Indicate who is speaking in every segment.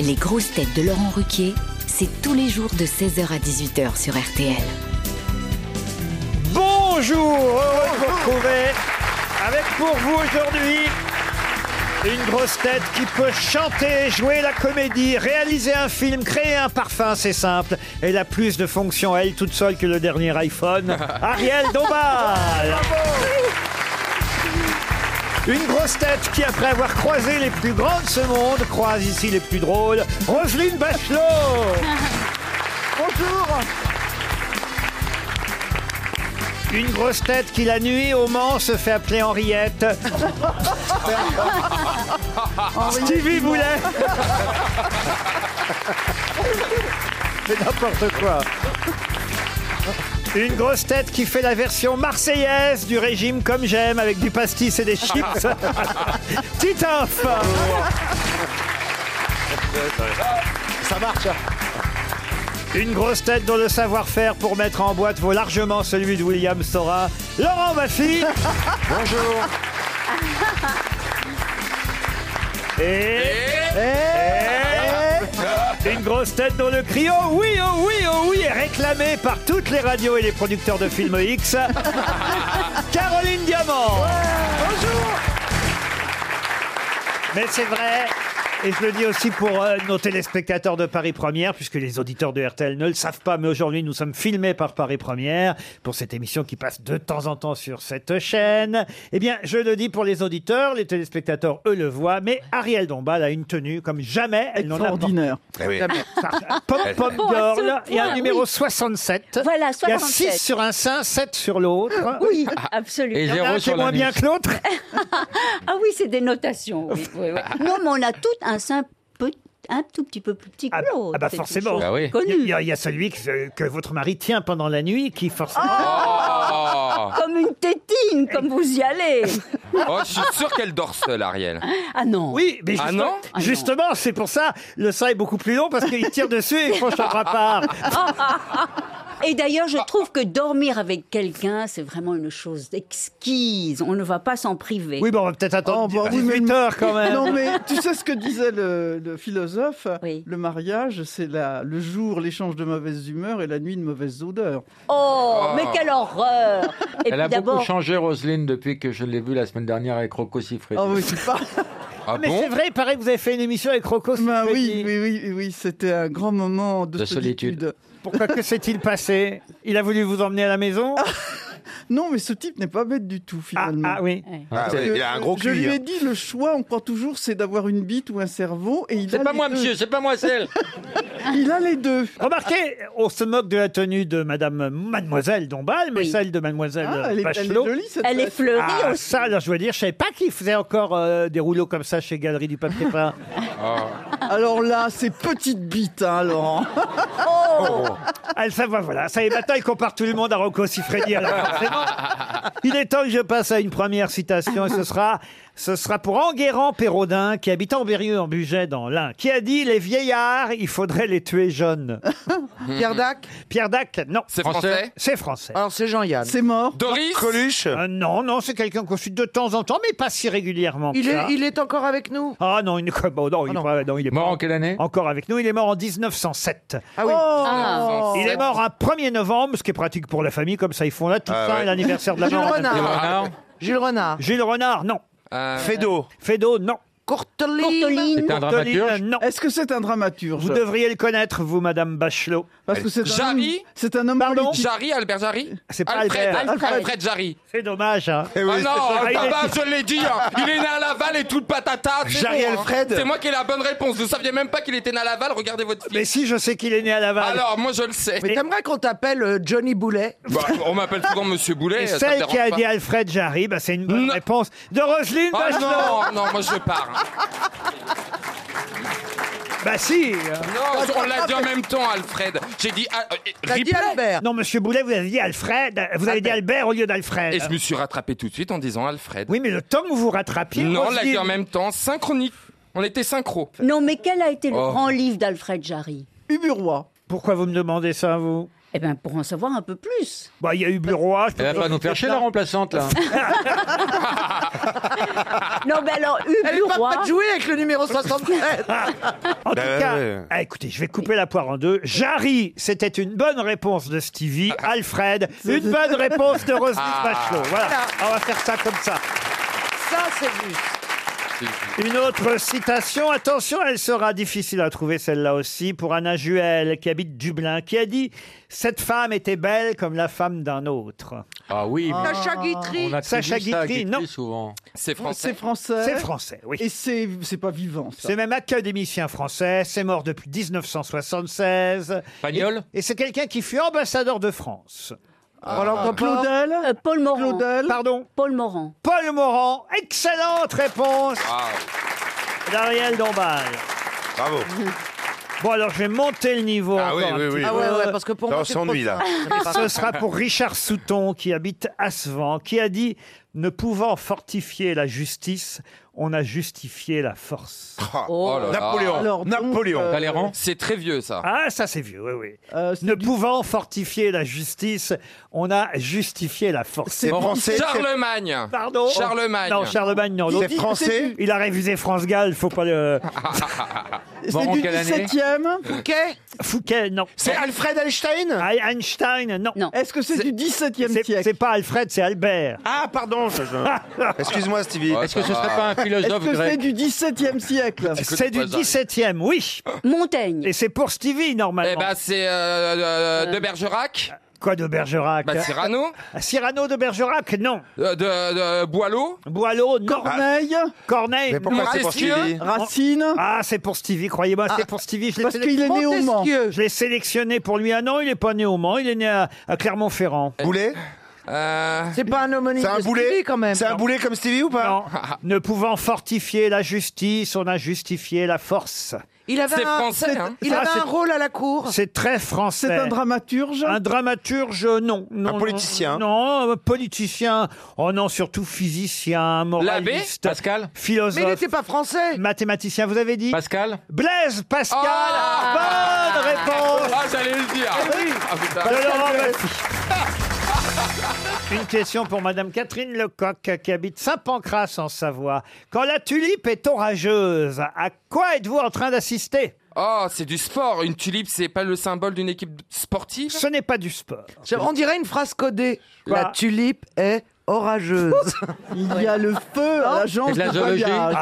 Speaker 1: Les grosses têtes de Laurent Ruquier, c'est tous les jours de 16h à 18h sur RTL.
Speaker 2: Bonjour, heureux de vous retrouver avec pour vous aujourd'hui une grosse tête qui peut chanter, jouer la comédie, réaliser un film, créer un parfum, c'est simple. Elle a plus de fonctions à elle toute seule que le dernier iPhone. Ariel Dombal une grosse tête qui, après avoir croisé les plus grands de ce monde, croise ici les plus drôles, Roselyne Bachelot Bonjour Une grosse tête qui, la nuit au Mans, se fait appeler Henriette, Stevie Boulet C'est n'importe quoi une grosse tête qui fait la version marseillaise du régime comme j'aime avec du pastis et des chips. Titoff
Speaker 3: Ça marche.
Speaker 2: Une grosse tête dont le savoir-faire pour mettre en boîte vaut largement celui de William Sora. Laurent Baffy Bonjour Et... et- Une grosse tête dont le cri Oh oui, oh oui, oh oui est réclamé par toutes les radios et les producteurs de films X. Caroline Diamant Bonjour Mais c'est vrai et je le dis aussi pour euh, nos téléspectateurs de Paris Première, puisque les auditeurs de RTL ne le savent pas, mais aujourd'hui nous sommes filmés par Paris Première pour cette émission qui passe de temps en temps sur cette chaîne. Eh bien, je le dis pour les auditeurs, les téléspectateurs eux le voient, mais Ariel Dombal a une tenue comme jamais elle n'en a ordinaire.
Speaker 3: Eh
Speaker 2: Pom pom
Speaker 4: Oh, à ce
Speaker 2: girl et
Speaker 4: point,
Speaker 2: un numéro
Speaker 4: oui.
Speaker 2: 67.
Speaker 4: Voilà,
Speaker 2: Il y a
Speaker 4: 67.
Speaker 2: 6 sur un sein, 7 sur l'autre. Ah,
Speaker 4: Oui, absolument.
Speaker 2: Il y en a un qui est moins bien que l'autre.
Speaker 4: Ah oui, c'est des notations. oui, oui, oui. Non, mais on a toutes un sein peu- un tout petit peu plus petit que l'autre.
Speaker 2: Ah bah
Speaker 4: c'est une
Speaker 2: forcément.
Speaker 4: chose
Speaker 2: Il y a-
Speaker 4: connue.
Speaker 2: il y, a- il y a celui que, que votre mari tient pendant la nuit qui forcément...
Speaker 5: Oh,
Speaker 4: Comme une tétine, comme vous y allez.
Speaker 5: Oh, je suis sûr qu'elle dort seule, Ariel.
Speaker 4: Ah non.
Speaker 2: Oui, mais
Speaker 5: Ah
Speaker 2: justement,
Speaker 5: non Ah non.
Speaker 2: justement, c'est pour ça, le sein est beaucoup plus long parce qu'il tire dessus et il franchit un part.
Speaker 5: Ah
Speaker 4: Et d'ailleurs, je trouve que dormir avec quelqu'un, c'est vraiment une chose exquise. On ne va pas s'en priver.
Speaker 2: Oui, bon, on va peut-être attendre
Speaker 6: Oh, bah oui, mais-
Speaker 2: 18 heures quand même.
Speaker 6: Non, mais tu sais ce que disait le, le philosophe Le mariage, c'est la- le jour l'échange de mauvaises humeurs et la nuit de mauvaises odeurs.
Speaker 4: Oh,
Speaker 7: Ah.
Speaker 4: mais quelle horreur Et
Speaker 7: Elle a
Speaker 4: puis d'abord-
Speaker 7: beaucoup changé, Roselyne, depuis que je l'ai vue la semaine dernière avec Rocco Siffredi.
Speaker 6: Ah oui, c'est pas.
Speaker 7: Ah
Speaker 2: Mais c'est vrai, il paraît que vous avez fait une émission avec Rocco.
Speaker 6: Bah oui, oui, oui, oui, c'était un grand moment de,
Speaker 7: De
Speaker 6: solitude.
Speaker 7: solitude.
Speaker 2: Pourquoi que s'est-il passé Il a voulu vous emmener à la maison
Speaker 6: Non, mais ce type n'est pas bête du tout, finalement.
Speaker 2: Ah, ah oui.
Speaker 8: Ah,
Speaker 6: Parce
Speaker 8: ouais,
Speaker 6: que,
Speaker 8: il a un gros
Speaker 6: Je
Speaker 8: cul,
Speaker 6: lui
Speaker 8: hein.
Speaker 6: ai dit, le choix, on croit toujours, c'est d'avoir une bite ou un cerveau. Et il
Speaker 7: C'est
Speaker 6: a
Speaker 7: pas
Speaker 6: les
Speaker 7: moi,
Speaker 6: deux.
Speaker 7: monsieur, c'est pas moi, c'est elle.
Speaker 6: Il a les deux.
Speaker 2: Remarquez, on se moque de la tenue de Madame Mademoiselle Dombal, mais celle de Mademoiselle
Speaker 6: Ah, elle est-
Speaker 2: Bachelot.
Speaker 6: elle est jolie, cette Elle est veste. fleurie
Speaker 2: Ah,
Speaker 6: aussi.
Speaker 2: Ça, alors je veux dire, je savais pas qu'il faisait encore euh, des rouleaux comme ça chez Galerie du Papier Peint.
Speaker 6: Ah. Alors là, c'est petite bite, hein, Laurent.
Speaker 5: Oh.
Speaker 2: Ah, ça va, voilà. Ça y est, maintenant, il compare tout le monde à Rocco Siffredi. Alors, forcément, il est temps que je passe à une première citation et ce sera, ce sera pour Enguerrand Pérodin, qui habite en Berrieux, en Bugey, dans l'Ain, qui a dit Les vieillards, il faudrait les tuer jeunes.
Speaker 3: Pierre Dac
Speaker 2: Pierre Dac, non.
Speaker 3: C'est français
Speaker 2: C'est français.
Speaker 3: Alors c'est Jean-Yann.
Speaker 6: C'est mort.
Speaker 3: Doris
Speaker 2: Coluche Non, non, c'est quelqu'un qu'on suit de temps en temps, mais pas si régulièrement. que
Speaker 3: Il est,
Speaker 2: ça.
Speaker 3: il est encore avec nous
Speaker 2: Ah non, il, ne- bon, non, il est pas- non, il est mort en quelle année Encore avec nous, il est mort en 1907.
Speaker 3: Ah oui. Ah.
Speaker 6: Oh.
Speaker 2: Il est mort un 1er novembre, ce qui est pratique pour la famille, comme ça ils font là tout
Speaker 3: Ah
Speaker 2: ça,
Speaker 3: ouais.
Speaker 2: l'anniversaire de la
Speaker 3: Jules
Speaker 2: mort.
Speaker 3: Renard. Jules Renard.
Speaker 5: Ah.
Speaker 2: Jules Renard, non.
Speaker 3: Feydeau.
Speaker 2: Fédo, non.
Speaker 3: Courteline.
Speaker 4: Courteline.
Speaker 3: C'est un dramaturge
Speaker 2: Non.
Speaker 6: Est-ce que c'est un dramaturge
Speaker 2: Vous devriez le connaître, vous, Madame Bachelot.
Speaker 6: Parce que c'est un
Speaker 5: Jarry
Speaker 6: homme- C'est un homme
Speaker 2: Pardon
Speaker 6: politique.
Speaker 5: Jarry, Albert Jarry
Speaker 2: C'est pas
Speaker 5: Alfred,
Speaker 2: Albert.
Speaker 5: Alfred, Alfred Jarry.
Speaker 2: C'est dommage. Hein.
Speaker 5: Ah
Speaker 2: c'est
Speaker 5: non,
Speaker 2: ça.
Speaker 5: le tabac, je l'ai dit. hein. Il est né à Laval et tout le patata. c'est
Speaker 2: Jarry
Speaker 5: bon, hein.
Speaker 2: Alfred.
Speaker 5: C'est moi qui ai la bonne réponse. Vous saviez même pas qu'il était né à Laval. Regardez votre fille.
Speaker 2: Mais si, je sais qu'il est né à Laval.
Speaker 5: Alors, moi, je le sais.
Speaker 3: Mais t'aimerais qu'on t'appelle euh, Johnny Boulet
Speaker 5: Bah, on m'appelle souvent Monsieur Boulet.
Speaker 2: Et
Speaker 5: ça me
Speaker 2: celle qui a
Speaker 5: dérange
Speaker 2: dit
Speaker 5: pas.
Speaker 2: Alfred Jarry, bah, c'est une bonne réponse de Roselyne
Speaker 5: Oh
Speaker 2: Bachelot.
Speaker 5: non, non, moi, je pars.
Speaker 2: Bah si
Speaker 5: Non, on l'a dit en même temps, Alfred. J'ai dit. ah, euh,
Speaker 3: T'as dit
Speaker 5: Ripley.
Speaker 3: Albert
Speaker 2: Non, monsieur Boulet, vous avez dit Alfred. Vous avez dit Albert au lieu
Speaker 5: Et je
Speaker 2: d'Alfred.
Speaker 5: me suis rattrapé tout de suite en disant Alfred.
Speaker 2: Oui, mais le temps que vous rattrapiez.
Speaker 5: non, on l'a
Speaker 2: Roselyne-
Speaker 5: dit en même temps. Synchronique. On était synchro.
Speaker 4: Non, mais quel a été le
Speaker 5: Oh.
Speaker 4: grand livre d'Alfred Jarry
Speaker 6: Uburois.
Speaker 2: Pourquoi vous me demandez ça, vous
Speaker 4: Eh bien, pour en savoir un peu plus.
Speaker 2: Bah, il y a eu Bureau. je peux
Speaker 7: Elle va
Speaker 2: vous
Speaker 7: pas nous
Speaker 2: dire
Speaker 7: faire chier
Speaker 2: ça.
Speaker 7: la remplaçante là.
Speaker 4: Non, mais alors,
Speaker 3: Elle est pas
Speaker 4: Uburois,
Speaker 3: prête de jouer avec le numéro 73
Speaker 2: En tout cas, ah, écoutez, je vais couper la poire en deux. Jarry, c'était une bonne réponse de Stevie. Alfred, une bonne réponse de Roselyne Bachelot. Voilà, on va faire ça comme ça.
Speaker 3: Ça, c'est juste.
Speaker 2: Une autre citation, attention, elle sera difficile à trouver celle-là aussi, pour Anna Juel, qui habite Dublin, qui a dit « Cette femme était belle comme la femme d'un autre
Speaker 7: Ah oui, mais
Speaker 3: Sacha Guitry.
Speaker 7: on a
Speaker 2: Sacha Guitry, non.
Speaker 7: souvent.
Speaker 5: C'est
Speaker 6: C'est
Speaker 5: français.
Speaker 6: français. ».
Speaker 2: C'est français, oui.
Speaker 6: Et c'est c'est pas vivant, ça.
Speaker 2: C'est même académicien français, c'est mort depuis 1976.
Speaker 7: Pagnol
Speaker 2: Et c'est quelqu'un qui fut ambassadeur de France. Ah.
Speaker 6: Ah.
Speaker 3: Roland Claudel.
Speaker 6: Claudel
Speaker 4: euh, Paul Morand.
Speaker 6: Claudel
Speaker 2: Pardon
Speaker 4: Paul Morand.
Speaker 2: Paul Morand, excellente réponse
Speaker 5: Ah,
Speaker 2: d'Ariel Dombal.
Speaker 8: Bravo.
Speaker 2: Bon, alors je vais monter le niveau
Speaker 8: Ah oui,
Speaker 2: encore un
Speaker 8: oui,
Speaker 2: petit
Speaker 8: oui.
Speaker 2: peu.
Speaker 3: Ah ouais, ouais, parce que pour
Speaker 8: Là,
Speaker 3: moi,
Speaker 8: on
Speaker 3: c'est
Speaker 8: s'ennuie,
Speaker 3: trop
Speaker 8: là.
Speaker 3: simple.
Speaker 2: Ce sera pour Richard Souton, qui habite Assevent, qui a dit « Ne pouvant fortifier la justice, on a justifié la force
Speaker 8: Ah,
Speaker 5: Oh là là.
Speaker 8: Napoléon.
Speaker 6: Alors, donc,
Speaker 8: Napoléon.
Speaker 6: euh,
Speaker 7: Talleyrand
Speaker 5: C'est très vieux, ». ça.
Speaker 2: Ah, ça c'est vieux, oui, oui.
Speaker 6: Euh, c'est
Speaker 2: Ne
Speaker 6: du-
Speaker 2: pouvant fortifier la justice, on a justifié la force.
Speaker 6: c'est-
Speaker 8: Français.
Speaker 5: Charlemagne.
Speaker 2: Pardon
Speaker 5: Charlemagne.
Speaker 2: Non, Charlemagne, non.
Speaker 8: C'est
Speaker 2: l'autre.
Speaker 8: français.
Speaker 2: Il a révisé France Gall, faut pas le...
Speaker 6: C'est
Speaker 7: Morand,
Speaker 6: du
Speaker 7: quelle année
Speaker 6: 17e
Speaker 3: Fouquet
Speaker 2: Fouquet, non.
Speaker 8: C'est Alfred Einstein.
Speaker 2: Ah, Einstein, non.
Speaker 4: Non.
Speaker 6: Est-ce que c'est du 17e
Speaker 2: C'est
Speaker 6: siècle
Speaker 2: c'est pas Alfred, c'est Albert.
Speaker 8: Ah pardon. je- je- Excuse-moi Stevie.
Speaker 5: Ouais,
Speaker 7: Est-ce que
Speaker 5: ça
Speaker 7: ce
Speaker 5: va.
Speaker 7: serait pas un
Speaker 6: Est-ce
Speaker 7: philosophe
Speaker 6: que c'est
Speaker 7: grec
Speaker 6: du 17e siècle
Speaker 2: C'est du
Speaker 5: pas, Jarry.
Speaker 2: 17e, oui.
Speaker 4: Montaigne.
Speaker 2: Et c'est pour Stevie,
Speaker 5: Eh
Speaker 2: normalement.
Speaker 5: ben, c'est euh, euh, de Bergerac.
Speaker 2: Quoi de Bergerac
Speaker 5: Bah, Cyrano.
Speaker 2: Ah, Cyrano de Bergerac, non.
Speaker 5: Euh, de, de Boileau.
Speaker 2: Boileau, non. Ah.
Speaker 6: Corneille,
Speaker 2: Corneille,
Speaker 8: Mais pourquoi
Speaker 2: non.
Speaker 8: c'est pour
Speaker 5: Montesquieu
Speaker 8: Stevie Ah,
Speaker 6: Racine,
Speaker 2: Ah, c'est pour Stevie, croyez-moi, c'est pour Stevie. Je l'ai
Speaker 6: parce
Speaker 2: sélectionné.
Speaker 6: qu'il est né au Mans.
Speaker 3: Montesquieu.
Speaker 2: Je l'ai sélectionné pour lui. Ah non, il n'est pas né au Mans, il est né à, à Clermont-Ferrand.
Speaker 8: Eh. Boulet.
Speaker 5: Euh,
Speaker 3: C'est pas un homonyme
Speaker 8: C'est un
Speaker 3: de
Speaker 8: boulet
Speaker 3: Stevie, quand même.
Speaker 8: C'est un
Speaker 3: Non.
Speaker 8: boulet comme Stevie ou pas
Speaker 2: Non. ne pouvant fortifier la justice, on a justifié la force.
Speaker 3: Il avait
Speaker 5: C'est
Speaker 3: un,
Speaker 5: français, hein.
Speaker 3: Il
Speaker 2: Ça,
Speaker 3: avait
Speaker 2: c'est-
Speaker 3: un rôle à la cour.
Speaker 2: C'est très français.
Speaker 6: C'est un dramaturge.
Speaker 2: Un dramaturge, non. non, non,
Speaker 8: politicien.
Speaker 2: Non, un politicien. Oh non, surtout physicien, moraliste,
Speaker 7: Pascal
Speaker 3: Mais il
Speaker 2: philosophe,
Speaker 3: n'était pas français.
Speaker 2: mathématicien, vous avez dit
Speaker 7: Pascal
Speaker 2: Blaise Pascal
Speaker 5: Ah
Speaker 2: Bonne réponse
Speaker 5: Ah, j'allais le dire. Ah, putain.
Speaker 2: de Laurent Baffie. Une question pour Madame Catherine Lecoq qui habite Saint-Pancras en Savoie. Quand la tulipe est orageuse, à quoi êtes-vous en train d'assister
Speaker 5: Oh, c'est du sport. Une tulipe, c'est pas le symbole d'une équipe sportive
Speaker 2: Ce n'est pas du sport.
Speaker 3: Je- On dirait une phrase codée.
Speaker 2: Quoi
Speaker 3: La tulipe est orageuse.
Speaker 6: Il y a le feu à l'agence
Speaker 7: C'est de la
Speaker 6: de
Speaker 7: zoologie.
Speaker 6: voyage.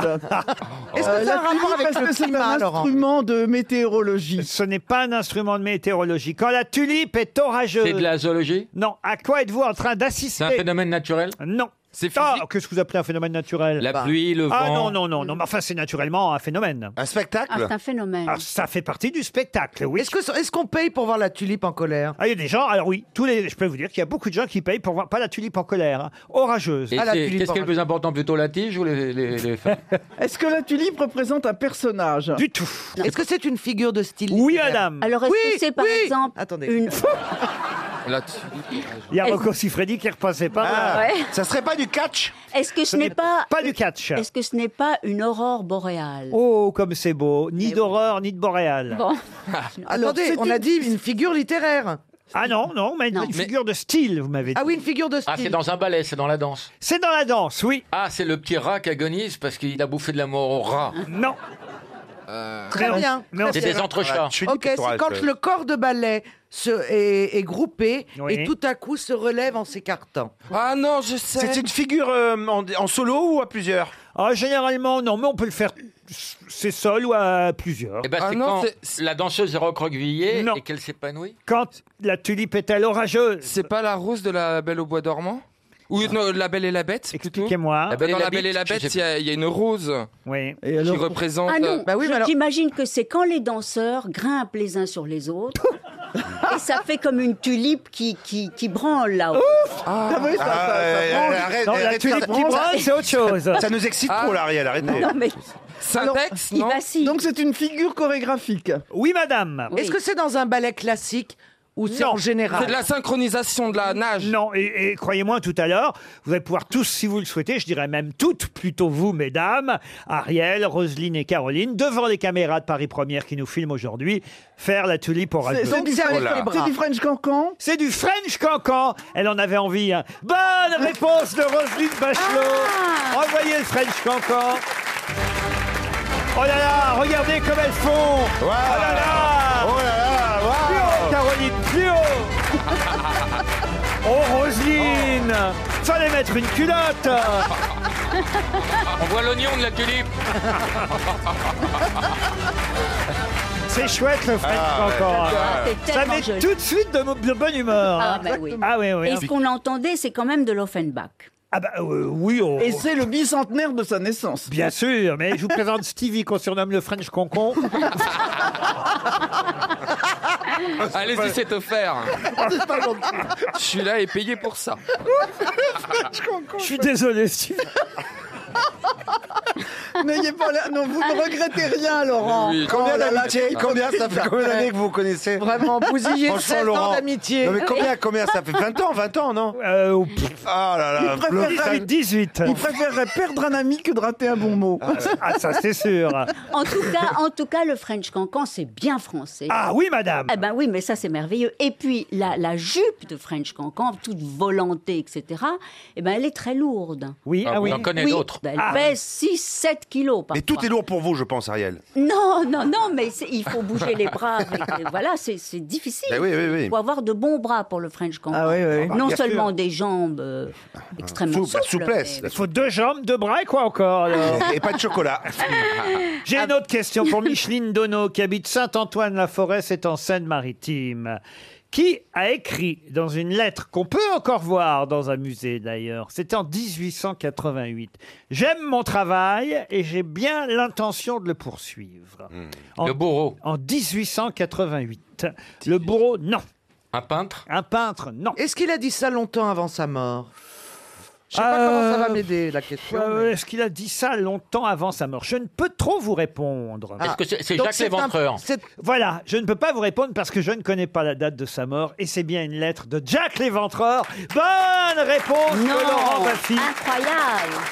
Speaker 3: Est-ce
Speaker 6: Euh,
Speaker 3: que ça
Speaker 6: la
Speaker 3: a un rapport
Speaker 6: tulipe,
Speaker 3: avec
Speaker 6: est-ce
Speaker 3: le
Speaker 6: que c'est un
Speaker 3: climat, Laurent
Speaker 6: instrument de météorologie
Speaker 2: Ce n'est pas un instrument de météorologie. Quand la tulipe est orageuse...
Speaker 7: C'est de la zoologie
Speaker 2: Non, à quoi êtes-vous en
Speaker 7: C'est
Speaker 2: train
Speaker 7: un
Speaker 2: d'assister
Speaker 7: phénomène naturel
Speaker 2: Non.
Speaker 5: C'est
Speaker 2: Ah,
Speaker 5: physique.
Speaker 2: qu'est-ce que vous appelez un phénomène naturel
Speaker 7: La pluie, le
Speaker 2: Ah non,
Speaker 7: vent
Speaker 2: non, non, non, mais enfin c'est naturellement un phénomène.
Speaker 8: Un
Speaker 4: Ah,
Speaker 8: spectacle.
Speaker 4: c'est un phénomène.
Speaker 2: Alors, ça fait partie du spectacle, oui.
Speaker 3: Est-ce que- est-ce qu'on paye pour voir la tulipe en colère
Speaker 2: Ah, il y a des gens, alors oui, tous les, je peux vous dire qu'il y a beaucoup de gens qui payent pour voir, pas la tulipe en colère, hein, orageuse.
Speaker 7: Et
Speaker 3: Ah, la
Speaker 7: c'est- Qu'est-ce
Speaker 3: tulipe
Speaker 7: qui est le
Speaker 3: orageuse.
Speaker 7: plus important plutôt la tige ou les, les, les feuilles
Speaker 6: Est-ce que la tulipe représente un personnage
Speaker 2: Du tout.
Speaker 3: Est-ce que c'est une figure de style
Speaker 2: Oui,
Speaker 3: littéraire
Speaker 2: madame.
Speaker 4: Alors, est-ce
Speaker 3: Oui,
Speaker 4: que c'est par
Speaker 3: oui.
Speaker 4: exemple
Speaker 3: Attendez.
Speaker 4: une.
Speaker 5: La tulipe.
Speaker 2: Il y a Rocco Siffredi qui repassait pas.
Speaker 8: Ah,
Speaker 4: Ouais.
Speaker 8: Ça serait pas du catch
Speaker 4: Est-ce que ce n'est pas.
Speaker 2: Pas du catch.
Speaker 4: Est-ce que ce n'est pas une aurore boréale
Speaker 2: Oh, comme c'est beau. Ni d'horreur, ni de boréal.
Speaker 4: Eh Bon.
Speaker 3: Ah.
Speaker 4: Ah,
Speaker 3: Attendez,
Speaker 6: Alors,
Speaker 3: on
Speaker 6: c'est
Speaker 3: a
Speaker 6: une-
Speaker 3: dit une figure littéraire.
Speaker 2: Ah non, non, mais une,
Speaker 4: Non.
Speaker 2: une figure de style, vous m'avez dit.
Speaker 3: Ah oui, une figure de style.
Speaker 7: Ah, c'est dans un ballet, c'est dans la danse.
Speaker 2: C'est dans la danse, oui.
Speaker 7: Ah, c'est le petit rat qui agonise parce qu'il a bouffé de la mort au rat.
Speaker 2: Non.
Speaker 3: Très bien.
Speaker 9: C'est des entrechats.
Speaker 3: Ok, c'est quand le corps de ballet se, est, est groupé
Speaker 8: Oui.
Speaker 3: et tout à coup se relève en s'écartant.
Speaker 8: Ah non, je sais. C'est une figure euh, en, en solo ou à plusieurs
Speaker 2: Ah, généralement, non, mais on peut le faire. C'est seul ou à plusieurs.
Speaker 9: Eh ben,
Speaker 8: Ah
Speaker 9: c'est quand la danseuse est recroquevillée et qu'elle s'épanouit
Speaker 2: Quand la tulipe est-elle orageuse
Speaker 5: C'est pas la rose de la Belle au bois dormant Ou
Speaker 8: Ah.
Speaker 5: non, la Belle et la Bête plutôt
Speaker 2: Expliquez-moi.
Speaker 5: La Belle et la, Belle et la Bête, il y, a- il y a une rose
Speaker 2: oui.
Speaker 5: qui représente.
Speaker 4: Ah
Speaker 8: euh, Bah
Speaker 4: non, je-
Speaker 5: bah
Speaker 4: j'imagine que c'est quand les danseurs grimpent les uns sur les autres et ça fait comme une tulipe qui, qui, qui branle là-haut.
Speaker 8: Ah oui, ça- ça- Ah, ça euh, branle. euh, arrête, Non, la arrête de tulipe faire
Speaker 2: Oh,
Speaker 8: ça. qui branle, c'est autre chose. Ah. Ça nous excite trop, là, Ariel, arrêtez.
Speaker 4: Non, mais
Speaker 8: Syntaxe,
Speaker 4: non
Speaker 6: Donc c'est une figure chorégraphique.
Speaker 2: Oui, madame.
Speaker 3: Est-ce que c'est dans un ballet classique ou c'est en général
Speaker 2: la synchronisation de la nage. Non, et, et croyez-moi, tout à l'heure, vous allez pouvoir tous, si vous le souhaitez, je dirais même toutes, plutôt vous, mesdames, Ariel, Roselyne et Caroline, devant les caméras de Paris Première qui nous filment aujourd'hui, faire la tulipe
Speaker 6: C'est
Speaker 2: orageuse.
Speaker 6: c'est du, French- c'est du French cancan
Speaker 2: C'est du French cancan Elle en avait envie. hein. Bonne réponse de Roselyne Bachelot
Speaker 4: Ah.
Speaker 2: Envoyez le French cancan Oh là là, regardez comme elles font Oh là là Oh là là Plus haut, Caroline, plus haut Oh Roselyne Fallait mettre une culotte
Speaker 9: On voit l'oignon de la tulipe.
Speaker 2: C'est chouette le French
Speaker 9: Ah, ouais.
Speaker 2: cancan hein.
Speaker 9: Ah,
Speaker 4: c'est
Speaker 2: Ça
Speaker 4: tellement
Speaker 2: met
Speaker 4: joli.
Speaker 2: tout de suite de, mo- de bonne humeur
Speaker 4: Ah,
Speaker 2: hein.
Speaker 4: bah oui.
Speaker 2: Ah oui, oui.
Speaker 4: Et ce qu'on entendait, c'est quand même de l'Offenbach.
Speaker 2: Ah bah euh, oui, on-
Speaker 6: Et c'est le bicentenaire de sa naissance.
Speaker 2: Bien sûr, mais je vous présente Stevie qu'on surnomme le French Concon.
Speaker 5: Allez-y, c'est offert. Je suis là et payé pour ça.
Speaker 2: Je suis désolé, Stevie.
Speaker 6: N'ayez pas la... Non, vous ne regrettez rien, Laurent.
Speaker 8: Oui. Combien
Speaker 6: Oh là là,
Speaker 8: d'amitiés
Speaker 6: quelle
Speaker 8: Combien ça fait
Speaker 6: petite
Speaker 8: combien d'années
Speaker 6: affaire.
Speaker 8: que vous vous connaissez
Speaker 6: Vraiment, bousillé,
Speaker 8: Franchement,
Speaker 6: 16 ans
Speaker 8: Laurent.
Speaker 6: d'amitié.
Speaker 8: Non mais combien combien ça fait 20 ans 20 ans non Ah là là.
Speaker 6: Il préférerait-
Speaker 2: 18.
Speaker 6: Il préférerait perdre un ami que de rater un bon mot.
Speaker 2: Ah, ça, c'est sûr.
Speaker 4: En tout cas, en tout cas, le French Cancan, c'est bien français.
Speaker 2: Ah oui, madame.
Speaker 4: Eh ben oui, mais ça c'est merveilleux. Et puis la, la jupe de French Cancan, toute volantée, etc. Eh ben elle est très lourde. ben,
Speaker 2: Oui,
Speaker 8: Ah, ah oui. on en connaît d'autres.
Speaker 4: Elle
Speaker 8: Ah.
Speaker 4: pèse 6-7 kilos parfois.
Speaker 8: Mais tout est lourd pour vous je pense Ariel.
Speaker 4: Non, non, non, mais c'est- il faut bouger les bras. avec- voilà, c'est c'est difficile.
Speaker 8: Ben oui, oui, oui.
Speaker 4: Il faut avoir de bons bras pour le French Cancan.
Speaker 8: Ah oui, oui, oui.
Speaker 4: Non
Speaker 8: Bien
Speaker 4: seulement
Speaker 8: sûr.
Speaker 4: des jambes euh, extrêmement
Speaker 8: Souple, la
Speaker 4: souples,
Speaker 8: souplesse.
Speaker 2: Il faut deux jambes, deux bras et quoi encore alors
Speaker 8: Et pas de chocolat.
Speaker 2: J'ai une autre question pour Micheline Donneau qui habite Saint-Antoine-la-Forêt, c'est en Seine-Maritime. Qui a écrit dans une lettre qu'on peut encore voir dans un musée d'ailleurs, c'était en 1888, J'aime mon travail et j'ai bien l'intention de le poursuivre. le bourreau. En 1888. Le bourreau, non.
Speaker 9: Un peintre
Speaker 2: Un peintre, non.
Speaker 3: Est-ce qu'il a dit ça longtemps avant sa mort Je sais pas comment ça va m'aider la question.
Speaker 2: Euh,
Speaker 3: mais-
Speaker 2: Est-ce qu'il a dit ça longtemps avant sa mort Je ne peux trop vous répondre.
Speaker 9: Est-ce que c'est- c'est Donc Jacques c'est un- Léventreur c'est-
Speaker 2: Voilà, je ne peux pas vous répondre parce que je ne connais pas la date de sa mort et c'est bien une lettre de Jacques Léventreur. Bonne réponse de Laurent Baffy.
Speaker 4: Incroyable.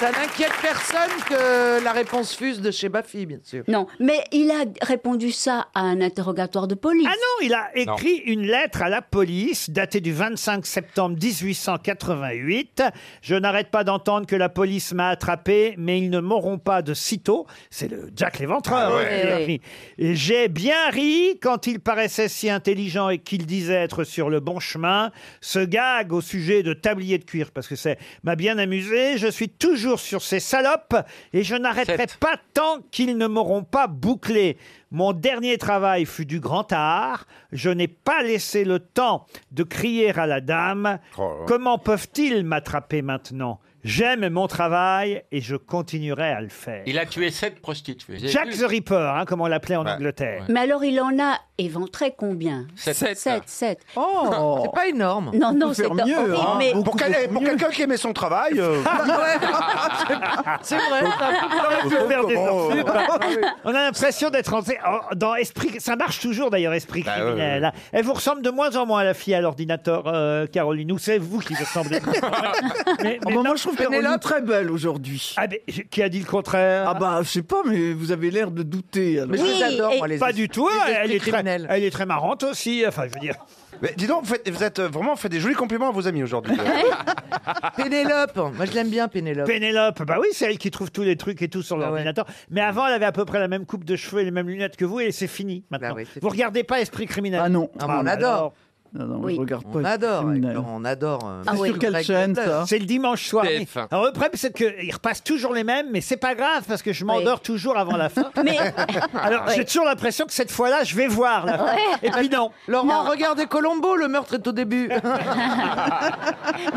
Speaker 3: Ça n'inquiète personne que la réponse fuse de chez Baffy, bien sûr.
Speaker 4: Non, mais il a répondu ça à un interrogatoire de police.
Speaker 2: Ah non, il a écrit une lettre à la police datée du 25 septembre 1888. Je n'arrête pas d'entendre que la police m'a attrapé, mais ils ne m'auront pas de sitôt. C'est le Jack Léventreur. hein,
Speaker 8: Ah ouais.
Speaker 2: qui l'a
Speaker 8: Eh
Speaker 2: écrit. Et J'ai bien ri quand il paraissait si intelligent et qu'il disait être sur le bon chemin. Ce gag au sujet de tablier de cuir, parce que c'est m'a bien amusé. Je suis toujours sur ces salopes et je n'arrêterai pas tant qu'ils ne m'auront pas bouclé. Mon dernier travail fut du grand art. Je n'ai pas laissé le temps de crier à la dame. Comment peuvent-ils m'attraper maintenant J'aime mon travail et je continuerai à le faire.
Speaker 9: Il a tué sept prostituées.
Speaker 2: Jack the Ripper, hein, comme on l'appelait en Angleterre.
Speaker 4: Mais alors, il en a éventré combien
Speaker 2: Sept.
Speaker 4: Sept,
Speaker 2: Sept.
Speaker 4: sept.
Speaker 3: Oh C'est pas énorme.
Speaker 4: Non, non, c'est
Speaker 8: Pour mieux,
Speaker 4: horrible,
Speaker 8: hein.
Speaker 4: mais-
Speaker 8: Pour, quel- pour quelqu'un qui aimait son travail. euh,
Speaker 3: C'est vrai.
Speaker 2: On aurait pu faire des
Speaker 8: Oh.
Speaker 2: tortues. On a l'impression d'être entré en- dans esprit. Ça marche toujours d'ailleurs, esprit criminel. hein. Elle vous ressemble de moins en moins à la fille à l'ordinateur, euh, Caroline. Ou c'est vous qui vous ressemblez. mais, mais non.
Speaker 6: moi, je trouve trouve Caroline très belle aujourd'hui.
Speaker 2: Ah, qui a dit le contraire
Speaker 6: Ah bah, je sais pas, mais vous avez l'air de douter. alors.
Speaker 2: Pas du tout. Elle est, très, elle est très marrante aussi. Enfin, je veux dire.
Speaker 8: Mais dis donc, vous, faites- vous êtes euh, vraiment fait des jolis compliments à vos amis aujourd'hui.
Speaker 2: Pénélope. Moi, je l'aime bien, Pénélope. Pénélope, bah oui, c'est elle qui trouve tous les trucs et tout sur l'ordinateur. Mais avant, elle avait à peu près la même coupe de cheveux et les mêmes lunettes que vous, et c'est fini maintenant. vous regardez pas Esprit criminel Ah non.
Speaker 3: Ah, mais on adore.
Speaker 6: Non, non,
Speaker 3: Oui.
Speaker 6: je regarde pas.
Speaker 3: On adore, avec Laurent, on adore.
Speaker 2: Ah
Speaker 3: euh, Greg Dutton.
Speaker 2: C'est le dimanche soir. oui. Alors le problème, c'est qu'ils repassent toujours les mêmes, mais c'est pas grave parce que je m'endors toujours avant la fin.
Speaker 3: Mais-
Speaker 2: Alors
Speaker 3: Ouais.
Speaker 2: j'ai toujours l'impression que cette fois-là, je vais voir. la fin. Et puis non.
Speaker 3: Laurent, regardez Colombo, le meurtre est au début.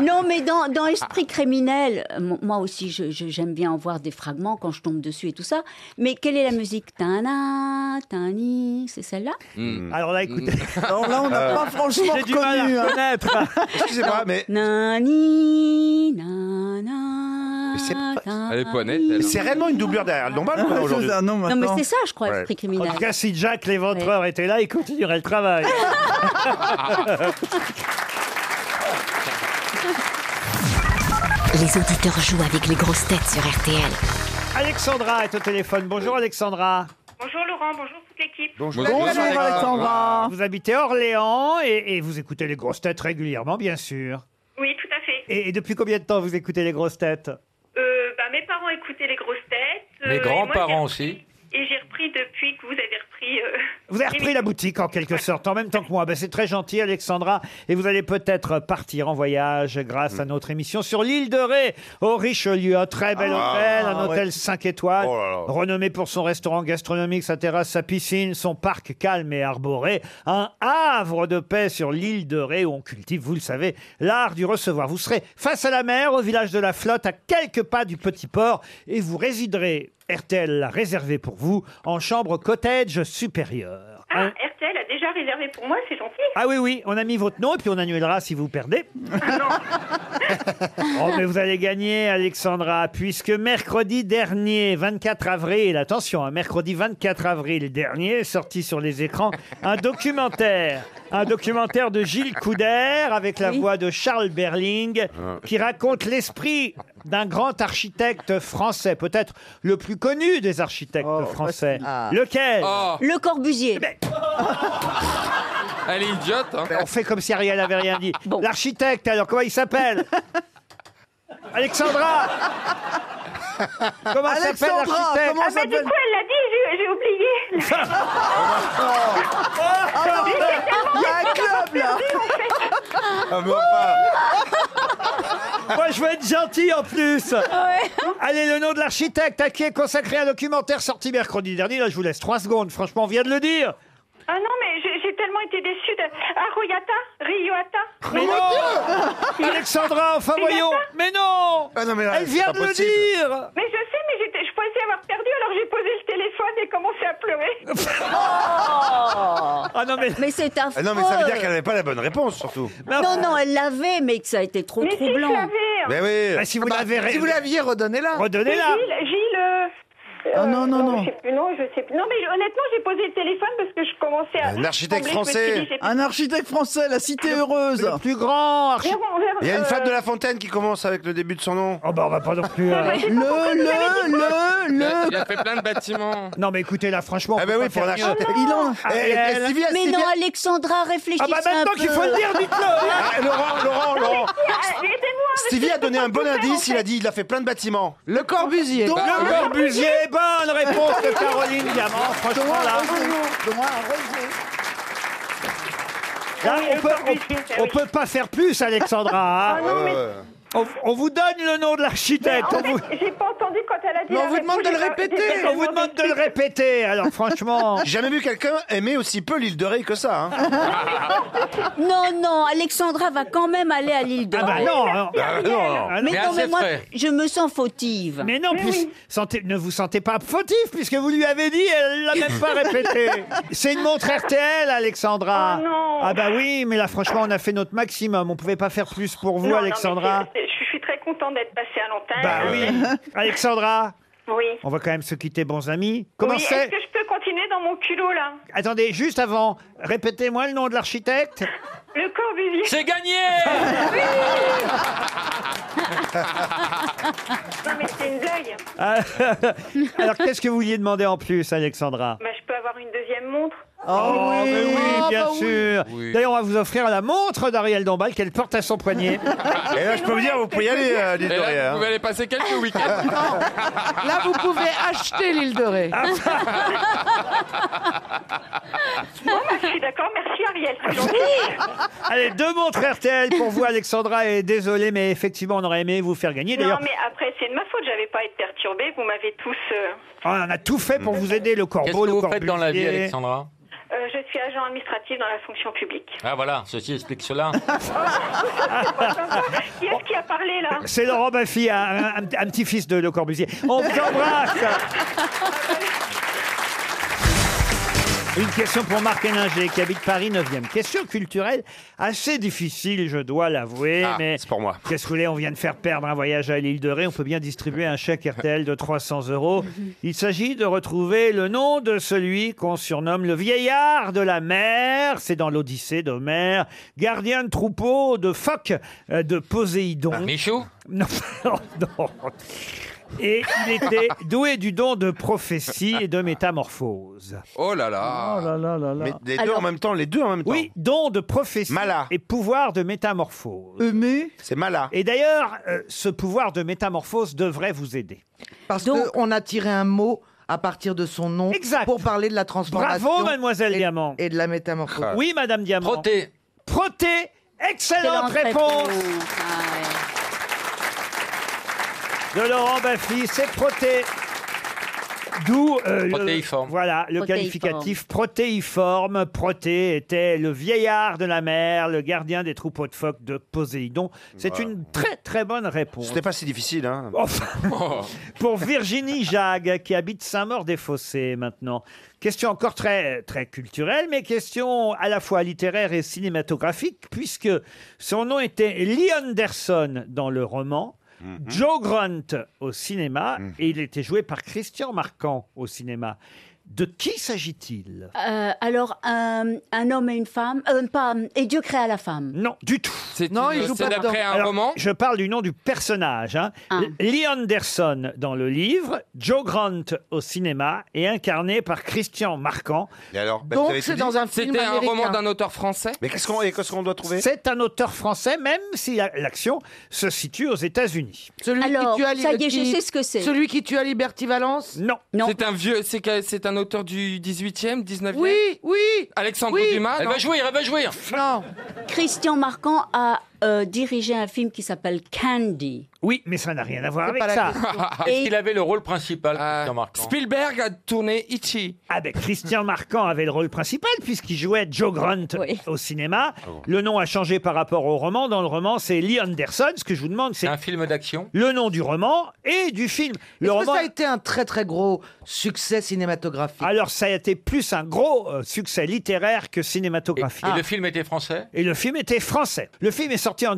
Speaker 4: Non, mais dans, dans Esprit criminel, euh, mo- moi aussi, je- je- j'aime bien en voir des fragments quand je tombe dessus et tout ça. Mais quelle est la musique Tana, tani, c'est celle-là
Speaker 8: Hmm.
Speaker 2: Alors là, écoutez.
Speaker 6: Alors là, on n'a
Speaker 8: Euh,
Speaker 6: pas franchement
Speaker 8: j'ai du mal à
Speaker 6: reconnu. hein.
Speaker 8: Excusez-moi, mais.
Speaker 4: Nani,
Speaker 8: Mais c'est pas-
Speaker 5: Elle est pas nette,
Speaker 8: Mais
Speaker 5: elle. hein.
Speaker 8: C'est réellement une doublure derrière le normal qu'on a aujourd'hui.
Speaker 4: Non, mais c'est ça, je crois,
Speaker 8: Ouais.
Speaker 4: Esprit criminel.
Speaker 2: En tout cas, si Jack l'éventreur était là, il continuerait le travail.
Speaker 1: Les auditeurs jouent avec les grosses têtes sur RTL.
Speaker 2: Alexandra est au téléphone. Bonjour Alexandra.
Speaker 10: Bonjour Laurent, bonjour toute l'équipe.
Speaker 2: Vous habitez Orléans et, et vous écoutez les grosses têtes régulièrement, bien sûr.
Speaker 10: Oui, tout à fait.
Speaker 2: Et, et depuis combien de temps vous écoutez les grosses têtes
Speaker 10: Euh, bah, mes parents écoutaient les grosses têtes. euh, et
Speaker 9: Mes
Speaker 10: moi,
Speaker 9: grands-parents aussi.
Speaker 10: j'ai- Et j'ai repris depuis que vous avez repris. euh,
Speaker 2: Vous avez repris la boutique en quelque sorte, en même temps que moi. Ben, c'est très gentil, Alexandra. Et vous allez peut-être partir en voyage grâce
Speaker 8: Hmm.
Speaker 2: à notre émission sur l'île de Ré, au Richelieu. Un très bel
Speaker 8: Ah,
Speaker 2: hôtel, un
Speaker 8: ouais. Oh
Speaker 2: hôtel 5 étoiles, renommé pour son restaurant gastronomique, sa terrasse, sa piscine, son parc calme et arboré. Un havre de paix sur l'île de Ré où on cultive, vous le savez, l'art du recevoir. Vous serez face à la mer, au village de la Flotte, à quelques pas du petit port, et vous résiderez, RTL l'a réservé pour vous, en chambre cottage supérieure.
Speaker 10: Ah, RTL a déjà réservé pour moi, c'est gentil.
Speaker 2: Ah oui, oui, on a mis votre nom et puis on annulera si vous perdez. oh, mais vous allez gagner, Alexandra, puisque mercredi dernier, 24 avril, attention, hein, mercredi 24 avril dernier, sorti sur les écrans, un documentaire, un documentaire de Gilles Couder avec la voix de Charles Berling qui raconte l'esprit d'un grand architecte français, peut-être le plus connu des architectes français. Lequel Eh ben,
Speaker 4: Le Corbusier.
Speaker 5: Elle est idiote. hein.
Speaker 2: on fait comme si Ariel avait rien dit. L'architecte, alors, comment il s'appelle Alexandra Comment s'appelle l'architecte
Speaker 10: Ah, bah, du coup, elle l'a dit, j'ai- j'ai oublié.
Speaker 6: Ah,
Speaker 10: Mais Ah, c'est tellement
Speaker 6: il y a un
Speaker 10: longtemps
Speaker 6: club,
Speaker 10: qu'on a
Speaker 6: là.
Speaker 10: perdu, en fait.
Speaker 5: Ah,
Speaker 2: Moi, je veux être gentil en plus Allez, le nom de l'architecte à qui est consacré un documentaire sorti mercredi dernier. Là, je vous laisse trois secondes. Franchement, on vient de le dire.
Speaker 10: Ah non, mais j'ai j'ai tellement été déçue de. Arroyata Rioata
Speaker 2: Mais non Oh Alexandra, enfin voyons Mais euh, non Elle vient de le dire
Speaker 10: Mais je sais, mais j'étais- je pensais avoir perdu, alors j'ai posé le téléphone et commencé à pleurer.
Speaker 2: Oh Ah non, mais,
Speaker 4: c'est affreux.
Speaker 8: Ah non, mais ça veut dire qu'elle n'avait pas la bonne réponse, surtout.
Speaker 2: Bah,
Speaker 4: Non, non, elle l'avait, mais que ça a été trop troublant.
Speaker 8: Mais oui.
Speaker 2: Bah, si vous l'avez Ah, ré-
Speaker 3: Si vous l'aviez, redonnez-la.
Speaker 10: Gilles, Gilles, euh, euh,
Speaker 3: non, non, non.
Speaker 10: Je sais plus, non, je sais plus. Non, mais je- honnêtement, j'ai posé le téléphone parce que je commençais à. trembler, je me suis dit, j'ai-
Speaker 6: Un architecte français, la cité heureuse. Le
Speaker 2: plus grand Euh.
Speaker 10: architecte.
Speaker 8: Il y
Speaker 10: euh,
Speaker 8: a une femme de la fontaine qui commence avec le début de son nom.
Speaker 2: Oh bah on va pas non plus.
Speaker 8: hein.
Speaker 6: Le, le,
Speaker 5: Il
Speaker 6: le,
Speaker 5: a- il a fait plein de bâtiments.
Speaker 2: Non, mais écoutez, là, franchement. Ah, bah oui,
Speaker 8: pour un architecte. Il en-
Speaker 2: Ariel.
Speaker 4: mais non, Alexandra, réfléchissez
Speaker 2: Ah bah maintenant
Speaker 4: un peu.
Speaker 2: qu'il faut le dire, dites-le
Speaker 8: Ah, Laurent, Laurent, Laurent.
Speaker 10: Aidez-moi
Speaker 8: Stevie a donné un bon indice, il a dit il a fait plein de bâtiments.
Speaker 3: Le Corbusier.
Speaker 8: Donc,
Speaker 2: Bah, Le Corbusier, bonne réponse de Caroline Diamant. Franchement, là, là, on peut, on- on peut pas faire plus, Alexandra. hein.
Speaker 10: Ah non, mais-
Speaker 2: on, on vous donne le nom de l'architecte.
Speaker 10: Mais en
Speaker 2: on
Speaker 10: fait,
Speaker 2: vous-
Speaker 10: J'ai pas entendu quand elle a dit. la réponse, j'ai pas- j'ai pas
Speaker 2: On vous demande de le répéter. Alors franchement,
Speaker 8: j'ai jamais vu quelqu'un aimer aussi peu l'île de Ré que ça. hein.
Speaker 4: Non, non, Alexandra va quand même aller à l'île de
Speaker 2: Ah bah
Speaker 4: Ré.
Speaker 2: non, non. Ah non, non. Mais
Speaker 4: Mais non, mais
Speaker 2: assez
Speaker 4: moi,
Speaker 2: frais.
Speaker 4: je me sens fautive.
Speaker 2: mais non, puis- sentez- ne vous sentez pas fautif puisque vous lui avez dit, elle l'a même pas répété. C'est une montre RTL,
Speaker 10: Oh,
Speaker 2: Alexandra. ah bah oui, mais là franchement, on a fait notre maximum. On pouvait pas faire plus pour vous,
Speaker 10: Non, non, mais
Speaker 2: Alexandra.
Speaker 10: c'est- c'est- Je suis très contente d'être passée à l'antenne.
Speaker 2: Bah oui. Alexandra,
Speaker 10: Oui.
Speaker 2: on va quand même se quitter, bons amis. Comment
Speaker 10: Oui,
Speaker 2: c'est
Speaker 10: Est-ce que je peux continuer dans mon culot là
Speaker 2: Attendez, juste avant, répétez-moi le nom de l'architecte.
Speaker 10: Le Corbusier.
Speaker 5: C'est gagné
Speaker 10: Non, mais c'est une blague.
Speaker 2: Ah, Alors, qu'est-ce que vous vouliez demander en plus, Alexandra
Speaker 10: Bah, je peux avoir une deuxième montre
Speaker 2: Oh, mais Ah. oui, bien
Speaker 3: Ah,
Speaker 10: bah oui.
Speaker 2: sûr.
Speaker 10: Oui.
Speaker 2: D'ailleurs, on va vous offrir la montre d'Ariel Dombal qu'elle porte à son poignet.
Speaker 8: Et là, je peux vous dire, vous pouvez y aller, euh, l'île
Speaker 5: Et
Speaker 8: de
Speaker 5: là,
Speaker 8: Ré, hein.
Speaker 5: Vous allez passer quelques week-ends.
Speaker 3: Là, vous pouvez acheter l'île de Ré.
Speaker 2: Ah, bah
Speaker 10: Bon, bah, je suis d'accord, merci Ariel, c'est gentil.
Speaker 2: Allez, deux montres RTL pour vous, Alexandra. Et désolé, mais effectivement, on aurait aimé vous faire gagner.
Speaker 10: Non,
Speaker 2: D'ailleurs,
Speaker 10: mais après, c'est de ma faute, j'avais pas à être perturbée, vous m'avez tous. euh,
Speaker 2: on en a tout fait pour vous aider, le corbeau,
Speaker 9: Mm. Qu'est-ce que
Speaker 2: le
Speaker 9: vous faites
Speaker 2: corbusier.
Speaker 9: dans la vie, Alexandra
Speaker 10: euh, je suis agent administratif dans la fonction publique. Oh,
Speaker 9: Ah voilà, ceci explique cela.
Speaker 10: Qui est-ce qui a parlé là
Speaker 2: C'est Laurent Baffy, un, un- un- un petit-fils de Le Corbusier. On vous embrasse Une question pour Marc Héninger, qui habite Paris 9e. Question culturelle assez difficile, je dois l'avouer.
Speaker 9: Ah.
Speaker 2: mais c'est pour moi. Qu'est-ce que vous voulez On vient de faire perdre un voyage à l'île de Ré. On peut bien distribuer un chèque RTL de 300 euros. Il s'agit de retrouver le nom de celui qu'on surnomme le vieillard de la mer. C'est dans l'Odyssée d'Homère. Gardien de troupeau, de phoque, euh, de Poséidon.
Speaker 9: Michou
Speaker 2: Non, non. Et il était doué du don de prophétie et de métamorphose.
Speaker 8: Oh là là. Mais les deux
Speaker 2: Alors-
Speaker 8: en même temps, les deux en même temps.
Speaker 2: Oui, don de prophétie et pouvoir de métamorphose.
Speaker 8: C'est Mala.
Speaker 2: Et d'ailleurs, euh, ce pouvoir de métamorphose devrait vous aider.
Speaker 3: Parce qu'on a tiré un mot à partir de son nom pour parler de la transformation.
Speaker 2: Bravo, mademoiselle Diamant.
Speaker 3: Et de la métamorphose.
Speaker 8: Ah.
Speaker 2: Oui, madame Diamant. Proté. Proté. Excellente
Speaker 3: Excellente
Speaker 2: réponse. De Laurent Baffy, c'est proté. D'où euh, le-
Speaker 9: Protéiforme.
Speaker 2: voilà le
Speaker 9: Protéiforme.
Speaker 2: qualificatif protéiforme. Proté était le vieillard de la mer, le gardien des troupeaux de phoques de Poséidon. C'est
Speaker 8: Voilà.
Speaker 2: une très très bonne réponse. Oh,
Speaker 8: C'était pas si difficile, hein.
Speaker 2: Pour Virginie Jague, qui habite Saint-Maur-des-Fossés maintenant. Question encore très, très culturelle, mais question à la fois littéraire et cinématographique, puisque son nom était Lee Anderson dans le roman. Joe Grunt au cinéma et il était joué par Christian Marquand au cinéma. De qui s'agit-il
Speaker 4: Euh, alors, un, un homme et une femme, euh, pas, et Dieu créa la femme.
Speaker 2: Non, du tout.
Speaker 5: C'est Non, une- il joue c'est pas d'après dedans. un
Speaker 2: Alors,
Speaker 5: roman
Speaker 2: Je parle du nom du personnage. hein. L- Lee Anderson dans le livre, Joe Grant au cinéma et incarné par Christian Marquand.
Speaker 8: Et alors bah, vous
Speaker 2: Donc
Speaker 8: avez
Speaker 2: c'est
Speaker 8: tout
Speaker 2: dans
Speaker 8: dit
Speaker 2: un film
Speaker 5: C'était un
Speaker 2: américain.
Speaker 5: roman d'un auteur français
Speaker 8: Mais qu'est-ce qu'on et qu'est-ce qu'on doit trouver
Speaker 2: C'est un auteur français, même si la- l'action se situe aux États-Unis.
Speaker 3: Celui
Speaker 4: Alors,
Speaker 3: qui tue à
Speaker 4: ça y est,
Speaker 3: qui-
Speaker 4: je sais ce que c'est.
Speaker 3: Celui qui tue à Liberty Valence
Speaker 2: Non.
Speaker 5: C'est un vieux, c'est que- c'est un auteur du 18e, 19e
Speaker 3: Oui, oui.
Speaker 5: Alexandre
Speaker 4: Oui.
Speaker 5: Dumas.
Speaker 4: Elle
Speaker 5: non
Speaker 4: va jouir,
Speaker 9: elle va jouir.
Speaker 3: Non.
Speaker 4: Christian Marquand a euh, dirigé un film qui s'appelle Candy.
Speaker 2: Oui, mais ça n'a rien à voir
Speaker 4: C'est
Speaker 2: avec
Speaker 4: pas la
Speaker 2: ça.
Speaker 4: question. Ah.
Speaker 9: Est-ce qu'il avait le rôle principal, Christian Marquand
Speaker 5: Spielberg a tourné Itchy.
Speaker 2: Ah ben, Christian Marquand avait le rôle principal puisqu'il jouait Joe Grunt au cinéma. Le nom a changé par rapport au roman. Dans le roman, c'est Lee Anderson. Ce que je vous demande, c'est
Speaker 9: Un film d'action
Speaker 2: le nom du roman et du film. Le
Speaker 3: Est-ce que
Speaker 2: roman.
Speaker 3: ça a été un très très gros succès cinématographique
Speaker 2: Alors ça a été plus un gros euh, succès littéraire que cinématographique.
Speaker 4: Ah.
Speaker 9: Et le film était français
Speaker 2: Et le film était français. Le film est sorti en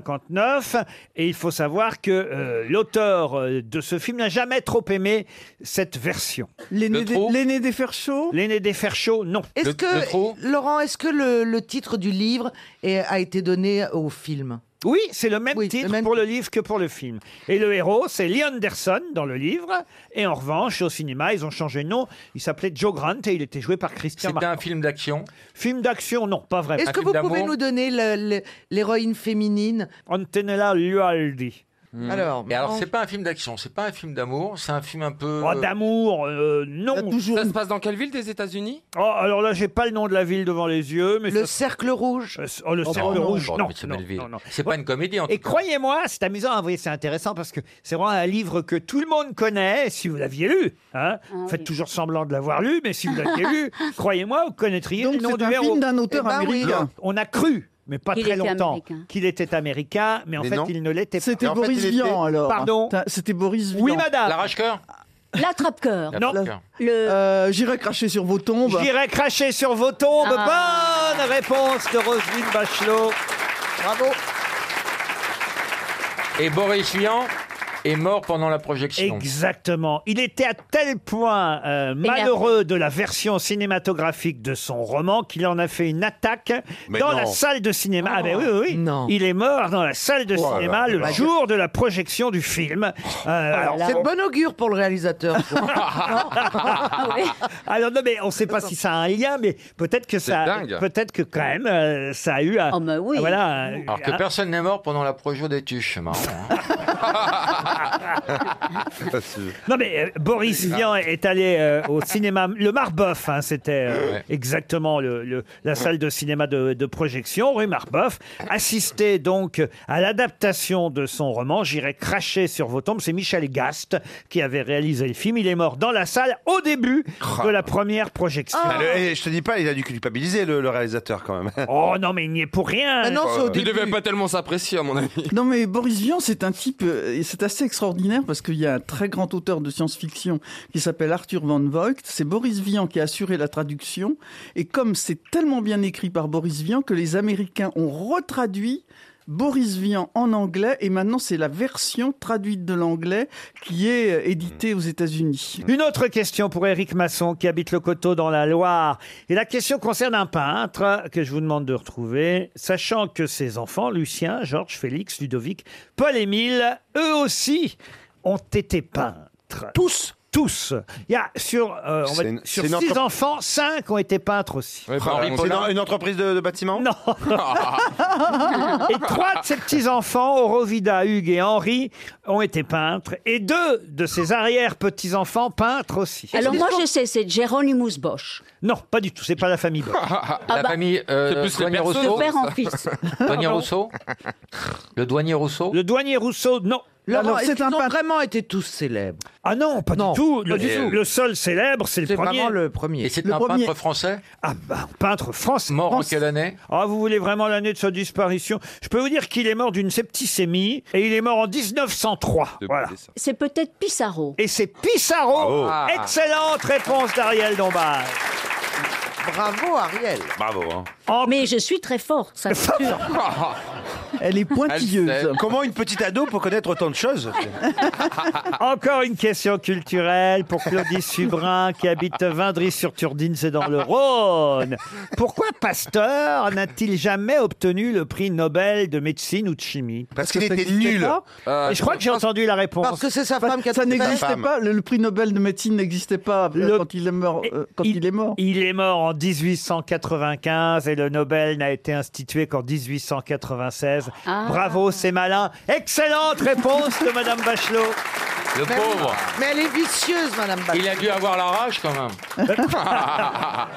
Speaker 2: 1959 et il faut savoir que euh, l'auteur euh, de ce film n'a jamais trop aimé cette version.
Speaker 6: L'aîné des, l'aîné des fers chauds
Speaker 2: L'aîné des fers chauds, non.
Speaker 3: Est-ce que, Laurent, est-ce que le, le titre du livre est- a été donné au film
Speaker 2: Oui, c'est le même titre pour le livre que pour le film. Et le héros, c'est Lee Anderson dans le livre. Et en revanche, au cinéma, ils ont changé de nom. Il s'appelait Joe Grant et il était joué par Christian
Speaker 9: C'était
Speaker 2: Marquand.
Speaker 9: un film d'action
Speaker 2: Film d'action, non, pas vrai.
Speaker 3: Est-ce que vous pouvez nous donner le- le- l'héroïne féminine
Speaker 2: Antonella Lualdi.
Speaker 4: Hmm.
Speaker 3: Alors,
Speaker 9: Hmm. Et alors,
Speaker 3: on-
Speaker 9: c'est pas un film d'action, c'est pas un film d'amour, c'est un film un peu.
Speaker 2: Oh, d'amour, euh, non.
Speaker 5: Ça se passe dans quelle ville des États-Unis
Speaker 2: Oh, alors là, j'ai pas le nom de la ville devant les yeux, mais
Speaker 3: Le
Speaker 2: ça-
Speaker 3: cercle rouge.
Speaker 2: Euh, Oh, le
Speaker 9: Oh,
Speaker 2: cercle
Speaker 9: non,
Speaker 2: rouge,
Speaker 9: non,
Speaker 2: non,
Speaker 9: mais c'est
Speaker 2: non,
Speaker 9: Belleville.
Speaker 2: non, non.
Speaker 9: C'est pas une comédie en
Speaker 2: Et
Speaker 9: tout cas.
Speaker 2: croyez-moi, c'est amusant, hein, vous voyez, c'est intéressant parce que c'est vraiment un livre que tout le monde connaît, si vous l'aviez lu.
Speaker 6: Ah
Speaker 2: Hein. Faites toujours semblant de l'avoir lu, mais si vous l'aviez lu, croyez-moi, vous connaîtriez le nom
Speaker 6: c'est
Speaker 2: du
Speaker 6: un
Speaker 2: héros.
Speaker 6: film d'un auteur Eh ben oui. américain.
Speaker 2: On a cru, mais pas
Speaker 6: Qu'il
Speaker 2: très
Speaker 6: était
Speaker 2: longtemps,
Speaker 6: américain.
Speaker 2: qu'il était américain, mais en
Speaker 6: Mais
Speaker 2: fait,
Speaker 6: non.
Speaker 2: il ne l'était pas.
Speaker 6: C'était
Speaker 2: Mais en fait,
Speaker 6: Boris
Speaker 2: il était-
Speaker 6: Vian, alors. Ah,
Speaker 2: Pardon
Speaker 6: T'as- C'était Boris Vian.
Speaker 2: Oui, madame.
Speaker 9: L'arrache-coeur
Speaker 4: L'attrape-cœur.
Speaker 2: Non.
Speaker 6: Euh, J'irai cracher sur vos tombes.
Speaker 2: J'irai cracher sur vos tombes.
Speaker 6: Ah.
Speaker 2: Bonne réponse de Roselyne Bachelot.
Speaker 3: Bravo.
Speaker 9: Et Boris Vian est mort pendant la projection.
Speaker 2: Exactement. Il était à tel point euh, malheureux de la version cinématographique de son roman qu'il en a fait une attaque
Speaker 8: Mais
Speaker 2: dans
Speaker 8: non.
Speaker 2: la salle de cinéma. Ah ben oui, oui, oui. Il est mort dans la salle de
Speaker 8: Oh là
Speaker 2: cinéma
Speaker 8: là
Speaker 2: le
Speaker 8: là.
Speaker 2: jour de la projection du film.
Speaker 9: Oh.
Speaker 2: Euh,
Speaker 3: Alors, c'est de bon augure pour le réalisateur.
Speaker 2: Alors non, mais on ne sait pas si ça a un lien, mais peut-être que ça,
Speaker 9: dingue.
Speaker 2: peut-être que quand même euh, ça a eu un. Voilà. euh, ah. un-
Speaker 9: Alors que
Speaker 2: un-
Speaker 9: personne n'est mort pendant la projo des tuches, c'est marrant. hein.
Speaker 2: Ah. Non mais euh, Boris Vian est allé euh, au cinéma, le Marbeuf, hein, c'était euh, exactement le, le- la salle de cinéma de, de projection, rue Marbeuf, assister donc à l'adaptation de son roman J'irai cracher sur vos tombes, c'est Michel Gast qui avait réalisé le film, il est mort dans la salle au début de la première projection.
Speaker 8: Ah, le- eh, je te dis pas, il a dû culpabiliser le, le réalisateur quand même. Ah
Speaker 2: Oh non mais il n'y est pour rien.
Speaker 5: Euh, Il devait pas tellement s'apprécier, à mon avis.
Speaker 6: Non mais Boris Vian, c'est un type, euh, et c'est assez extraordinaire parce qu'il y a un très grand auteur de science-fiction qui s'appelle Arthur Van Vogt. C'est Boris Vian qui a assuré la traduction. Et comme c'est tellement bien écrit par Boris Vian que les Américains ont retraduit Boris Vian en anglais et maintenant c'est la version traduite de l'anglais qui est euh, éditée aux États-Unis.
Speaker 2: Une autre question pour Éric Masson qui habite le coteau dans la Loire. Et la question concerne un peintre que je vous demande de retrouver, sachant que ses enfants, Lucien, Georges, Félix, Ludovic, Paul, Émile, eux aussi ont été peintres. Tous tous. Il y a sur, euh, on va-
Speaker 8: C'est une-
Speaker 2: sur
Speaker 8: c'est une
Speaker 2: six
Speaker 8: entre-
Speaker 2: enfants, cinq ont été peintres aussi.
Speaker 8: Ah, c'est une, une entreprise de, de bâtiment
Speaker 2: Non. Et trois de ses petits-enfants, Orovida, Hugues et Henri, ont été peintres. Et deux de ses arrière-petits-enfants, peintres aussi.
Speaker 4: Alors moi, je sais, c'est Geronimus Bosch.
Speaker 2: Non, pas du tout, c'est pas la famille Bosch.
Speaker 9: Ah,
Speaker 4: Ah bah,
Speaker 9: la famille euh, douanier Rousseau.
Speaker 4: De père en fils. Ah,
Speaker 9: Douanier Rousseau Le douanier Rousseau
Speaker 2: Le douanier Rousseau, non.
Speaker 3: Alors,
Speaker 2: c'est
Speaker 3: ils ont vraiment été tous célèbres.
Speaker 2: Ah non, pas
Speaker 3: Non,
Speaker 2: du tout.
Speaker 3: pas du tout.
Speaker 2: le seul célèbre, c'est le
Speaker 3: C'est
Speaker 2: premier.
Speaker 3: vraiment le premier.
Speaker 9: Et c'est un peintre français
Speaker 2: Ah bah, peintre français.
Speaker 9: Mort en quelle année
Speaker 2: Ah, vous voulez vraiment l'année de sa disparition Je peux vous dire qu'il est mort d'une septicémie et il est mort en 1903. Voilà.
Speaker 4: C'est peut-être Pissarro.
Speaker 2: Et c'est Pissarro.
Speaker 4: Bravo.
Speaker 2: Excellente réponse d'Ariel Dombal.
Speaker 3: Bravo, Ariel.
Speaker 8: Bravo.
Speaker 4: Mais je suis très forte, ça c'est sûr.
Speaker 6: Elle est
Speaker 8: pointilleuse. Comment une petite ado peut connaître autant de choses
Speaker 2: Encore une question culturelle pour Claudie Subrin qui habite Vindry-sur-Turdine, c'est dans le Rhône. Pourquoi Pasteur n'a-t-il jamais obtenu le prix Nobel de médecine ou de chimie
Speaker 8: Parce qu'il était nul.
Speaker 6: Euh,
Speaker 2: Et je crois que j'ai entendu la réponse.
Speaker 6: Parce que c'est sa femme qui a Ça n'existait pas. Le, le prix Nobel de médecine n'existait pas euh, quand il est mort. euh, quand il, est mort.
Speaker 2: Il est mort en 1895 et le Nobel n'a été institué qu'en 1896.
Speaker 3: Ah.
Speaker 2: Bravo, c'est malin. Excellente réponse de Madame Bachelot.
Speaker 9: Le
Speaker 3: Mais-
Speaker 9: pauvre
Speaker 3: Mais elle est vicieuse, Madame Bachelot.
Speaker 9: Il a dû avoir la rage quand Ah,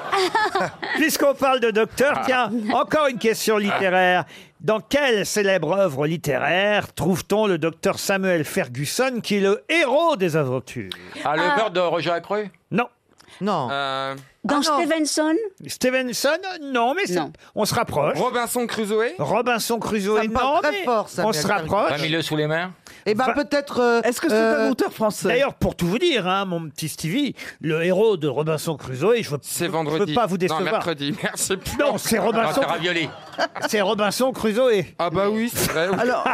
Speaker 9: même.
Speaker 2: Puisqu'on parle de
Speaker 9: Ah.
Speaker 2: docteur, tiens, encore une question littéraire. Dans quelle célèbre œuvre littéraire trouve-t-on le docteur Samuel Ferguson qui est le héros des aventures
Speaker 9: ah, le
Speaker 2: Ah.
Speaker 9: beurre de Roger Euh, Accru
Speaker 2: Non.
Speaker 3: Non.
Speaker 4: Dans Stevenson
Speaker 2: Stevenson, non, mais c'est-
Speaker 4: Non.
Speaker 2: on se rapproche.
Speaker 5: Robinson Crusoe
Speaker 2: Robinson Crusoe,
Speaker 3: Ça me parle
Speaker 2: non,
Speaker 3: très
Speaker 2: mais
Speaker 3: fort, Samuel
Speaker 2: on se rapproche.
Speaker 9: Un milieu sous les mers
Speaker 3: Eh ben, peut-être. euh, euh,
Speaker 6: français
Speaker 2: D'ailleurs, pour tout vous dire, hein, mon petit Stevie, le héros de Robinson Crusoe, et je veux,
Speaker 5: C'est vendredi.
Speaker 2: je veux pas vous décevoir.
Speaker 5: Non, mercredi. Merci. pour-
Speaker 2: Non, c'est Robinson.
Speaker 9: Ah, ravioli.
Speaker 2: C'est Robinson Crusoe.
Speaker 5: Ah bah oui, c'est vrai. oui.
Speaker 6: Alors,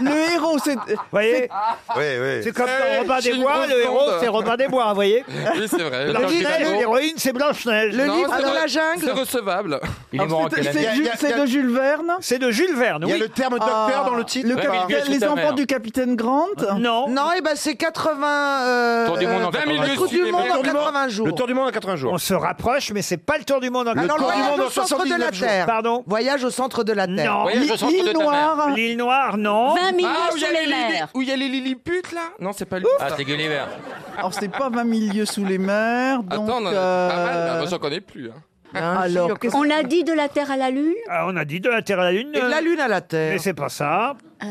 Speaker 6: le héros, c'est. Vous
Speaker 2: voyez
Speaker 8: oui.
Speaker 2: C'est comme
Speaker 5: Eh
Speaker 2: dans
Speaker 5: oui,
Speaker 2: Robin
Speaker 5: j'ai
Speaker 2: des
Speaker 5: une
Speaker 2: Bois,
Speaker 5: grosse
Speaker 2: le héros,
Speaker 5: bande.
Speaker 2: c'est Robin des Bois, vous voyez
Speaker 5: Oui, c'est vrai.
Speaker 2: La
Speaker 5: Dans
Speaker 2: Blanche-Neige,
Speaker 5: Gilets jaunes.
Speaker 2: l'héroïne, c'est Blanche-Neige.
Speaker 5: Non, c'est vrai. C'est recevable.
Speaker 6: C'est de Jules Verne
Speaker 2: C'est de Jules Verne,
Speaker 8: Il y a
Speaker 2: oui. Ah,
Speaker 8: le terme docteur
Speaker 3: Ah.
Speaker 8: dans le titre
Speaker 6: Le
Speaker 8: ou pas
Speaker 6: capitaine- les enfants du capitaine Grant
Speaker 2: Non.
Speaker 3: Non, eh ben, c'est 80. euh,
Speaker 8: Tour du monde en
Speaker 3: euh,
Speaker 8: 80 jours.
Speaker 3: Tour du monde en
Speaker 8: Le tour du monde-
Speaker 3: 80 jours.
Speaker 8: Le tour du monde en 80 jours.
Speaker 2: On se rapproche, mais c'est pas le tour du monde en
Speaker 3: Alors, le
Speaker 2: 80
Speaker 3: voyage au centre de la Terre.
Speaker 2: Pardon
Speaker 3: Voyage au centre de la Terre.
Speaker 2: Non. L'île Noire, non.
Speaker 5: ah, où il y a les lili- Où il y a les lilliputes, là Non, c'est pas lui.
Speaker 9: Ah, c'est Gulliver.
Speaker 6: Alors, c'est pas 20 000 lieux sous les mers. Donc, euh,
Speaker 5: Attends, on en a pas
Speaker 2: euh,
Speaker 5: mal. Ah, bah, j'en connais plus. hein.
Speaker 6: Alors, qu'est-ce-
Speaker 4: Ah, On a dit de la Terre à la Lune
Speaker 2: Ah, on a dit de la Terre à la Lune.
Speaker 3: Et de la Lune à la Terre.
Speaker 2: Mais c'est pas ça.
Speaker 4: Euh,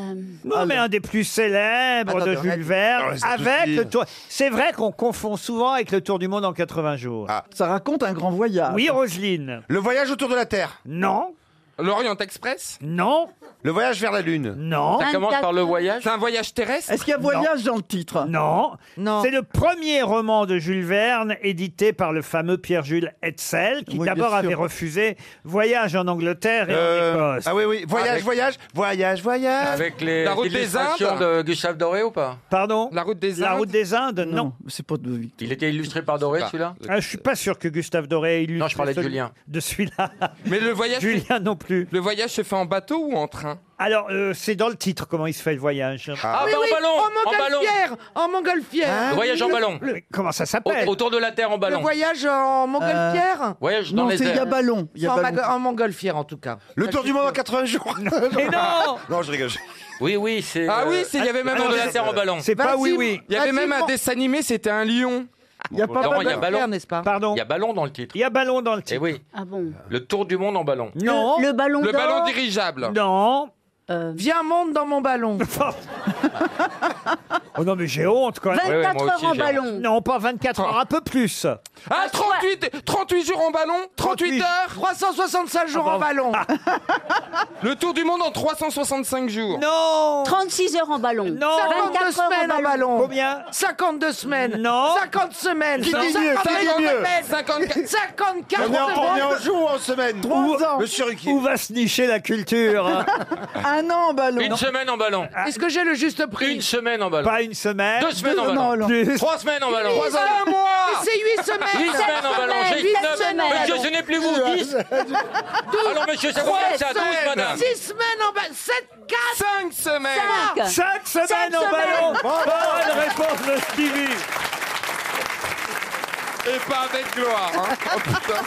Speaker 2: Non, mais un des plus célèbres
Speaker 3: Attendez,
Speaker 2: de
Speaker 3: on a
Speaker 2: Jules
Speaker 3: dit-
Speaker 2: Verne,
Speaker 3: Ah, ouais, c'est
Speaker 2: avec
Speaker 3: tout dit.
Speaker 2: le tour. C'est vrai qu'on confond souvent avec le tour du monde en 80 jours.
Speaker 3: Ah.
Speaker 6: Ça raconte un grand voyage.
Speaker 2: Oui, Roselyne.
Speaker 8: Le voyage autour de la Terre.
Speaker 2: Non.
Speaker 5: L'Orient Express
Speaker 2: Non.
Speaker 8: Le voyage vers la Lune
Speaker 2: Non.
Speaker 5: Ça commence par le voyage C'est un voyage terrestre
Speaker 2: Est-ce qu'il y a voyage dans le titre Non.
Speaker 5: Non.
Speaker 2: C'est le premier roman de Jules Verne, édité par le fameux Pierre-Jules Hetzel, qui
Speaker 8: Oui, bien
Speaker 2: d'abord
Speaker 8: sûr.
Speaker 2: avait refusé Voyage en Angleterre et
Speaker 8: Euh,
Speaker 2: en Écosse.
Speaker 8: ah oui, oui, voyage, voyage, voyage, voyage.
Speaker 2: Euh,
Speaker 9: Avec les illustrations de Gustave Doré ou pas
Speaker 2: Pardon
Speaker 9: La route des
Speaker 2: La route des Indes, non.
Speaker 6: c'est pas de
Speaker 9: Il était illustré par Doré celui-là
Speaker 2: Ah, je suis pas sûr que Gustave Doré ait lu.
Speaker 9: Non, je parlais de
Speaker 2: celui-
Speaker 9: Julien.
Speaker 2: De celui-là.
Speaker 5: Mais le voyage.
Speaker 2: Julien non plus.
Speaker 5: Le voyage se fait en bateau ou en train
Speaker 2: Alors, euh, c'est dans le titre comment il se fait le voyage.
Speaker 9: Ah, bah, en ballon, en ballon.
Speaker 3: Oh, montgolfière, en montgolfière.
Speaker 9: Le voyage en ballon.
Speaker 2: Mais Comment ça s'appelle
Speaker 9: Au- Autour de la Terre en ballon.
Speaker 3: Le voyage en montgolfière
Speaker 9: Voyage dans les airs.
Speaker 3: C'est en, baga- en montgolfière en tout cas.
Speaker 8: Le tour du monde en 80 jours.
Speaker 3: Mais non
Speaker 8: Non, je rigole.
Speaker 9: Oui, oui, c'est. euh,
Speaker 5: Ah oui, c'est- il y avait même
Speaker 9: Autour
Speaker 5: un-
Speaker 9: de la Terre en ballon.
Speaker 2: Euh, C'est pas oui, oui.
Speaker 5: Il y avait même un dessin animé, c'était un lion.
Speaker 2: Il y a
Speaker 9: Laurent, il y a ballon,
Speaker 3: n'est-ce pas
Speaker 2: Pardon.
Speaker 9: Il y a ballon dans le titre.
Speaker 2: Il y a ballon dans le titre.
Speaker 9: Eh oui.
Speaker 4: Ah bon
Speaker 9: Le tour du monde en ballon.
Speaker 2: Non.
Speaker 4: Le ballon
Speaker 9: Le
Speaker 4: d'or. Euh.
Speaker 9: ballon dirigeable.
Speaker 2: Non.
Speaker 3: Viens, monte dans mon ballon.
Speaker 2: Oh non, mais j'ai honte quand même.
Speaker 4: 24 Ouais, ouais, moi heures aussi, en j'ai ballon. honte.
Speaker 2: Non, pas 24 heures, un peu plus.
Speaker 5: Ah, 38, 38 jours en ballon, 38 heures,
Speaker 3: 365
Speaker 2: Ah
Speaker 3: jours en ballon.
Speaker 5: le tour du monde en 365 jours.
Speaker 2: Non
Speaker 4: 36 heures en ballon.
Speaker 2: Non
Speaker 3: 52
Speaker 4: 24 heures
Speaker 3: semaines en ballon.
Speaker 2: Combien
Speaker 3: 52 semaines.
Speaker 2: Non.
Speaker 3: 50 semaines.
Speaker 8: Qui dit
Speaker 3: 50
Speaker 8: mieux, qui dit mieux
Speaker 3: semaines.
Speaker 5: 54
Speaker 3: 54
Speaker 8: on, est en, on est en
Speaker 3: semaines.
Speaker 8: jour ou en semaine
Speaker 2: Où,
Speaker 8: Monsieur Riquier.
Speaker 2: où va se nicher la culture hein
Speaker 6: Un an en ballon.
Speaker 9: Une semaine en ballon.
Speaker 3: Est-ce que j'ai le juste prix
Speaker 9: Une semaine en ballon.
Speaker 2: Ah. Pas une semaine.
Speaker 9: Deux semaines en
Speaker 2: Deux- non,
Speaker 9: ballon.
Speaker 2: alors.
Speaker 9: Trois semaines en ballon.
Speaker 3: Huit
Speaker 9: Trois ans.
Speaker 3: semaines.
Speaker 5: Un mois
Speaker 3: Mais C'est 8 semaines.
Speaker 9: Huit semaines en ballon. J'ai
Speaker 4: Huit
Speaker 9: dit neuf.
Speaker 4: semaines.
Speaker 9: Monsieur, je n'ai plus vous.
Speaker 2: Ah,
Speaker 9: Dix. Alors, monsieur, c'est
Speaker 5: Trois
Speaker 9: combien que ça Douze,
Speaker 5: semaines.
Speaker 9: madame.
Speaker 3: 6 semaines en ballon. 7, 4.
Speaker 5: 5 semaines.
Speaker 4: Cinq.
Speaker 2: Cinq semaines Oh,
Speaker 3: Cinq
Speaker 2: en
Speaker 3: semaines.
Speaker 2: ballon. Bonne réponse de Stevie.
Speaker 5: Et pas avec gloire. hein. Oh putain.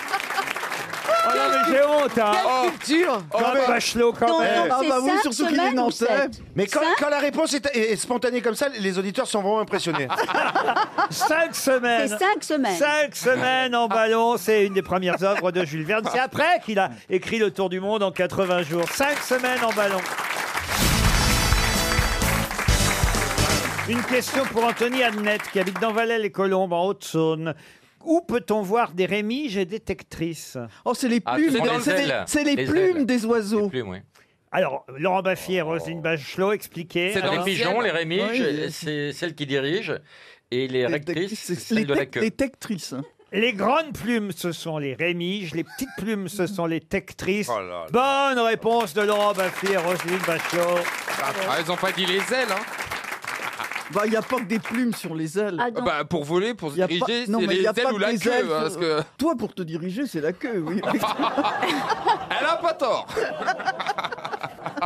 Speaker 2: Oh non, mais j'ai honte. Hein.
Speaker 3: Quelle culture
Speaker 2: Quand
Speaker 8: mais-
Speaker 2: Bachelot, quand
Speaker 4: Donc,
Speaker 2: même.
Speaker 4: donc,
Speaker 6: Ah
Speaker 4: c'est
Speaker 6: bah oui,
Speaker 4: cinq
Speaker 6: surtout qu'il est
Speaker 4: semaines ou
Speaker 6: nantais.
Speaker 4: sept
Speaker 8: Mais quand,
Speaker 4: Cinq
Speaker 8: quand la réponse est, est- est spontanée comme ça, les auditeurs sont vraiment impressionnés.
Speaker 2: Oh. Cinq semaines.
Speaker 4: C'est cinq semaines.
Speaker 2: Cinq semaines en
Speaker 8: Ah.
Speaker 2: ballon, c'est une des premières œuvres de Jules Verne. C'est après qu'il a écrit Le Tour du Monde en 80 jours. Cinq semaines en ballon. Une question pour Anthony Annette qui habite dans Valais les Colombes en Haute-Saône. Où peut-on voir des rémiges et détectrices
Speaker 6: Oh, c'est les
Speaker 9: Ah,
Speaker 6: plumes.
Speaker 9: c'est dans les
Speaker 6: c'est les-
Speaker 9: ailes.
Speaker 6: c'est les,
Speaker 9: Les
Speaker 6: plumes
Speaker 9: ailes.
Speaker 6: des oiseaux.
Speaker 9: Plus, oui.
Speaker 2: Alors, Laurent Baffier et Roselyne Bachelot expliquaient.
Speaker 9: C'est dans les
Speaker 2: Alors, euh,
Speaker 9: pigeons, les rémiges,
Speaker 6: Oui.
Speaker 9: c'est celle qui dirige. Et les rectrices, c'est
Speaker 6: Les,
Speaker 9: celle de la
Speaker 6: tec-
Speaker 9: queue.
Speaker 6: les tectrices. hein.
Speaker 2: Les grandes plumes, ce sont les rémiges. Les petites plumes, ce sont les tectrices.
Speaker 8: Oh là là.
Speaker 2: Bonne réponse de Laurent Baffier et Roselyne Bachelot.
Speaker 5: Ah, ils ont pas dit les ailes. Hein.
Speaker 6: Bah, il n'y a pas que des plumes sur les ailes.
Speaker 4: Ah, donc,
Speaker 5: Bah, pour voler, pour se
Speaker 6: Il y a pas-
Speaker 5: diriger,
Speaker 6: non,
Speaker 5: c'est
Speaker 6: mais il
Speaker 5: les
Speaker 6: y a pas
Speaker 5: ailes ou
Speaker 6: que
Speaker 5: la
Speaker 6: les
Speaker 5: queue.
Speaker 6: ailes,
Speaker 5: hein, parce que... Ah,
Speaker 6: Toi, pour te diriger, c'est la queue, oui.
Speaker 5: Elle a pas tort.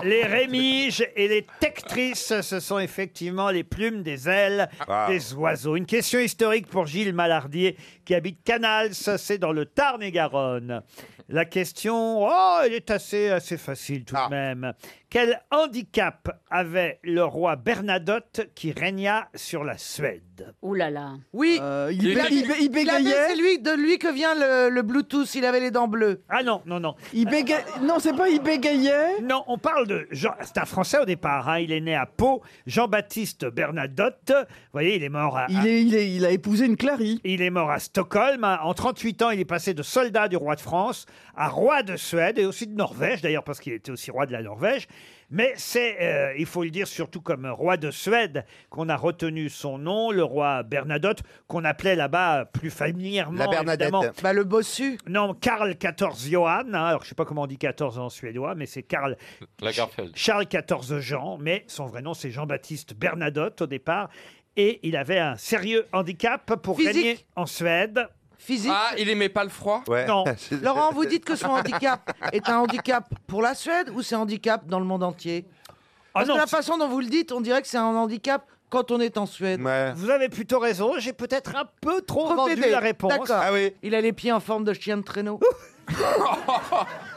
Speaker 2: Les rémiges et les tectrices, ce sont effectivement les plumes des ailes
Speaker 8: Ah.
Speaker 2: des oiseaux. Une question historique pour Gilles Malardier, qui habite Canals, c'est dans le Tarn-et-Garonne. La question, oh, elle est assez, assez facile tout
Speaker 8: Ah.
Speaker 2: de même. Quel handicap avait le roi Bernadotte qui régna sur la Suède
Speaker 4: Ouh là là.
Speaker 3: Oui.
Speaker 6: Euh, il,
Speaker 5: Il
Speaker 6: bé-
Speaker 5: avait-
Speaker 6: il bé- il
Speaker 3: Il avait-
Speaker 6: bégayait.
Speaker 3: C'est lui, de lui que vient le, le Bluetooth. Il avait les dents bleues.
Speaker 2: Ah non, non, non.
Speaker 6: Il bégayait. Non, c'est pas il bégayait.
Speaker 2: Non, on parle de Jean. C'est un Français au départ. hein. Il est né à Pau. Jean-Baptiste Bernadotte. Vous voyez, il est mort à.
Speaker 6: Il, est, il, est- il a épousé une Clary.
Speaker 2: Il est mort à Stockholm. hein. En 38 ans, il est passé de soldat du roi de France à roi de Suède et aussi de Norvège, d'ailleurs, parce qu'il était aussi roi de la Norvège. Mais c'est, euh, il faut le dire, surtout comme roi de Suède qu'on a retenu son nom, le roi Bernadotte, qu'on appelait là-bas plus familièrement.
Speaker 8: La Bernadette.
Speaker 2: évidemment,
Speaker 3: Bah, le bossu.
Speaker 2: Non, Karl XIV Johan. hein. alors, je sais pas comment on dit 14 en suédois, mais c'est Karl
Speaker 9: Lagerfeld.
Speaker 2: Charles XIV Jean, mais son vrai nom c'est Jean-Baptiste Bernadotte au départ. Et il avait un sérieux handicap pour
Speaker 3: Physique.
Speaker 2: régner en Suède.
Speaker 3: Physique.
Speaker 5: Ah, il aimait pas le froid.
Speaker 8: Ouais.
Speaker 2: Non.
Speaker 3: Laurent, vous dites que son handicap est un handicap pour la Suède ou c'est un handicap dans le monde entier
Speaker 2: Ah
Speaker 3: Parce
Speaker 2: non,
Speaker 3: que la façon dont vous le dites, on dirait que c'est un handicap quand on est en Suède.
Speaker 8: Ouais.
Speaker 2: vous avez plutôt raison, j'ai peut-être un peu trop vendu
Speaker 3: Repétez.
Speaker 2: la réponse.
Speaker 3: D'accord.
Speaker 8: Ah oui.
Speaker 3: Il a les pieds en forme de chien de traîneau.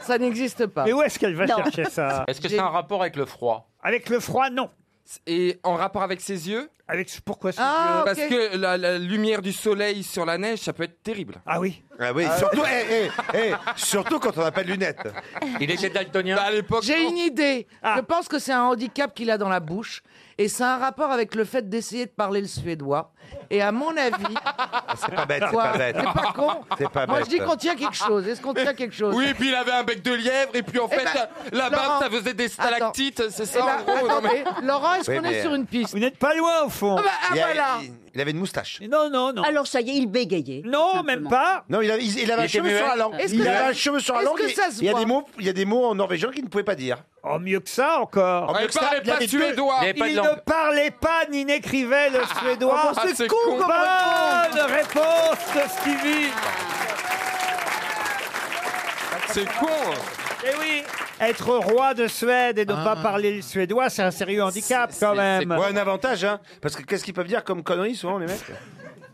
Speaker 3: ça n'existe pas.
Speaker 2: Mais où est-ce qu'elle va
Speaker 4: Non.
Speaker 2: chercher ça
Speaker 9: Est-ce que
Speaker 3: Ah. J'ai-
Speaker 9: c'est un rapport avec le froid
Speaker 2: Avec le froid, non.
Speaker 5: Et en rapport avec ses yeux
Speaker 2: Avec pourquoi ce
Speaker 3: Ah,
Speaker 2: jeu
Speaker 5: Parce que la, la lumière du soleil sur la neige, ça peut être terrible.
Speaker 2: Ah oui
Speaker 8: Ah oui, surtout, eh, eh, eh, surtout quand on n'a pas de lunettes.
Speaker 4: Ah,
Speaker 9: Il était daltonien
Speaker 8: Bah,
Speaker 5: à l'époque.
Speaker 3: J'ai une idée.
Speaker 2: Ah.
Speaker 3: Je pense que c'est un handicap qu'il a dans la bouche. Et c'est un rapport avec le fait d'essayer de parler le suédois. Et à mon avis.
Speaker 8: Ah, C'est pas bête, c'est
Speaker 3: Quoi
Speaker 8: pas bête.
Speaker 3: C'est pas con.
Speaker 8: C'est pas
Speaker 3: Moi,
Speaker 8: bête.
Speaker 3: je dis qu'on tient quelque chose. Est-ce qu'on tient quelque chose
Speaker 5: Oui, et puis il avait un bec de lièvre, et puis en
Speaker 3: Eh
Speaker 5: fait,
Speaker 3: ben,
Speaker 5: la barbe,
Speaker 3: Laurent,
Speaker 5: ça faisait des stalactites, c'est ça
Speaker 3: Eh ben,
Speaker 5: en
Speaker 8: Oh,
Speaker 5: gros. non, mais-
Speaker 3: attendez, Laurent, est-ce
Speaker 8: Oui,
Speaker 3: qu'on
Speaker 8: mais- euh,
Speaker 3: est sur une piste
Speaker 2: Vous n'êtes pas loin au fond.
Speaker 3: Ah bah, ah,
Speaker 8: il, a-
Speaker 3: voilà.
Speaker 8: il- il avait une moustache.
Speaker 2: Non, non, non.
Speaker 4: Alors ça y est, il bégayait.
Speaker 2: Non, même pas.
Speaker 8: Non, il avait, il, il
Speaker 4: Il
Speaker 8: avait un
Speaker 4: était
Speaker 8: cheveu
Speaker 4: muet.
Speaker 8: sur la langue.
Speaker 4: Est-ce
Speaker 8: Il
Speaker 4: que-
Speaker 8: avait un cheveu sur la
Speaker 4: est-ce
Speaker 8: langue.
Speaker 4: que
Speaker 8: et-
Speaker 4: ça se
Speaker 8: il, y a des
Speaker 4: voit
Speaker 8: mots, il y a des mots en norvégien qu'il ne pouvait pas dire.
Speaker 2: Oh, mieux que ça encore.
Speaker 8: Oh, mieux que ça, il y avait deux-
Speaker 2: Il, ne parlait pas ni n'écrivait le suédois.
Speaker 8: Ah, bon, c'est Ah, c'est con con.
Speaker 2: Bonne
Speaker 8: comme réponse.
Speaker 2: réponse de Stevie.
Speaker 8: Ah,
Speaker 5: C'est con.
Speaker 2: Eh oui. Être roi de Suède et ne
Speaker 6: Ah.
Speaker 2: pas parler le suédois, c'est un sérieux handicap quand même.
Speaker 8: Ouais, un avantage, hein. Parce que qu'est-ce qu'ils peuvent dire comme conneries souvent, les mecs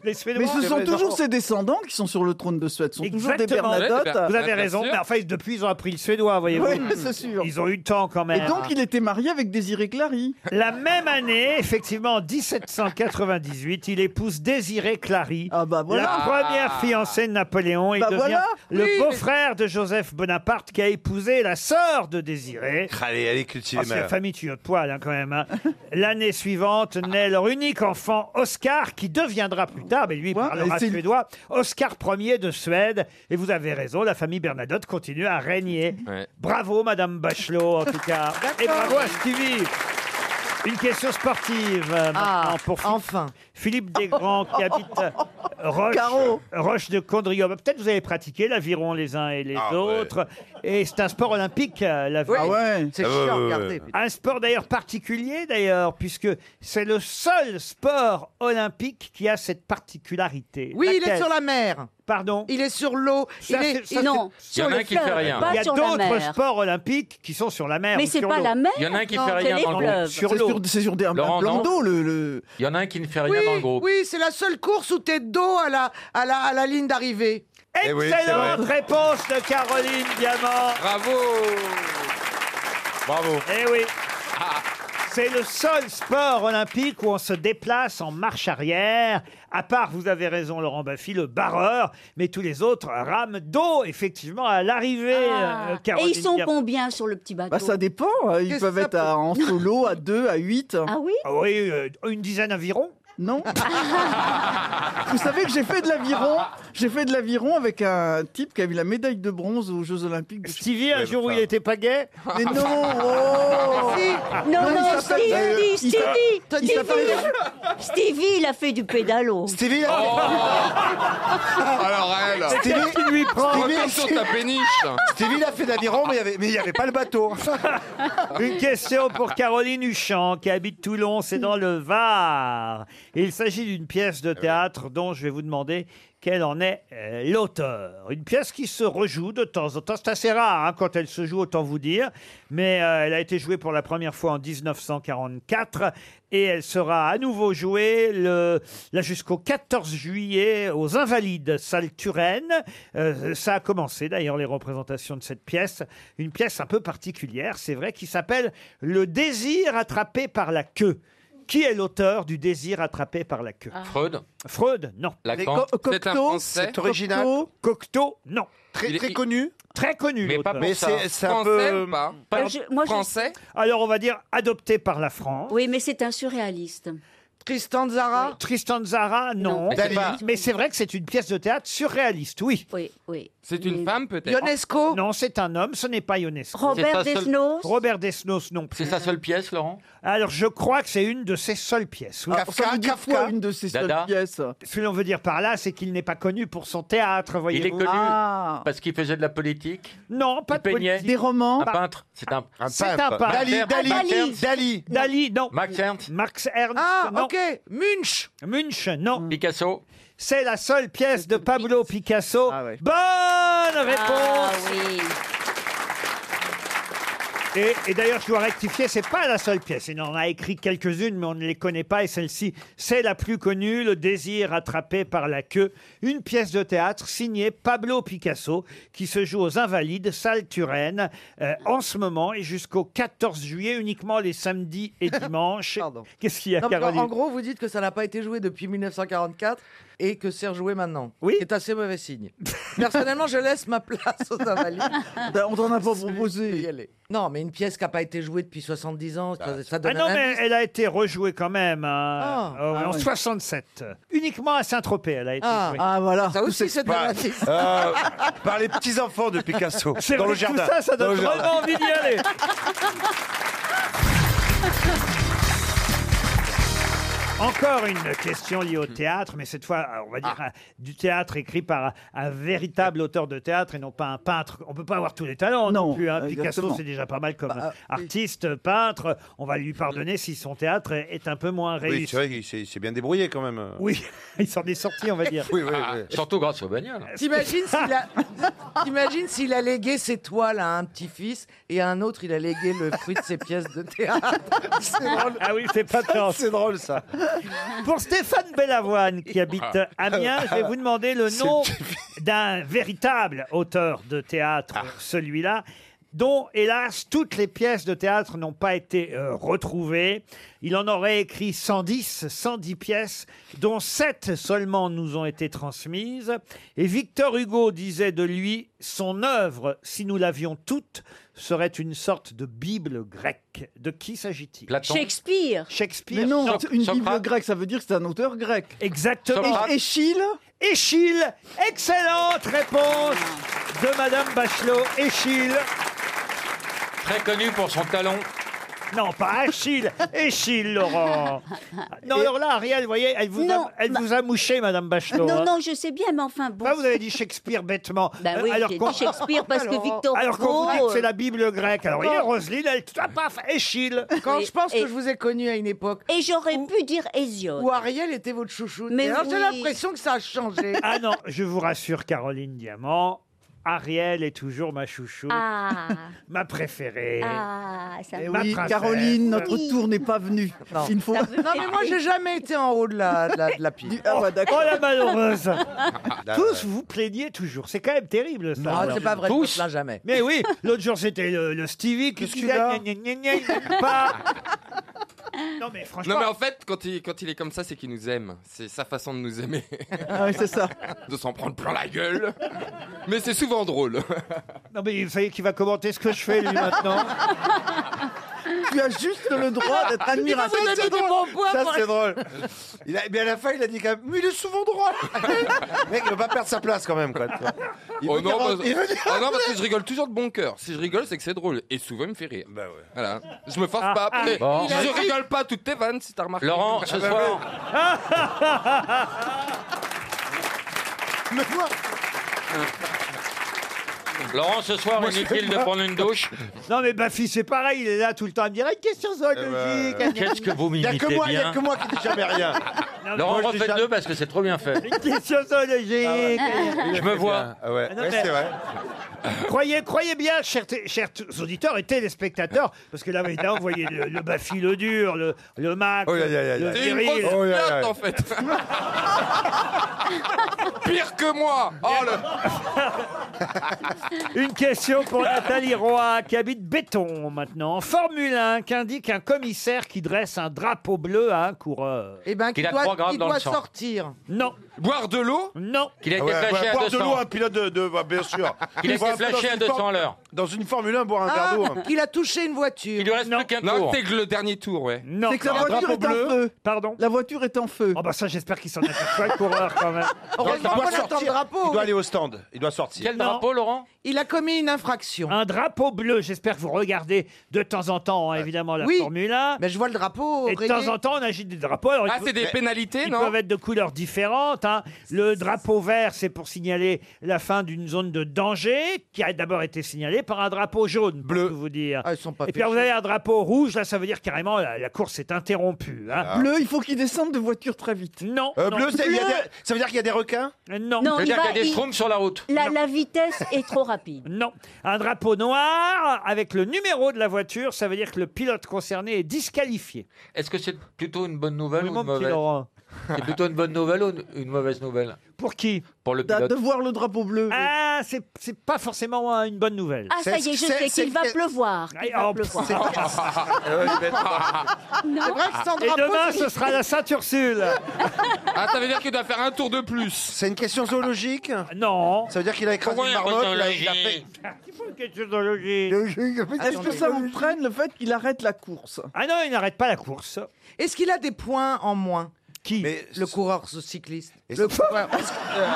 Speaker 2: Les Suédois.
Speaker 8: Mais
Speaker 6: Mais ce
Speaker 8: c'est
Speaker 6: sont
Speaker 8: vrai,
Speaker 6: toujours
Speaker 8: non.
Speaker 6: ses descendants qui sont sur le trône de Suède, ce sont toujours des
Speaker 2: Exactement.
Speaker 6: Bernadotte.
Speaker 2: Vous avez raison, mais enfin, depuis, ils ont appris le suédois, voyez-vous.
Speaker 6: Oui, c'est sûr.
Speaker 2: Ils ont eu le temps quand même. hein.
Speaker 6: Et donc, il était marié avec Désiré Clary.
Speaker 2: La même année, effectivement, en 1798, il épouse Désirée Clary,
Speaker 6: Ah, bah voilà.
Speaker 2: la première fiancée de Napoléon. Il
Speaker 6: Bah
Speaker 2: devient
Speaker 6: voilà.
Speaker 2: le
Speaker 6: Oui,
Speaker 2: beau-frère de Joseph Bonaparte qui a épousé la sœur de Désirée.
Speaker 8: Allez, allez, cultiver
Speaker 2: Ah, c'est la famille tuyau de poil, hein, quand même. hein. L'année suivante naît leur unique enfant, Oscar, qui deviendra plus tard, mais lui il parlera
Speaker 6: et c'est-
Speaker 2: suédois, Oscar Ier de Suède. Et vous avez raison, la famille Bernadotte continue à régner. Bravo, Madame Bachelot, en tout cas. Et bravo à Stevie. Une question sportive euh, maintenant pour enfin. Philippe Desgrands qui habite euh, Roche, Roche de Condrieu. Bah, Peut-être vous avez pratiqué l'aviron les uns et les autres. Et c'est un sport olympique, euh, l'aviron.
Speaker 3: Oui, Ah ouais. c'est Ah chiant à ouais, regarder, ouais. putain.
Speaker 2: Un sport d'ailleurs particulier, d'ailleurs, puisque c'est le seul sport olympique qui a cette particularité.
Speaker 3: Oui, il est
Speaker 2: Laquelle
Speaker 3: sur la mer.
Speaker 2: Pardon
Speaker 3: Il est sur l'eau. Il
Speaker 2: Ça,
Speaker 3: est.
Speaker 2: c'est- ça,
Speaker 3: il-
Speaker 2: c'est- sur le fleuve, Il y a d'autres sports olympiques qui sont sur la mer.
Speaker 4: Mais
Speaker 2: ou
Speaker 4: c'est
Speaker 2: sur
Speaker 4: pas
Speaker 2: l'eau.
Speaker 4: la mer, Il y en a un qui non, fait c'est rien les dans le fleuves. groupe.
Speaker 2: Sur
Speaker 6: C'est
Speaker 2: l'eau.
Speaker 6: sur- c'est sur des
Speaker 9: Laurent,
Speaker 6: blancs
Speaker 9: non.
Speaker 6: d'eau, le- le,
Speaker 9: Il y en a un qui ne fait rien
Speaker 3: Oui,
Speaker 9: dans le groupe.
Speaker 3: oui, c'est la seule course où t'es dos à la, à la, à la ligne d'arrivée.
Speaker 9: Eh oui, c'est vrai.
Speaker 2: Excellente réponse de Caroline Diamant.
Speaker 8: Oh
Speaker 5: Bravo.
Speaker 8: Bravo.
Speaker 2: Eh oui.
Speaker 4: Ah.
Speaker 2: C'est le seul sport olympique où on se déplace en marche arrière, à part, vous avez raison Laurent Baffy, le barreur, mais tous les autres rament d'eau, effectivement, à l'arrivée. euh,
Speaker 4: Ah. Et
Speaker 2: Caroline
Speaker 4: ils sont
Speaker 2: Diamant.
Speaker 4: combien sur le petit
Speaker 3: Ah,
Speaker 4: bateau
Speaker 6: Bah, ça dépend. Ils
Speaker 4: Qu'est-ce
Speaker 6: peuvent
Speaker 4: que ça
Speaker 6: être à- en solo, à deux, à huit.
Speaker 4: Ah oui
Speaker 2: Ah oui, euh, une dizaine environ.
Speaker 6: Non. Vous savez que j'ai fait de l'aviron. J'ai fait de l'aviron avec un type qui a eu la médaille de bronze aux Jeux Olympiques.
Speaker 2: Stevie, un jour où il n'était pas gay
Speaker 6: Mais non oh
Speaker 4: Non, non,
Speaker 6: il s'appelle-
Speaker 4: Stevie,
Speaker 6: il
Speaker 4: Stevie,
Speaker 6: s'appelle- il
Speaker 4: Stevie,
Speaker 6: s'appelle-
Speaker 4: Stevie, il a fait du pédalo.
Speaker 8: Stevie, il
Speaker 5: Alors elle.
Speaker 8: C'est Stevie
Speaker 2: qui lui prend.
Speaker 5: Retourne sur ta péniche.
Speaker 8: Stevie, il a fait de l'aviron, mais il n'y avait, mais il y avait pas le bateau.
Speaker 2: Une question pour Caroline Huchamp, qui habite Toulon, c'est dans le Var. Il s'agit d'une pièce de théâtre dont je vais vous demander quel en est euh, l'auteur. Une pièce qui se rejoue de temps en temps. C'est assez rare hein, quand elle se joue, autant vous dire. Mais euh, elle a été jouée pour la première fois en 1944 et elle sera à nouveau jouée le, là jusqu'au 14 juillet aux Invalides, salle Turenne. Euh, ça a commencé d'ailleurs les représentations de cette pièce. Une pièce un peu particulière, c'est vrai, qui s'appelle Le désir attrapé par la queue. Qui est l'auteur du désir attrapé par la queue
Speaker 9: Freud.
Speaker 2: Freud, non.
Speaker 9: Lacan. Les Co- Ah. C'est un Cocteau, Français. c'est original.
Speaker 2: Cocteau, Cocteau, non.
Speaker 9: Très- très
Speaker 8: connu
Speaker 2: Très connu.
Speaker 9: Mais
Speaker 2: l'auteur.
Speaker 9: pas pour Mais ça. c'est- c'est un Français peu- ou pas
Speaker 4: Euh, je- moi, je- Français
Speaker 2: Alors on va dire adopté par la France.
Speaker 4: Oui, mais c'est un surréaliste.
Speaker 3: Tristan Zara
Speaker 2: Tristan Zara, non.
Speaker 9: Mais c'est Dali. pas-
Speaker 2: Mais c'est vrai que c'est une pièce de théâtre surréaliste, oui.
Speaker 4: Oui, oui.
Speaker 5: C'est une femme peut-être.
Speaker 2: Ionesco Non, c'est un homme, ce n'est pas Ionesco.
Speaker 9: Robert C'est sa seule- Desnos
Speaker 2: Robert Desnos non plus.
Speaker 9: C'est sa seule pièce, Laurent
Speaker 2: Alors, je crois que c'est une de ses seules pièces. oui.
Speaker 6: Kafka, Ça veut dire Kafka. quoi, une de ses seules Dada. pièces
Speaker 2: Ce que l'on veut dire par là, c'est qu'il n'est pas connu pour son théâtre,
Speaker 9: Il est
Speaker 2: voyez-vous.
Speaker 9: connu
Speaker 4: Ah.
Speaker 9: parce qu'il faisait de la politique.
Speaker 2: Non, pas
Speaker 9: il peignait.
Speaker 2: Des
Speaker 6: romans.
Speaker 9: Un peintre. C'est un,
Speaker 2: C'est un peintre.
Speaker 8: Dali.
Speaker 2: Dali, non.
Speaker 9: Max Ernst.
Speaker 2: Max Ernst,
Speaker 9: Ah,
Speaker 2: non.
Speaker 9: ok.
Speaker 2: Munch. Munch, non.
Speaker 9: Mm. Picasso.
Speaker 2: C'est la seule pièce de Pablo
Speaker 4: Ah,
Speaker 2: Picasso. Bonne réponse
Speaker 4: oui.
Speaker 2: Et, et d'ailleurs, je dois rectifier, c'est pas la seule pièce. Il en a écrit quelques-unes, mais on ne les connaît pas. Et celle-ci, c'est la plus connue, Le désir attrapé par la queue. Une pièce de théâtre signée Pablo Picasso, qui se joue aux Invalides, salle Turenne, euh, en ce moment et jusqu'au 14 juillet, uniquement les samedis et dimanches. Qu'est-ce qu'il y a,
Speaker 3: Non, parce qu'en-
Speaker 2: Caroline
Speaker 3: en gros, vous dites que ça n'a pas été joué depuis 1944 et que c'est rejoué maintenant.
Speaker 2: Oui.
Speaker 3: C'est assez mauvais signe. Personnellement, je laisse ma place aux Invalides.
Speaker 6: on t'en a pas proposé.
Speaker 3: Non, mais une pièce qui n'a pas été jouée depuis 70 ans, ça, ça
Speaker 2: Ah
Speaker 3: donne
Speaker 2: non,
Speaker 3: un
Speaker 2: mais
Speaker 3: indice.
Speaker 2: elle a été rejouée quand même hein.
Speaker 3: Ah.
Speaker 2: Euh,
Speaker 3: Ah
Speaker 2: en
Speaker 3: oui.
Speaker 2: 67. Uniquement à Saint-Tropez, elle a été
Speaker 3: Ah.
Speaker 2: jouée.
Speaker 3: Ah, voilà. Ça aussi, c'est un indice. Euh,
Speaker 8: par les petits-enfants de Picasso,
Speaker 2: C'est
Speaker 8: dans
Speaker 2: vrai
Speaker 8: le
Speaker 2: que tout
Speaker 8: jardin.
Speaker 2: ça, ça
Speaker 8: Dans le
Speaker 2: donne
Speaker 8: jardin.
Speaker 2: vraiment envie d'y aller. Encore une question liée au
Speaker 8: Hmm.
Speaker 2: théâtre, mais cette fois, on va dire
Speaker 8: Ah.
Speaker 2: euh, du théâtre écrit par un, un véritable auteur de théâtre et non pas un peintre. On peut pas avoir tous les talents non, plus. hein. Picasso,
Speaker 8: exactement. Bah,
Speaker 2: c'est déjà pas mal comme artiste, peintre. On va lui pardonner si son théâtre est, est un peu moins
Speaker 8: Oui,
Speaker 2: réussi.
Speaker 8: c'est vrai qu'il s'est s'est bien débrouillé quand même.
Speaker 2: Oui, il s'en est sorti, on va dire.
Speaker 8: Oui, oui,
Speaker 9: Ah,
Speaker 8: oui.
Speaker 9: Surtout grâce aux bagnoles.
Speaker 3: T'imagines s'il a... t'imagines s'il a légué ses toiles à un petit-fils et à un autre, il a légué le fruit de ses pièces de théâtre.
Speaker 8: C'est drôle.
Speaker 2: Ah oui, c'est pas
Speaker 8: de C'est drôle ça.
Speaker 2: Pour Stéphane Bellavoine, qui habite Amiens, je vais vous demander le
Speaker 8: C'est
Speaker 2: nom d'un véritable auteur de théâtre, celui-là, dont, hélas, toutes les pièces de théâtre n'ont pas été euh, retrouvées. Il en aurait écrit 110, 110 pièces, dont 7 seulement nous ont été transmises. Et Victor Hugo disait de lui, son œuvre, si nous l'avions toute, serait une sorte de Bible grecque. De qui s'agit-il
Speaker 4: Shakespeare.
Speaker 2: Shakespeare.
Speaker 6: Mais non,
Speaker 2: Soc-
Speaker 6: une
Speaker 2: Socrate.
Speaker 6: Bible grecque, ça veut dire que c'est un auteur grec.
Speaker 2: Exactement.
Speaker 6: Et- Échille
Speaker 2: Échille Excellente réponse
Speaker 4: Ah.
Speaker 2: de Madame Bachelot. Échille
Speaker 9: Très connu pour son talon.
Speaker 2: Non, pas Achille Échille, Laurent Non, alors là, Ariel, vous voyez, elle vous,
Speaker 4: Non,
Speaker 2: a, elle vous a mouché, Madame Bachelot.
Speaker 4: Non,
Speaker 2: hein.
Speaker 4: non, je sais bien, mais enfin bon.
Speaker 2: Là, Ah, vous avez dit Shakespeare bêtement.
Speaker 4: Bah oui, j'ai dit
Speaker 2: qu'on-
Speaker 4: Shakespeare parce que Victor
Speaker 2: Alors qu'on vous dit
Speaker 4: Hugo, euh,
Speaker 2: que c'est la Bible grecque. Alors,
Speaker 4: non.
Speaker 2: voyez, Roselyne, elle... ah, Paf, Échille
Speaker 3: Quand
Speaker 4: Oui,
Speaker 3: je pense
Speaker 4: et-
Speaker 3: que je vous ai connu à une époque.
Speaker 4: Et j'aurais pu dire Hésiode.
Speaker 3: Où Ariel était votre chouchou.
Speaker 4: Mais
Speaker 3: Alors, j'ai
Speaker 4: oui.
Speaker 3: l'impression que ça a changé.
Speaker 2: Ah non, je vous rassure, Caroline Diamant, Ariel est toujours ma chouchou,
Speaker 4: Ah,
Speaker 2: ma préférée.
Speaker 4: ah, ça
Speaker 6: Eh
Speaker 4: me-
Speaker 2: Ma
Speaker 6: oui,
Speaker 2: princesse.
Speaker 6: Caroline, notre
Speaker 4: Oui.
Speaker 6: tour n'est pas venu. Il ne faut...
Speaker 4: Ça me
Speaker 3: Non, mais moi,
Speaker 4: fait-
Speaker 3: j'ai jamais été en haut de la, de la, de la pile.
Speaker 6: Ah ouais,
Speaker 2: Oh
Speaker 6: d'accord.
Speaker 2: la malheureuse
Speaker 4: Bah,
Speaker 8: là,
Speaker 2: Tous vous plaignez toujours, c'est quand même terrible ça.
Speaker 3: Non,
Speaker 2: Alors,
Speaker 3: c'est pas vrai, je me
Speaker 2: tous.
Speaker 3: plains jamais.
Speaker 2: Mais oui, l'autre jour c'était le, le Stevie qui
Speaker 8: Qu'est-ce
Speaker 2: disait
Speaker 8: qu'il a
Speaker 2: gna gna gna gna, il m'aime pas. Non mais franchement,
Speaker 9: Non mais en fait, quand il, quand il est comme ça, c'est qu'il nous aime. C'est sa façon de nous aimer.
Speaker 6: Ah oui, c'est ça.
Speaker 9: de s'en prendre plein la gueule. Mais c'est souvent drôle.
Speaker 2: non mais vous savez qu'il va commenter ce que je fais lui maintenant. Oh,
Speaker 6: Tu as juste le droit d'être admiratif.
Speaker 3: Il va vous donner des bons points
Speaker 8: Ça
Speaker 3: pour-
Speaker 8: c'est drôle. Il a, mais à la fin il a dit quand même, mais il est souvent drôle. Le Mec, il veut pas perdre sa place quand même quoi. tu vois. Il
Speaker 9: Oh
Speaker 8: veut
Speaker 9: non,
Speaker 8: dire-
Speaker 9: parce...
Speaker 8: il veut dire-
Speaker 9: oh non, parce que je rigole toujours de bon cœur. Si je rigole, c'est que c'est drôle. Et souvent, il me fait rire.
Speaker 8: Bah ouais.
Speaker 9: Voilà. Je me force
Speaker 2: Ah,
Speaker 9: pas.
Speaker 2: ah,
Speaker 9: Mais
Speaker 2: bon.
Speaker 9: Je rigole pas toutes tes vannes, si t'as remarqué. Bah,
Speaker 8: Laurent, ce soir-
Speaker 6: Mais moi,
Speaker 9: Laurent, ce soir, inutile de prendre une douche.
Speaker 2: Non mais Bafi c'est pareil, il est là tout le temps à me dire une question zoologique. gna gna gna.
Speaker 9: Qu'est-ce que vous
Speaker 8: Eh ben, euh, Il y
Speaker 9: m'imitez
Speaker 8: a que moi, il y a
Speaker 9: bien
Speaker 8: que moi qui dis jamais rien.
Speaker 9: Laurent,
Speaker 8: Moi, je dis
Speaker 9: refaites
Speaker 8: jamais-
Speaker 9: deux parce que c'est trop bien fait.
Speaker 2: Une question zoologique.
Speaker 9: Je me vois.
Speaker 8: Ah ouais,
Speaker 2: non,
Speaker 8: ouais,
Speaker 2: mais-
Speaker 8: c'est vrai.
Speaker 2: Croyez, croyez bien, chers, t- chers t- auditeurs et téléspectateurs, parce que là, évidemment, vous voyez le, le Bafi, le dur, le, le Mac,
Speaker 8: Oh, yeah, yeah, yeah,
Speaker 2: le
Speaker 8: yeah.
Speaker 9: C'est une
Speaker 2: Viril.
Speaker 9: grosse
Speaker 8: Oh, yeah,
Speaker 9: merde,
Speaker 8: yeah.
Speaker 9: en fait. Pire que moi. Oh, le...
Speaker 2: Une question pour Nathalie Roy, qui habite Béton maintenant. Formule 1, qu'indique un commissaire qui dresse un drapeau bleu à un coureur.
Speaker 3: Eh ben, qui
Speaker 9: Il a trois
Speaker 3: doit,
Speaker 9: grammes
Speaker 3: il
Speaker 9: dans
Speaker 3: doit
Speaker 9: le sang.
Speaker 3: sortir.
Speaker 2: Non,
Speaker 9: Boire de l'eau
Speaker 2: non,
Speaker 9: Qu'il a
Speaker 8: Ah
Speaker 9: été
Speaker 8: ouais,
Speaker 9: flashé
Speaker 8: ouais,
Speaker 9: à
Speaker 8: boire de l'eau,
Speaker 9: 200.
Speaker 8: un pilote de, de- bah, bien sûr.
Speaker 9: Il a
Speaker 8: Boire
Speaker 9: été
Speaker 8: un peu dans
Speaker 9: flashé à
Speaker 8: une
Speaker 9: 200 à
Speaker 8: for-
Speaker 9: l'heure.
Speaker 8: Dans une Formule 1, boire un
Speaker 3: Ah,
Speaker 8: verre d'eau. hein.
Speaker 3: qu'il a touché une voiture.
Speaker 9: Il lui reste
Speaker 2: Non.
Speaker 9: plus qu'un
Speaker 2: Non,
Speaker 9: tour. c'est le dernier tour, ouais.
Speaker 2: non.
Speaker 6: c'est que la voiture est en feu.
Speaker 2: Pardon
Speaker 6: La voiture est en feu.
Speaker 2: Oh bah ça, j'espère qu'il s'en aperçoit, le coureur, quand même.
Speaker 8: Il
Speaker 3: Heureusement qu'on
Speaker 8: doit
Speaker 3: attend le
Speaker 8: sortir. Il
Speaker 3: drapeau.
Speaker 8: doit aller au stand. Il doit sortir.
Speaker 9: Quel
Speaker 2: Non.
Speaker 9: drapeau, Laurent
Speaker 3: Il a commis une infraction.
Speaker 2: Un drapeau bleu, j'espère que vous regardez de temps en temps, hein, évidemment, la
Speaker 3: Bah, Oui.
Speaker 2: Formule 1.
Speaker 3: Mais je vois le drapeau.
Speaker 2: Et de temps en temps, on agite des drapeaux. Alors,
Speaker 9: Ah,
Speaker 2: il faut-
Speaker 9: c'est des pénalités,
Speaker 2: Ils
Speaker 9: non
Speaker 2: peuvent être de couleurs différentes. hein. matin. Le drapeau vert, c'est pour signaler la fin d'une zone de danger qui a d'abord été signalée par un drapeau jaune. Bleu. vous dire.
Speaker 3: Ah,
Speaker 2: Et puis alors, vous avez un drapeau rouge, là, ça veut dire carrément la, la course est interrompue. hein.
Speaker 3: Ah.
Speaker 6: Bleu, il faut qu'il descende de voiture très vite.
Speaker 2: Non.
Speaker 8: Euh,
Speaker 2: non. Euh,
Speaker 8: bleu, c'est- il y a des- ça veut dire qu'il y a des requins
Speaker 2: Non.
Speaker 4: Non, il va- il- La,
Speaker 2: Non.
Speaker 4: la vitesse est trop rapide.
Speaker 2: Non. Un drapeau noir avec le numéro de la voiture, ça veut dire que le pilote concerné est disqualifié.
Speaker 9: Est-ce que c'est plutôt une bonne nouvelle ou une
Speaker 2: mon petit
Speaker 9: mauvaise
Speaker 2: Laurent.
Speaker 9: C'est plutôt une bonne nouvelle ou une- une mauvaise nouvelle
Speaker 2: Pour qui
Speaker 9: Pour le pilote.
Speaker 2: voir le drapeau bleu. Ah, c'est c'est pas forcément euh, une bonne nouvelle.
Speaker 4: Ah, ça y est, je sais qu'il va pleuvoir. qu'il va
Speaker 2: Ah, oh,
Speaker 4: pleuvoir.
Speaker 2: c'est-
Speaker 9: ah,
Speaker 4: Non.
Speaker 3: C'est vrai
Speaker 8: Ah.
Speaker 3: que sans
Speaker 2: Et
Speaker 3: drapeau,
Speaker 2: demain,
Speaker 3: c'est-
Speaker 2: ce sera la Sainte Ursule.
Speaker 5: Ah, ça veut dire qu'il doit faire un tour de plus.
Speaker 8: C'est une question zoologique
Speaker 2: Non.
Speaker 8: Ça veut dire qu'il a écrasé
Speaker 5: Pourquoi
Speaker 8: une
Speaker 5: il y a
Speaker 8: marmotte,
Speaker 5: pas de
Speaker 8: il a- il a fait...
Speaker 5: zoologie
Speaker 2: Ah,
Speaker 6: Est-ce que ça vous prenne le fait qu'il arrête la course
Speaker 2: Ah non, il n'arrête pas la course.
Speaker 3: Est-ce qu'il a des points en moins
Speaker 2: Qui
Speaker 3: Le coureur ce cycliste. Le coureur. euh,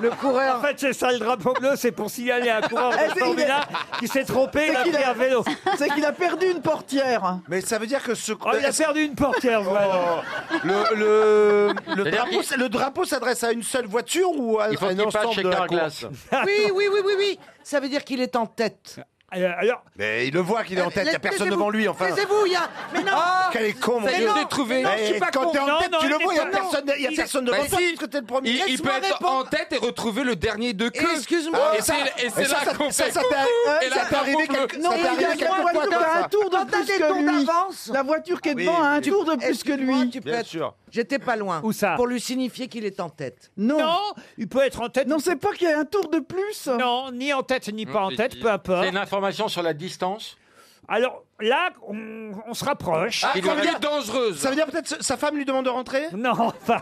Speaker 2: Le coureur. En fait, c'est ça, le drapeau bleu, c'est pour signaler un coureur
Speaker 6: Eh,
Speaker 2: de
Speaker 6: c'est-
Speaker 2: Formula qui s'est trompé, il a
Speaker 6: C'est qu'il
Speaker 2: pris
Speaker 6: a-
Speaker 2: un vélo.
Speaker 6: C'est qu'il a perdu une portière.
Speaker 8: Mais ça veut dire que ce... Oh.
Speaker 2: Oh, il a perdu une portière, voilà.
Speaker 8: Le, le, le
Speaker 2: C'est-à-dire
Speaker 8: drapeau,
Speaker 2: qu'il-
Speaker 8: le drapeau s'adresse à une seule voiture ou à
Speaker 9: Il faut
Speaker 8: un
Speaker 9: qu'il passe
Speaker 8: ensemble
Speaker 9: chez
Speaker 8: de la
Speaker 9: Carglass.
Speaker 8: course
Speaker 3: Oui, oui, oui, oui, oui. Ça veut dire qu'il est en tête.
Speaker 2: Euh, Alors. Euh,
Speaker 8: Mais il le voit qu'il est en tête, il n'y a
Speaker 3: Laisse-
Speaker 8: personne
Speaker 3: taisez-vous.
Speaker 8: devant lui enfin. Ah,
Speaker 3: Taisez-vous, il y a. Mais non
Speaker 8: Quel est con, mon
Speaker 3: Mais
Speaker 8: Dieu.
Speaker 3: non,
Speaker 8: Je l'ai trouvé.
Speaker 3: mais non, je suis
Speaker 8: Eh,
Speaker 3: pas
Speaker 8: quand
Speaker 3: con.
Speaker 8: t'es en
Speaker 3: Non,
Speaker 8: tête,
Speaker 3: non,
Speaker 8: tu le
Speaker 3: il
Speaker 8: vois,
Speaker 3: est
Speaker 8: il y a
Speaker 3: pas-
Speaker 8: personne- il y a
Speaker 3: il est-
Speaker 8: personne devant
Speaker 3: Bah
Speaker 8: toi,
Speaker 3: si.
Speaker 8: parce que t'es le premier.
Speaker 5: Il, il peut
Speaker 8: Laisse-moi
Speaker 5: être en tête et retrouver le dernier de queue.
Speaker 3: Excuse-moi.
Speaker 5: Et c'est, et c'est
Speaker 8: Et ça,
Speaker 5: là
Speaker 8: ça-
Speaker 5: qu'on
Speaker 8: ça,
Speaker 5: fait
Speaker 8: ça
Speaker 5: coucou.
Speaker 8: t'est- hein,
Speaker 5: Et
Speaker 8: ça
Speaker 5: là,
Speaker 8: t'est arrivé
Speaker 5: drapeau
Speaker 8: quelque-
Speaker 5: bleu.
Speaker 8: ça
Speaker 6: Non, mais il
Speaker 8: t'est
Speaker 6: y a
Speaker 8: arrivé
Speaker 6: une
Speaker 8: quelquefois
Speaker 6: voiture
Speaker 8: comme
Speaker 6: à
Speaker 8: ça.
Speaker 6: un tour de
Speaker 8: Quand t'as
Speaker 6: plus
Speaker 8: des
Speaker 6: que
Speaker 8: tours
Speaker 6: lui.
Speaker 8: d'avance.
Speaker 6: La voiture qui est
Speaker 8: Oui,
Speaker 6: devant a un
Speaker 8: tu-
Speaker 6: tour de plus que lui.
Speaker 3: Tu peux
Speaker 8: Bien
Speaker 3: être-
Speaker 8: sûr.
Speaker 3: J'étais pas loin.
Speaker 2: Où ça
Speaker 3: Pour lui signifier qu'il est en tête.
Speaker 6: Non.
Speaker 2: il peut être en tête.
Speaker 6: Non, c'est pas qu'il y a un tour de plus.
Speaker 2: Non, ni en tête, ni pas en
Speaker 9: c'est-
Speaker 2: tête, peu
Speaker 9: C'est
Speaker 2: importe.
Speaker 9: une information sur la distance.
Speaker 2: Alors là, on, on se rapproche.
Speaker 5: Ah, comme elle est dangereuse.
Speaker 8: Ça veut dire peut-être sa- sa femme lui demande de rentrer
Speaker 2: Non, enfin.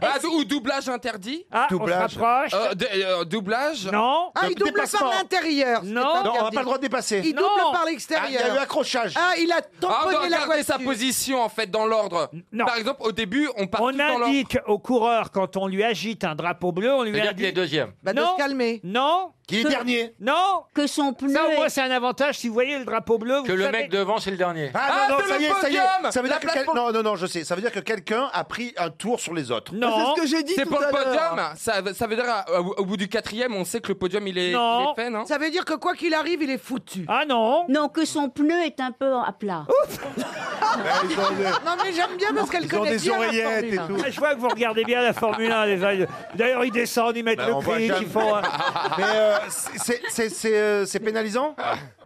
Speaker 5: Ah, ou doublage interdit
Speaker 2: Ah,
Speaker 8: Doublage.
Speaker 2: on se rapproche.
Speaker 5: Euh, d- euh, doublage
Speaker 2: Non.
Speaker 3: Ah, il double
Speaker 8: Dépassement.
Speaker 3: par l'intérieur. c'est
Speaker 2: Non.
Speaker 8: Non, on n'a
Speaker 3: interdit.
Speaker 8: pas le droit de dépasser.
Speaker 3: Il double par l'extérieur.
Speaker 8: Ah, il y a eu accrochage. bah,
Speaker 3: Ah, il a
Speaker 5: Ah, on doit
Speaker 3: tamponné la
Speaker 5: regarder
Speaker 3: voiture.
Speaker 5: sa position en fait dans l'ordre. Par exemple, au début, on part tous
Speaker 2: On
Speaker 5: dans l'ordre.
Speaker 2: indique au coureur quand on lui agite un drapeau bleu, on lui
Speaker 9: C'est-à-dire qu'il est
Speaker 2: indique.
Speaker 9: deuxième.
Speaker 3: Bah, de
Speaker 2: Non.
Speaker 3: se calmer.
Speaker 2: Non.
Speaker 8: Qu'il est
Speaker 2: Que-
Speaker 8: dernier.
Speaker 2: Non.
Speaker 4: Que son pneu.
Speaker 2: Ça, au moins,
Speaker 4: est-
Speaker 2: c'est un avantage. Si vous voyez le drapeau bleu, vous
Speaker 9: Que le
Speaker 2: savez-
Speaker 9: mec devant, c'est le dernier.
Speaker 8: Ah,
Speaker 5: Ah,
Speaker 8: non, non,
Speaker 5: c'est
Speaker 8: ça
Speaker 5: le
Speaker 8: y est, ça y est.
Speaker 5: podium
Speaker 8: Ça veut dire
Speaker 5: La
Speaker 8: que quel-
Speaker 5: plateforme-
Speaker 8: non, non, non, je sais. Ça veut dire que quelqu'un a pris un tour sur les autres.
Speaker 6: C'est
Speaker 2: Non.
Speaker 6: ce que j'ai dit
Speaker 5: C'est
Speaker 6: tout
Speaker 5: pour le
Speaker 6: à l'heure.
Speaker 5: podium. Ça, ça veut dire euh, au, au bout du quatrième, on sait que le podium il est,
Speaker 2: Non.
Speaker 5: il est fait, non
Speaker 3: Ça veut dire que quoi qu'il arrive, il est foutu.
Speaker 2: Ah non.
Speaker 4: Non, que son pneu est un peu à plat.
Speaker 8: Ils ont des-
Speaker 3: Non, mais j'aime bien parce qu'elle
Speaker 8: Ils ont
Speaker 3: connaît
Speaker 8: des
Speaker 3: bien la
Speaker 8: oreillettes
Speaker 3: Formule
Speaker 8: et
Speaker 3: 1.
Speaker 8: tout.
Speaker 2: Ah, Je vois que vous regardez bien la Formule 1, les uns. D'ailleurs, ils descendent, ils mettent
Speaker 8: Bah, on
Speaker 2: le
Speaker 8: voit
Speaker 2: prix,
Speaker 8: jamais.
Speaker 2: ils font. hein. un-
Speaker 8: Mais euh, c'est- c'est- c'est- c'est euh, c'est pénalisant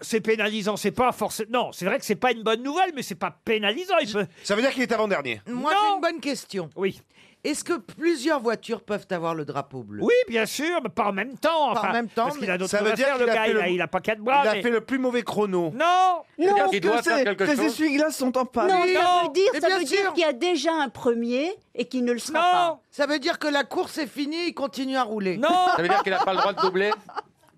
Speaker 2: C'est pénalisant, c'est pas forcément. Non, c'est vrai que c'est pas une bonne nouvelle, mais c'est pas pénalisant. Il peut-
Speaker 8: Ça veut dire qu'il est avant-dernier.
Speaker 3: Moi, j'ai une bonne question.
Speaker 2: Oui.
Speaker 3: Est-ce que plusieurs voitures peuvent avoir le drapeau bleu
Speaker 2: Oui, bien sûr, mais pas en même temps.
Speaker 3: Pas en
Speaker 2: enfin,
Speaker 3: même temps,
Speaker 2: Parce qu'il
Speaker 3: mais
Speaker 2: a d'autres
Speaker 8: ça veut
Speaker 2: choses à
Speaker 8: dire
Speaker 2: faire, le
Speaker 8: qu'il a
Speaker 2: gars.
Speaker 8: fait
Speaker 2: Il a,
Speaker 8: le-
Speaker 2: il a pas quatre bras.
Speaker 8: Il a
Speaker 2: mais-
Speaker 8: fait le plus mauvais chrono.
Speaker 2: Non
Speaker 4: Non,
Speaker 9: C'est-à-dire
Speaker 6: Parce
Speaker 9: qu'il
Speaker 6: que
Speaker 9: doit faire
Speaker 6: c'est-
Speaker 9: quelque
Speaker 6: que ces
Speaker 9: chose.
Speaker 6: essuie-glaces sont en panne.
Speaker 4: Non,
Speaker 3: Oui,
Speaker 4: ça
Speaker 3: non.
Speaker 4: veut dire,
Speaker 3: Et
Speaker 4: ça
Speaker 3: bien
Speaker 4: veut
Speaker 3: sûr.
Speaker 4: dire qu'il y a déjà un premier et qu'il ne le sera
Speaker 2: Non
Speaker 3: Ça veut dire que la course est finie, il continue à rouler.
Speaker 2: Non
Speaker 9: Ça veut dire qu'il n'a pas le droit de doubler.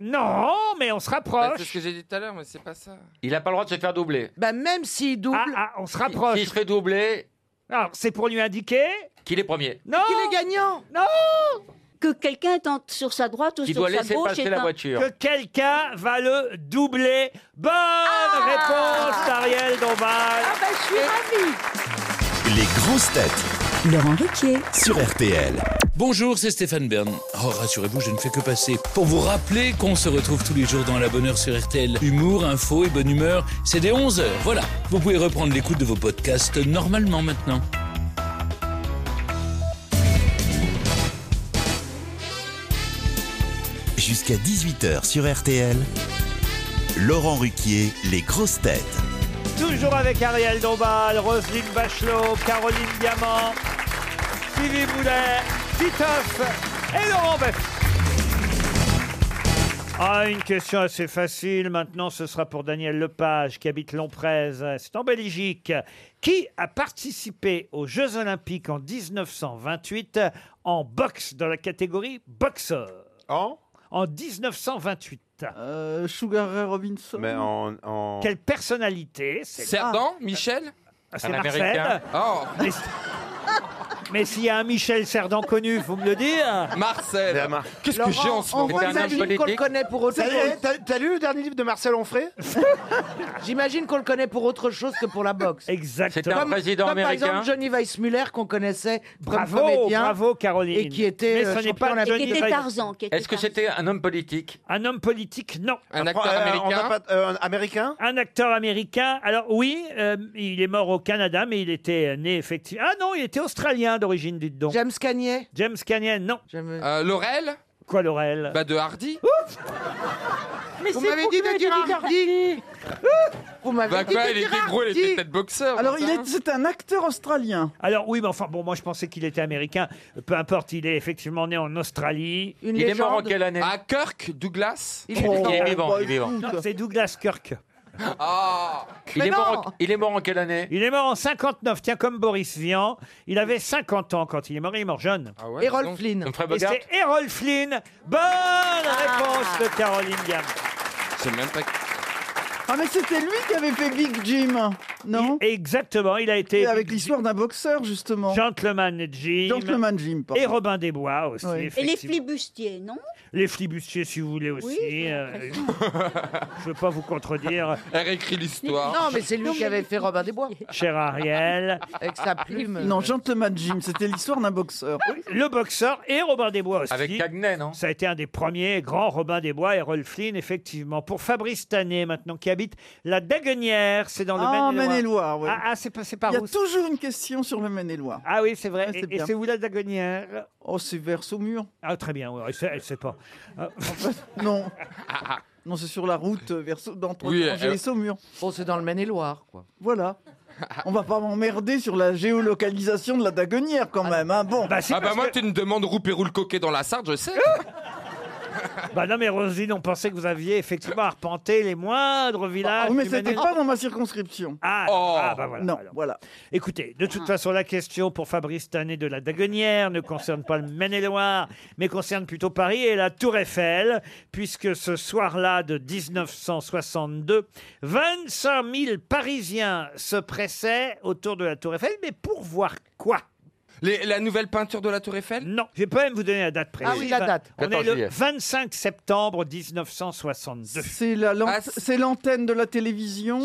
Speaker 2: Non, mais on se
Speaker 5: Bah, C'est ce
Speaker 2: rapproche.
Speaker 5: que j'ai dit tout à l'heure, mais c'est pas ça.
Speaker 9: Il n'a pas le droit de se faire doubler.
Speaker 3: Bah, même s'il double,
Speaker 2: Ah, ah, on se
Speaker 9: S'il
Speaker 2: rapproche.
Speaker 9: se fait doubler,
Speaker 2: Alors, c'est pour lui indiquer.
Speaker 9: qu'il est premier.
Speaker 2: Non
Speaker 3: il est gagnant.
Speaker 2: Non
Speaker 4: que quelqu'un est en- sur sa droite ou
Speaker 9: Qui
Speaker 4: sur
Speaker 9: doit
Speaker 4: sa
Speaker 9: laisser
Speaker 4: gauche.
Speaker 9: passer
Speaker 4: est
Speaker 9: la
Speaker 4: un-
Speaker 9: voiture.
Speaker 2: Que quelqu'un va le doubler. Bonne réponse, Ariel Dombal.
Speaker 3: Ah, bah, je suis ravie.
Speaker 11: Les grosses têtes
Speaker 1: Laurent Ruquier,
Speaker 11: sur RTL.
Speaker 12: Bonjour, c'est Stéphane Bern. Oh, rassurez-vous, je ne fais que passer pour vous rappeler qu'on se retrouve tous les jours dans la bonne heure sur RTL. Humour, info et bonne humeur, c'est dès 11h. Voilà. Vous pouvez reprendre l'écoute de vos podcasts normalement maintenant.
Speaker 11: Jusqu'à 18h sur RTL. Laurent Ruquier, les grosses têtes.
Speaker 2: Toujours avec Ariel Dombal, Roselyne Bachelot, Caroline Diamant, Sylvie Boulet, Titoff et Laurent Bef. Ah, une question assez facile. Maintenant, ce sera pour Daniel Lepage, qui habite Lomprez. C'est en Belgique. Qui a participé aux Jeux Olympiques en 1928 en boxe, dans la catégorie boxeur
Speaker 8: En
Speaker 2: En 1928.
Speaker 6: Euh, Sugar Ray Robinson.
Speaker 8: Mais en. en-
Speaker 2: Quelle personnalité c'est-
Speaker 5: Cerdan, Michel
Speaker 2: Ah, C'est
Speaker 9: Un
Speaker 2: Marcel.
Speaker 9: Américain.
Speaker 5: Oh
Speaker 2: Mais- Mais s'il y a un Michel Cerdan connu, faut me le dire.
Speaker 5: Marcel, qu'est-ce que j'ai en ce moment T'es un homme politique
Speaker 3: pour autre
Speaker 8: Ça y est,
Speaker 3: chose.
Speaker 8: T'as t'as lu le dernier livre de Marcel Onfray
Speaker 3: J'imagine qu'on le connaît pour autre chose que pour la boxe.
Speaker 2: Exactement.
Speaker 8: C'était un président
Speaker 3: comme,
Speaker 8: américain.
Speaker 3: Par exemple, Johnny Weissmuller qu'on connaissait comme
Speaker 2: Bravo,
Speaker 3: comédien.
Speaker 2: bravo Caroline.
Speaker 3: Et qui était
Speaker 2: Mais
Speaker 3: euh,
Speaker 2: ce n'est
Speaker 3: champion
Speaker 2: pas
Speaker 3: olympique.
Speaker 2: Johnny Weiss-
Speaker 9: Est-ce que c'était un homme politique
Speaker 2: Un homme politique, non.
Speaker 9: Un acteur
Speaker 2: euh,
Speaker 9: américain
Speaker 2: un américain Un acteur américain. Alors oui, euh, il est mort au Canada, mais il était né effectivement. Ah non, il était australien d'origine, dites donc.
Speaker 3: James Cagney
Speaker 2: James Cagney, non.
Speaker 5: Euh, Laurel
Speaker 2: Quoi Laurel
Speaker 5: Bah de Hardy.
Speaker 3: Mais Vous m'avez dit de dire Hardy. Vous m'avez
Speaker 5: Bah
Speaker 3: dit
Speaker 5: quoi,
Speaker 3: de
Speaker 5: il
Speaker 3: dire
Speaker 5: était gros, il
Speaker 3: Hardy.
Speaker 5: était peut-être boxeur.
Speaker 2: Alors,
Speaker 5: c'est
Speaker 2: il
Speaker 5: ça hein.
Speaker 2: est-
Speaker 6: C'est un acteur australien.
Speaker 2: Alors oui, mais enfin, bon, moi je pensais qu'il était américain. Peu importe, il est effectivement né en Australie.
Speaker 5: Il est mort en quelle année À Kirk Douglas
Speaker 2: Il est
Speaker 9: Oh. Il est vivant, il est vivant.
Speaker 2: Non, c'est Douglas Kirk.
Speaker 5: Ah
Speaker 9: Il est, mort en, il est mort en quelle année
Speaker 2: Il est mort en 59, tiens, comme Boris Vian. Il avait 50 ans quand il est mort, il est mort jeune.
Speaker 5: Ah ouais, Errol dis donc. Flynn. Comme Fred
Speaker 2: Et
Speaker 5: Bogart.
Speaker 2: c'est Errol Flynn. Bonne réponse de Caroline Diamant.
Speaker 5: C'est même pas.
Speaker 6: Ah, mais c'était lui qui avait fait Big Jim, non
Speaker 2: Exactement, il a été.
Speaker 6: Et avec l'histoire d'un boxeur, justement.
Speaker 2: Gentleman Jim.
Speaker 6: Gentleman Jim, pardon.
Speaker 2: Et Robin des Bois aussi.
Speaker 6: Oui. Et les
Speaker 4: Et les
Speaker 2: effectivement.
Speaker 4: flibustiers, non
Speaker 2: Les flibustiers, si vous voulez aussi.
Speaker 4: Oui, j'ai
Speaker 2: euh, je ne veux pas vous contredire,
Speaker 5: Elle réécrit l'histoire.
Speaker 3: Non, mais c'est lui qui avait fait Robin des Bois.
Speaker 2: cher Ariel.
Speaker 3: Avec sa plume.
Speaker 6: Non, Gentleman Jim, c'était l'histoire d'un boxeur.
Speaker 2: Le boxeur et Robin des Bois aussi.
Speaker 9: Avec Cagney, non
Speaker 2: Ça a été un des premiers grands Robin des Bois, Errol Flynn, effectivement. Pour Fabrice Tanné, maintenant, qui habite la Daguenière, c'est dans le
Speaker 6: Ah,
Speaker 2: Maine-et-Loire.
Speaker 6: Maine-et-Loire, oui.
Speaker 2: Ah, ah, c'est pas- c'est par
Speaker 6: Il y a
Speaker 2: où
Speaker 6: toujours une question sur le Maine-et-Loire.
Speaker 2: Ah oui, c'est vrai.
Speaker 6: Ouais,
Speaker 2: Et-
Speaker 6: c'est
Speaker 2: et
Speaker 6: bien.
Speaker 2: c'est où la Daguenière
Speaker 6: Oh, c'est vers Saumur.
Speaker 2: Ah, très bien, ouais, elle sait- elle sait pas. Ah,
Speaker 6: Non. Non, c'est sur la route euh, vers Sau- d'entre
Speaker 5: Oui, euh,
Speaker 6: Angers
Speaker 5: elle-
Speaker 6: et Saumur.
Speaker 3: Bon, c'est dans le Maine-et-Loire, quoi.
Speaker 6: Voilà. On va pas m'emmerder sur la géolocalisation de la Dagonnière, quand même. Hein. Bon.
Speaker 5: ah bah moi, tu me demandes roupé roule coquet dans la Sarthe, je sais.
Speaker 2: bah non, mais Roselyne, on pensait que vous aviez effectivement arpenté les moindres villages.
Speaker 6: Ah, mais
Speaker 2: du
Speaker 6: c'était
Speaker 2: Maine-et-Loire.
Speaker 6: pas dans ma circonscription.
Speaker 2: Ah, ah, bah voilà.
Speaker 6: Oh. Non,
Speaker 2: alors.
Speaker 6: voilà.
Speaker 2: Écoutez, de toute façon, la question pour Fabrice Tanné de la Daguenière ne concerne pas le Maine-et-Loire, mais concerne plutôt Paris et la Tour Eiffel, puisque ce soir-là de 1962, 25 000 Parisiens se pressaient autour de la Tour Eiffel, mais pour voir quoi
Speaker 5: Les- la nouvelle peinture de la Tour Eiffel
Speaker 2: Non, je vais pas même vous donner la date précise.
Speaker 5: Ah oui, la date.
Speaker 2: On est
Speaker 5: 14
Speaker 2: le
Speaker 5: juillet.
Speaker 2: 25 septembre 1962.
Speaker 6: C'est la lampe- c'est l'antenne de la télévision.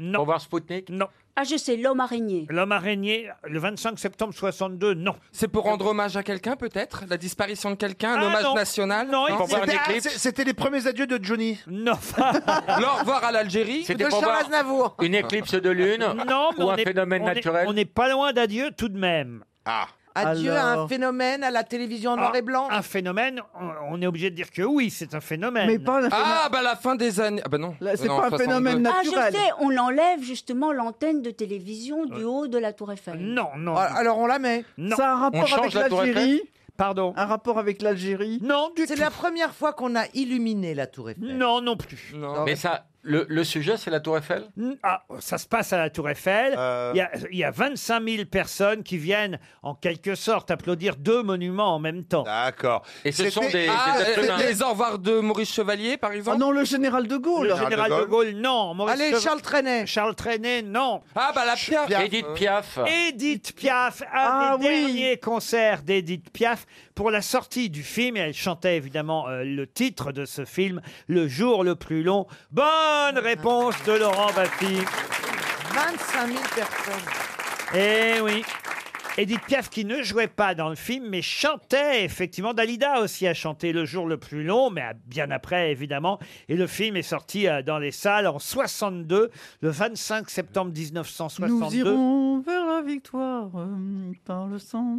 Speaker 2: Non. Pour voir Spoutnik Non.
Speaker 4: Ah, je sais, l'homme araignée.
Speaker 2: L'homme araignée, le 25 septembre 62, non.
Speaker 5: C'est pour rendre hommage à quelqu'un, peut-être La disparition de quelqu'un Un
Speaker 2: Ah,
Speaker 5: hommage
Speaker 2: non.
Speaker 5: national
Speaker 2: Non,
Speaker 5: Pour voir une
Speaker 8: C'était- ah,
Speaker 5: éclipse
Speaker 8: c'est- C'était les premiers adieux de Johnny.
Speaker 2: Non.
Speaker 5: L'au revoir à l'Algérie
Speaker 9: C'était pour voir Une éclipse de lune
Speaker 2: Non, mais
Speaker 9: ou
Speaker 2: on
Speaker 9: un
Speaker 2: est-
Speaker 9: phénomène
Speaker 2: on est-
Speaker 9: naturel
Speaker 2: On n'est pas loin d'adieu tout de même. Ah.
Speaker 3: Adieu à un phénomène à la télévision en noir et blanc.
Speaker 2: Un phénomène, on- on est obligé de dire que oui, c'est un phénomène.
Speaker 6: Mais pas un
Speaker 5: Ah, bah la fin des années. Ah, bah non. Non, 62.
Speaker 4: Ah, je sais, on l'enlève justement l'antenne de télévision du haut de la Tour Eiffel.
Speaker 2: Non, non.
Speaker 3: Ah, Alors on la met.
Speaker 6: Ça a un rapport avec l'Algérie.
Speaker 2: Pardon.
Speaker 6: Un rapport avec l'Algérie.
Speaker 2: Non, du
Speaker 3: C'est la première fois qu'on a illuminé la Tour Eiffel.
Speaker 2: Non, non plus.
Speaker 9: Mais ça, le, le sujet, c'est la Tour Eiffel
Speaker 2: Ah, ça se passe à la Tour Eiffel.
Speaker 5: Euh.
Speaker 2: Il, y a, il y a 25 000 personnes qui viennent, en quelque sorte, applaudir deux monuments en même temps.
Speaker 8: D'accord.
Speaker 9: Et ce sont des-
Speaker 5: Ah,
Speaker 9: des
Speaker 5: euh,
Speaker 9: êtres humains.
Speaker 5: les au revoir de Maurice Chevalier, par exemple
Speaker 6: Ah
Speaker 5: Ah,
Speaker 6: non, le général de Gaulle.
Speaker 2: Le général de Gaulle, non.
Speaker 5: Allez, Charles
Speaker 2: Trenet. Charles Trenet, non.
Speaker 5: Ah, bah la pierre.
Speaker 9: Édite Piaf.
Speaker 2: Edith Piaf, un des derniers concerts d'Edith Piaf pour la sortie du film. Et elle chantait évidemment euh, le titre de ce film, Le jour le plus long. Bonne réponse de Laurent Baffy.
Speaker 3: 25 000 personnes.
Speaker 2: Eh oui. Edith Piaf qui ne jouait pas dans le film, mais chantait effectivement. Dalida aussi a chanté Le jour le plus long, mais ah, bien après évidemment. Et le film est sorti euh, dans les salles en 62, le 25 septembre 1962.
Speaker 6: Nous irons vers la victoire euh, par le sang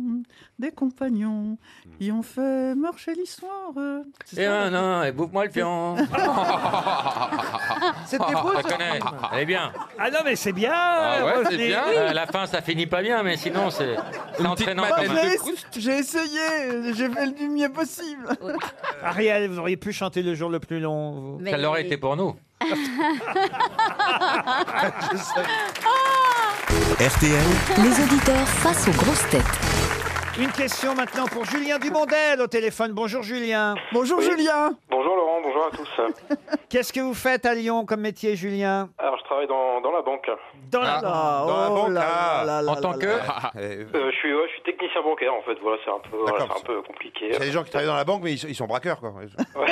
Speaker 6: des compagnons qui ont fait marcher l'histoire. euh. C'est
Speaker 9: Et
Speaker 6: ça,
Speaker 9: un, un, Eh, et bouffe-moi le pion.
Speaker 6: C'était beau,
Speaker 9: Je
Speaker 6: ce
Speaker 9: connais.
Speaker 6: film.
Speaker 9: Elle est bien.
Speaker 2: Ah non, mais c'est bien.
Speaker 9: Ah ouais, c'est
Speaker 2: Roselyne.
Speaker 9: bien. À la fin, ça finit pas bien, mais sinon, c'est c'est entraînant
Speaker 6: Moi,
Speaker 9: quand
Speaker 6: j'ai
Speaker 9: même.
Speaker 6: ess- J'ai essayé, j'ai fait du mieux possible.
Speaker 2: Euh, Ariel, vous auriez pu chanter le jour le plus long. vous.
Speaker 9: Ça l'aurait été pour nous.
Speaker 11: RTL,
Speaker 1: Les auditeurs face aux grosses têtes.
Speaker 2: Une question maintenant pour Julien Dumondel au téléphone. Bonjour Julien.
Speaker 6: Bonjour Julien.
Speaker 13: Bonjour Laurent, bonjour à tous.
Speaker 2: Qu'est-ce que vous faites à Lyon comme métier, Julien
Speaker 13: Alors je travaille travaille dans, dans la banque.
Speaker 2: Dans la- Ah,
Speaker 8: dans la
Speaker 13: oh
Speaker 8: banque,
Speaker 13: là
Speaker 8: ah.
Speaker 13: là là
Speaker 8: en
Speaker 13: là
Speaker 8: tant
Speaker 13: là
Speaker 8: que.
Speaker 13: là. Euh, je, suis, ouais, je suis technicien bancaire en fait, voilà, c'est un peu, voilà, c'est un peu compliqué.
Speaker 8: C'est des gens qui travaillent dans la banque, mais ils, sont- ils sont braqueurs, quoi.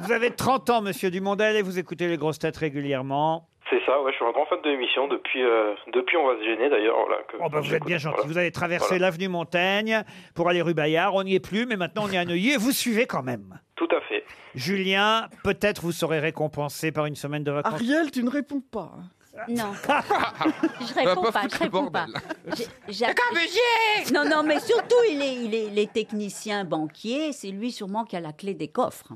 Speaker 2: Vous avez 30 ans, monsieur Dumondel, et vous écoutez les grosses têtes régulièrement.
Speaker 13: C'est ça, ouais, je suis un grand fan de l'émission depuis, euh, depuis On va se gêner d'ailleurs. Voilà, que-
Speaker 2: Oh bah vous êtes bien gentil. Vous avez traversé
Speaker 13: Voilà.
Speaker 2: l'avenue Montaigne pour aller rue Bayard. On n'y est plus, mais maintenant on est à Neuilly et vous suivez quand même.
Speaker 13: Tout à fait.
Speaker 2: Julien, peut-être vous serez récompensé par une semaine de vacances.
Speaker 6: Ariel, tu ne réponds pas. hein.
Speaker 4: Non. je réponds pas, je réponds pas. J'ai- j'ai- Non, non, mais surtout, il est, il est, il est technicien banquier. C'est lui sûrement qui a la clé des coffres.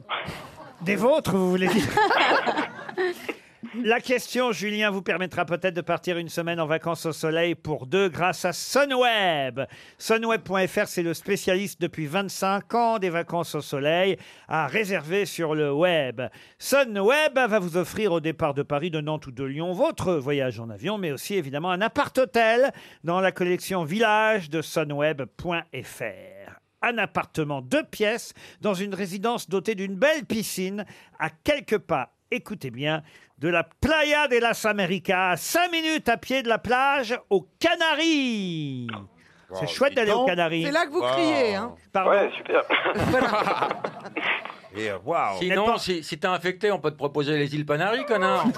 Speaker 2: Des vôtres, vous voulez dire La question, Julien, vous permettra peut-être de partir une semaine en vacances au soleil pour deux grâce à Sunweb. Sunweb.fr, c'est le spécialiste depuis 25 ans des vacances au soleil à réserver sur le web. Sunweb va vous offrir au départ de Paris, de Nantes ou de Lyon votre voyage en avion, mais aussi évidemment un appart-hôtel dans la collection Village de sunweb.fr un appartement deux pièces dans une résidence dotée d'une belle piscine à quelques pas, écoutez bien, de la Playa de las Américas, à 5 minutes à pied de la plage aux Canaries. C'est chouette d'aller aux Canaries.
Speaker 3: C'est là que vous criez, hein.
Speaker 2: Pardon.
Speaker 13: Ouais, super.
Speaker 9: Ah,
Speaker 8: Et euh,
Speaker 2: Ah
Speaker 8: waouh.
Speaker 9: Sinon, si, si t'es infecté, on peut te proposer les îles Panaries, connard.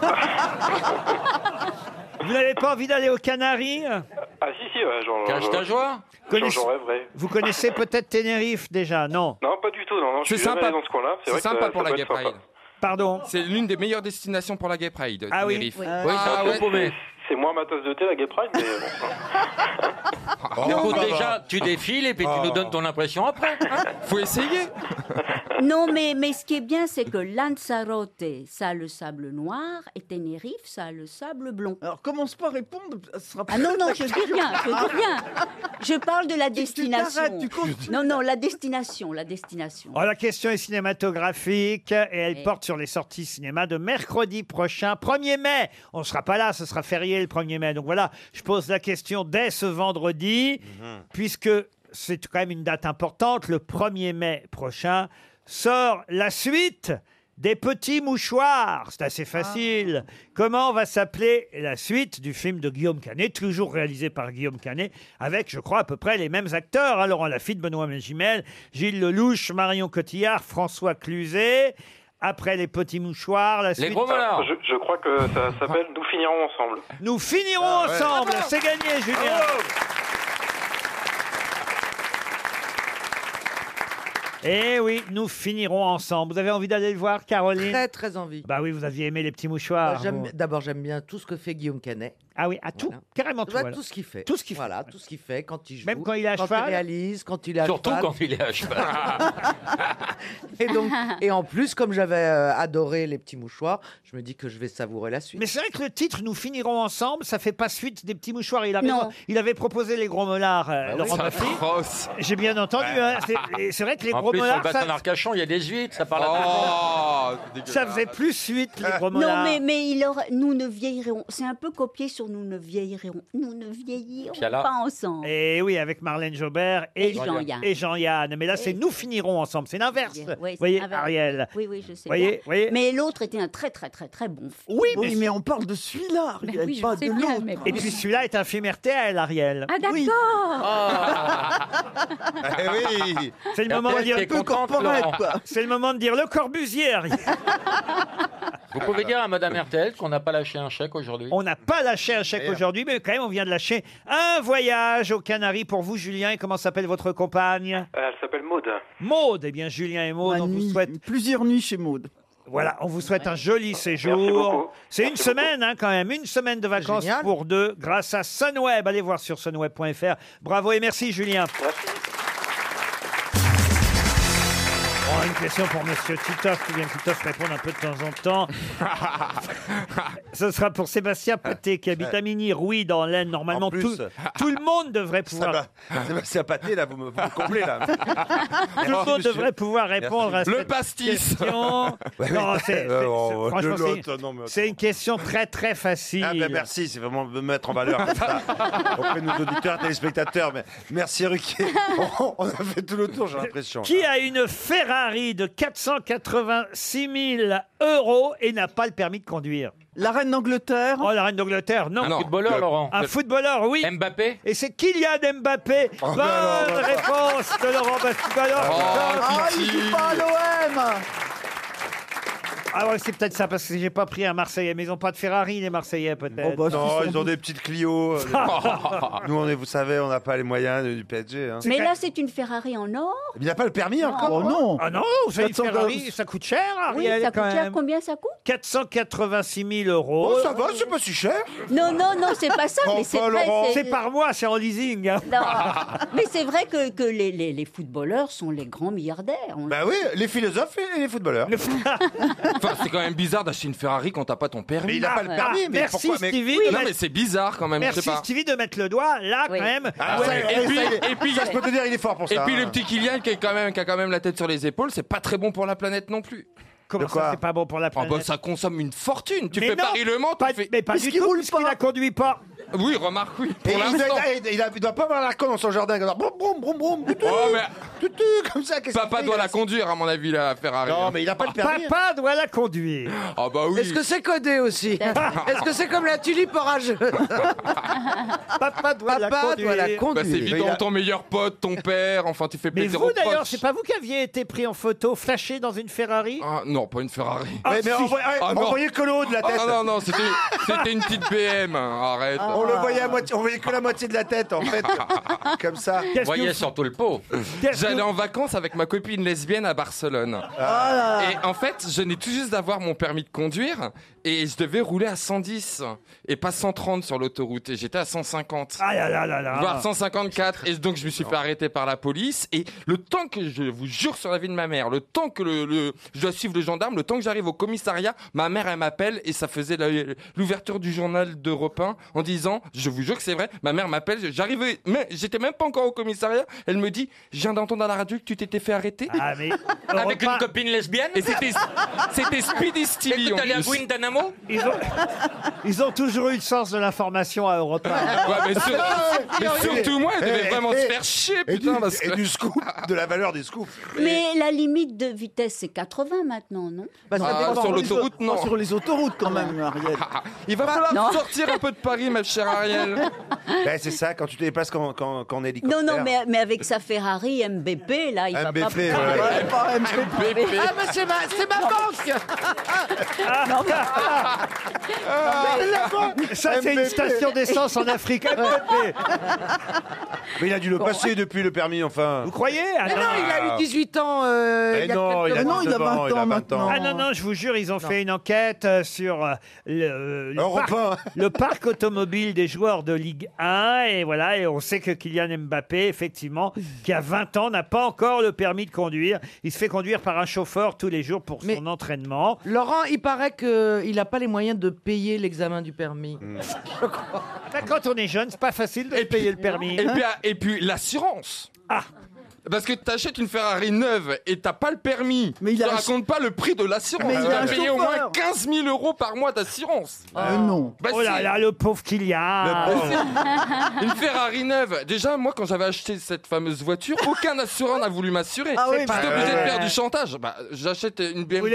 Speaker 2: Vous n'avez pas envie d'aller aux Canaries euh,
Speaker 13: Ah si, si, ouais, genre.
Speaker 2: Cache ta joie.
Speaker 13: J'en
Speaker 2: Connaisse-
Speaker 13: j'en rêverais.
Speaker 2: Vous connaissez peut-être Tenerife déjà, non
Speaker 13: Non, pas du tout, non, non, je
Speaker 2: C'est
Speaker 13: suis jamais
Speaker 2: sympa.
Speaker 13: allé dans ce coin-là.
Speaker 2: C'est
Speaker 13: vrai que
Speaker 2: sympa
Speaker 13: ça-
Speaker 2: pour
Speaker 13: ça
Speaker 2: la
Speaker 13: peut être
Speaker 2: Gay
Speaker 13: sympa.
Speaker 2: Pardon
Speaker 14: C'est l'une des meilleures destinations pour la Gay Pride.
Speaker 13: Ah oui.
Speaker 14: Tenerife.
Speaker 13: Oui.
Speaker 14: Ah ouais.
Speaker 13: C'est moins ma tasse de thé, la Gay Pride, mais bon.
Speaker 9: Écoute, déjà, tu défiles et puis
Speaker 2: Ah.
Speaker 9: tu nous donnes ton impression après. hein
Speaker 14: Faut essayer.
Speaker 4: Non, mais, mais ce qui est bien, c'est que Lanzarote, ça a le sable noir et Tenerife, ça a le sable blond.
Speaker 6: Alors, commence pas à répondre.
Speaker 4: Ah non, non, je dis rien, je dis rien. Je parle de la destination.
Speaker 6: t'arrêtes, tu continues.
Speaker 4: non, non, la destination, la destination.
Speaker 2: Oh, la question est cinématographique et elle
Speaker 4: Oui.
Speaker 2: porte sur les sorties cinéma de mercredi prochain, 1er mai. On ne sera pas là, ce sera férié le 1er mai. Donc voilà, je pose la question dès ce vendredi,
Speaker 15: Mhm.
Speaker 2: puisque c'est quand même une date importante. Le 1er mai prochain sort la suite des petits mouchoirs. C'est assez facile. Comment va s'appeler la suite du film de Guillaume Canet, toujours réalisé par Guillaume Canet, avec, je crois, à peu près les mêmes acteurs hein, Laurent Lafitte, Benoît Magimel, Gilles Lelouch, Marion Cotillard, François Cluzet. Après les petits mouchoirs, la suite.
Speaker 13: Ah, je, je crois que ça s'appelle Nous finirons ensemble.
Speaker 2: Nous finirons ensemble. C'est gagné, Julien. Eh oui, nous finirons ensemble. Vous avez envie d'aller le voir, Caroline
Speaker 3: Très, très envie.
Speaker 2: Bah oui, vous aviez aimé les petits mouchoirs.
Speaker 3: Moi, j'aime-
Speaker 2: vous.
Speaker 3: D'abord, j'aime bien tout ce que fait Guillaume Canet.
Speaker 2: Ah oui, à tout, carrément tout,
Speaker 3: Voilà,
Speaker 2: alors.
Speaker 3: tout ce qu'il fait.
Speaker 2: Tout ce qu'il fait.
Speaker 3: Voilà, tout ce qu'il fait quand il joue.
Speaker 2: Même quand il est à
Speaker 3: quand
Speaker 2: cheval
Speaker 3: il réalise, quand il est à
Speaker 9: Surtout
Speaker 3: cheval.
Speaker 9: quand il est à cheval.
Speaker 3: Et donc, et en plus, comme j'avais euh, adoré les petits mouchoirs, je me dis que je vais savourer la suite.
Speaker 2: Mais c'est vrai que le titre Nous finirons ensemble, ça fait pas suite des petits mouchoirs. Il, a
Speaker 3: Non.
Speaker 2: raison. il avait proposé les gros molars,
Speaker 9: Ah
Speaker 4: Bah
Speaker 2: euh, Laurent Baffy. J'ai bien entendu. hein. C'est- et C'est vrai que les
Speaker 9: en
Speaker 2: gros
Speaker 9: plus, sur le
Speaker 2: molars,
Speaker 9: bassin
Speaker 2: ça,
Speaker 9: d'Arcachon, il y a des huîtres, ça parle
Speaker 14: à tout
Speaker 2: ça faisait plus suite les gros
Speaker 4: Non,
Speaker 2: molars.
Speaker 4: mais, mais il aura- nous ne vieillirons. C'est un peu copié sur nous ne vieillirons. Nous ne vieillirons
Speaker 2: Piala.
Speaker 4: pas ensemble.
Speaker 2: Et Eh oui, avec Marlène Jobert et,
Speaker 4: Et Jean-Yann.
Speaker 2: et Jean-Yann. mais là, c'est nous finirons ensemble. C'est l'inverse.
Speaker 4: Oui, c'est
Speaker 2: Vous voyez,
Speaker 4: avec-
Speaker 2: Ariel.
Speaker 4: Oui, oui, je sais.
Speaker 2: Voyez,
Speaker 4: bien.
Speaker 2: voyez.
Speaker 4: Mais l'autre était un très, très, très, très bon film.
Speaker 2: Oui,
Speaker 4: mais-
Speaker 6: mais on parle de celui-là,
Speaker 4: Mais
Speaker 6: Ariel,
Speaker 4: oui, je
Speaker 6: pas
Speaker 4: sais
Speaker 6: de
Speaker 4: bien,
Speaker 6: l'autre.
Speaker 4: mais
Speaker 2: Et puis celui-là est un film RTL, Ariel.
Speaker 4: Ah, d'accord
Speaker 8: oui
Speaker 2: Oh. C'est le moment de dire
Speaker 9: corporel, quoi.
Speaker 2: C'est le moment de dire le Corbusier. Ariel.
Speaker 9: Vous pouvez dire à Madame RTL qu'on n'a pas lâché un chèque aujourd'hui.
Speaker 2: On n'a pas lâché un chèque
Speaker 9: Merde.
Speaker 2: aujourd'hui, mais quand même, on vient de lâcher un voyage aux Canaries pour vous, Julien. Et comment s'appelle votre compagne
Speaker 13: Euh, Elle s'appelle Maude.
Speaker 2: Maude. Eh bien, Julien et Maude, on vous souhaite.
Speaker 6: Plusieurs nuits chez Maude.
Speaker 2: Voilà, on vous souhaite un joli
Speaker 6: beaucoup.
Speaker 2: séjour. C'est une semaine, hein, quand même, une semaine de vacances
Speaker 6: Génial.
Speaker 2: pour deux, grâce à Sunweb. Allez voir sur sunweb.fr. Bravo et merci, Julien. Oh, une question pour Monsieur Titoff, qui vient Titoff répondre un peu de temps en temps. Ce sera pour Sébastien Paté, qui habite à Mini-Rouy, dans l'Aisne. Normalement, tout, tout le monde devrait pouvoir...
Speaker 8: Sébastien Paté, là, vous me, vous me comblez, là.
Speaker 2: Tout le monde devrait pouvoir répondre à
Speaker 8: Le
Speaker 2: cette
Speaker 8: pastis.
Speaker 2: question.
Speaker 8: Ouais,
Speaker 2: Non,
Speaker 8: mais-
Speaker 2: c'est- c'est-
Speaker 8: Euh, oh,
Speaker 2: c'est- franchement,
Speaker 8: de
Speaker 2: c'est-
Speaker 8: l'autre, non, mais
Speaker 2: c'est une question très très facile.
Speaker 8: Ah, ben merci, c'est vraiment me mettre en valeur comme ça. Auprès de nos auditeurs, téléspectateurs. Mais merci, Ruquier. On, on a fait tout le tour, j'ai l'impression.
Speaker 2: Qui a une Ferrari de 486 000 euros et n'a pas le permis de conduire
Speaker 6: La reine d'Angleterre
Speaker 2: Oh, la reine d'Angleterre, non.
Speaker 9: Un
Speaker 8: Ah,
Speaker 9: footballeur, Laurent.
Speaker 2: Un footballeur, oui.
Speaker 9: Mbappé
Speaker 2: Et c'est Kylian Mbappé.
Speaker 8: ben
Speaker 9: Oh,
Speaker 2: Bonne
Speaker 9: non, non, non.
Speaker 2: réponse de Laurent Bastibalor.
Speaker 8: Oh,
Speaker 6: Ah, il joue pas à l'OM
Speaker 2: Ah ouais, c'est peut-être ça, parce que j'ai pas pris un Marseillais, mais ils ont pas de Ferrari, les Marseillais,
Speaker 6: Oh,
Speaker 2: peut-être.
Speaker 6: bah,
Speaker 8: non, ils ont des petites Clio. euh, des- Nous, on est, vous savez, on n'a pas les moyens de- du PSG. hein.
Speaker 4: Mais là, c'est une Ferrari en or.
Speaker 8: Il n'a pas le permis encore
Speaker 4: Oh
Speaker 2: non. Ah non, c'est une Ferrari, ça coûte cher,
Speaker 4: Oui,
Speaker 2: Ah, Ariel,
Speaker 4: ça
Speaker 2: quand
Speaker 4: coûte cher.
Speaker 2: même.
Speaker 4: Combien ça coûte
Speaker 2: 486 000 euros.
Speaker 8: Oh, ça va, c'est pas si cher.
Speaker 4: Non, non, non, c'est pas ça. mais c'est vrai,
Speaker 2: C'est par mois, c'est en leasing. hein.
Speaker 4: Non. Mais c'est vrai que, que les, les- les footballeurs sont les grands milliardaires. On-
Speaker 8: Bah oui, les philosophes et les footballeurs.
Speaker 5: Enfin, c'est quand même bizarre d'acheter une Ferrari quand t'as pas ton permis.
Speaker 2: Mais il a pas le Ah, permis, mais merci, pourquoi, mais- Stevie, de
Speaker 5: Non,
Speaker 2: mettre-
Speaker 5: mais c'est bizarre quand même.
Speaker 2: Merci
Speaker 5: je sais pas.
Speaker 2: Stevie de mettre le doigt là quand même.
Speaker 5: Ah,
Speaker 2: Ouais.
Speaker 5: ça y est, et puis- et puis- Et puis
Speaker 2: hein.
Speaker 5: le petit Kylian qui, est quand même, qui a quand même la tête sur les épaules, c'est pas très bon pour la planète non plus.
Speaker 2: Comment ça, c'est pas bon pour la
Speaker 5: Ah bah,
Speaker 2: planète
Speaker 5: ça consomme une fortune. Tu
Speaker 2: Mais
Speaker 5: fais
Speaker 2: non,
Speaker 5: Paris-Le Mans, tu fais.
Speaker 2: Mais pas du tout, puisqu'il la conduit pas.
Speaker 5: Oui, remarque, oui.
Speaker 8: Et
Speaker 5: Pour
Speaker 8: il, doit,
Speaker 5: l'instant.
Speaker 8: être- et il a- il doit pas avoir la con dans son jardin. comme ça, Brum, brum, brum, brum, tutu, tutu, comme ça. qu'est-ce
Speaker 5: Papa
Speaker 8: qu'il fait,
Speaker 5: doit
Speaker 8: il a-
Speaker 5: la conduire, à mon avis, la Ferrari.
Speaker 8: Non, mais il a pas le permis.
Speaker 2: Papa doit la conduire.
Speaker 5: Ah bah oui.
Speaker 3: Est-ce que c'est codé aussi Est-ce que c'est comme la tulipe orageuse
Speaker 2: Papa doit
Speaker 3: la conduire.
Speaker 5: Bah, c'est évident, ton meilleur pote, ton père, enfin, tu fais
Speaker 2: Mais
Speaker 5: plaisir
Speaker 2: vous
Speaker 5: aux
Speaker 2: d'ailleurs,
Speaker 5: proches.
Speaker 2: c'est pas vous qui aviez été pris en photo, flashé dans une Ferrari
Speaker 5: Ah, non, pas une Ferrari.
Speaker 2: Ah, Mais- mais si. envoie- ouais,
Speaker 5: non.
Speaker 2: envoyez le colo de la tête.
Speaker 5: Ah, non, non, c'était, c'était une petite BM. hein, Arrête.
Speaker 8: On le voyait à moitié, on voyait que la moitié de la tête en fait, comme ça.
Speaker 5: Vous voyez surtout le pot. J'allais en vacances avec ma copine lesbienne à Barcelone.
Speaker 8: Ah.
Speaker 5: Et en fait, je n'ai tout juste d'avoir mon permis de conduire et je devais rouler à 110 et pas 130 sur l'autoroute. Et j'étais à 150.
Speaker 2: Ah là là là là.
Speaker 5: Voire 154. Et donc, je me suis fait arrêter par la police. Et le temps que je vous jure sur la vie de ma mère, le temps que le, le- je dois suivre le gendarme, le temps que j'arrive au commissariat, ma mère, elle m'appelle et ça faisait la- l'ouverture du journal d'Europe 1 en disant, je vous jure que c'est vrai, ma mère m'appelle, j'arrivais, mais j'étais même pas encore au commissariat. Elle me dit, je viens d'entendre à la radio que tu t'étais fait arrêter.
Speaker 2: Ah, mais.
Speaker 9: Avec une copine lesbienne
Speaker 5: Et c'était- c'était Speedy Stevie,
Speaker 9: Écoute,
Speaker 5: en
Speaker 9: allez à
Speaker 5: plus.
Speaker 9: Guantanamo
Speaker 2: Ils ont, ils ont toujours eu le sens de l'information à Europe 1.
Speaker 5: Ouais, mais, sur- mais surtout moi, elle devait
Speaker 8: Ah, Eh,
Speaker 5: vraiment
Speaker 8: eh,
Speaker 5: se faire chier,
Speaker 8: et
Speaker 5: putain,
Speaker 8: du-
Speaker 5: parce que.
Speaker 8: et du scoop, de la valeur des scoops.
Speaker 4: Mais la limite de vitesse, c'est 80 maintenant, non
Speaker 6: Bah, ça
Speaker 5: Ah,
Speaker 6: dépend
Speaker 5: sur
Speaker 6: des-
Speaker 5: l'autoroute, non. Ah.
Speaker 6: Sur les autoroutes, quand même, Ariel.
Speaker 5: Il va falloir sortir un peu de Paris, ma chère Ariel.
Speaker 8: Ben, c'est ça, quand tu te dépasses qu'en qu'en- qu'en
Speaker 4: Non,
Speaker 8: hélicoptère.
Speaker 4: non, mais, mais avec sa Ferrari MBP, là, il va pas...
Speaker 8: MBP, voilà. Ouais, pas
Speaker 3: MBP. Ah, mais c'est ma- c'est ma banque
Speaker 4: Non, mais-
Speaker 5: Ah.
Speaker 2: Ça, c'est une station d'essence en Afrique. MPP.
Speaker 8: Mais il a dû le passer depuis le permis, enfin.
Speaker 2: Vous croyez Ah
Speaker 3: Mais non,
Speaker 2: non.
Speaker 3: il a eu 18 ans. euh,
Speaker 8: Mais
Speaker 3: il y a
Speaker 8: non,
Speaker 3: quelques
Speaker 8: il a
Speaker 3: mois.
Speaker 8: 19 ans, il a 20 ans.
Speaker 2: Ah non, non, je vous jure, ils ont
Speaker 3: Non.
Speaker 2: fait une enquête euh, sur euh, le, le
Speaker 8: Europe
Speaker 2: parc, le parc automobile des joueurs de Ligue 1. Et voilà, et on sait que Kylian Mbappé, effectivement, qui a 20 ans, n'a pas encore le permis de conduire. Il se fait conduire par un chauffeur tous les jours pour son entraînement.
Speaker 3: Laurent, il paraît qu'il n'a pas les moyens de payer l'examen du permis.
Speaker 2: Là, Quand on est jeune, c'est pas facile de payer le permis.
Speaker 5: Hmm. Et puis, et puis l'assurance.
Speaker 2: Ah.
Speaker 5: Parce que t'achètes une Ferrari neuve et t'as pas le permis. Mais
Speaker 6: il a
Speaker 5: te
Speaker 6: un-
Speaker 5: raconte pas le prix de l'assurance.
Speaker 6: Mais il
Speaker 5: Tu
Speaker 6: a
Speaker 5: vas
Speaker 6: un
Speaker 5: payer au
Speaker 6: chauffeur.
Speaker 5: moins 15 000 euros par mois d'assurance.
Speaker 6: Euh,
Speaker 3: Ah,
Speaker 6: non.
Speaker 5: Bah
Speaker 2: oh là
Speaker 5: si.
Speaker 2: là, le pauvre Kylian.
Speaker 6: Ah.
Speaker 5: Le Une Ferrari neuve. Déjà, moi, quand j'avais acheté cette fameuse voiture, aucun assureur n'a voulu m'assurer.
Speaker 6: Ah oui,
Speaker 5: J'étais
Speaker 6: bah,
Speaker 5: obligé
Speaker 6: ouais.
Speaker 5: de faire du chantage. Bah, j'achète une BMW.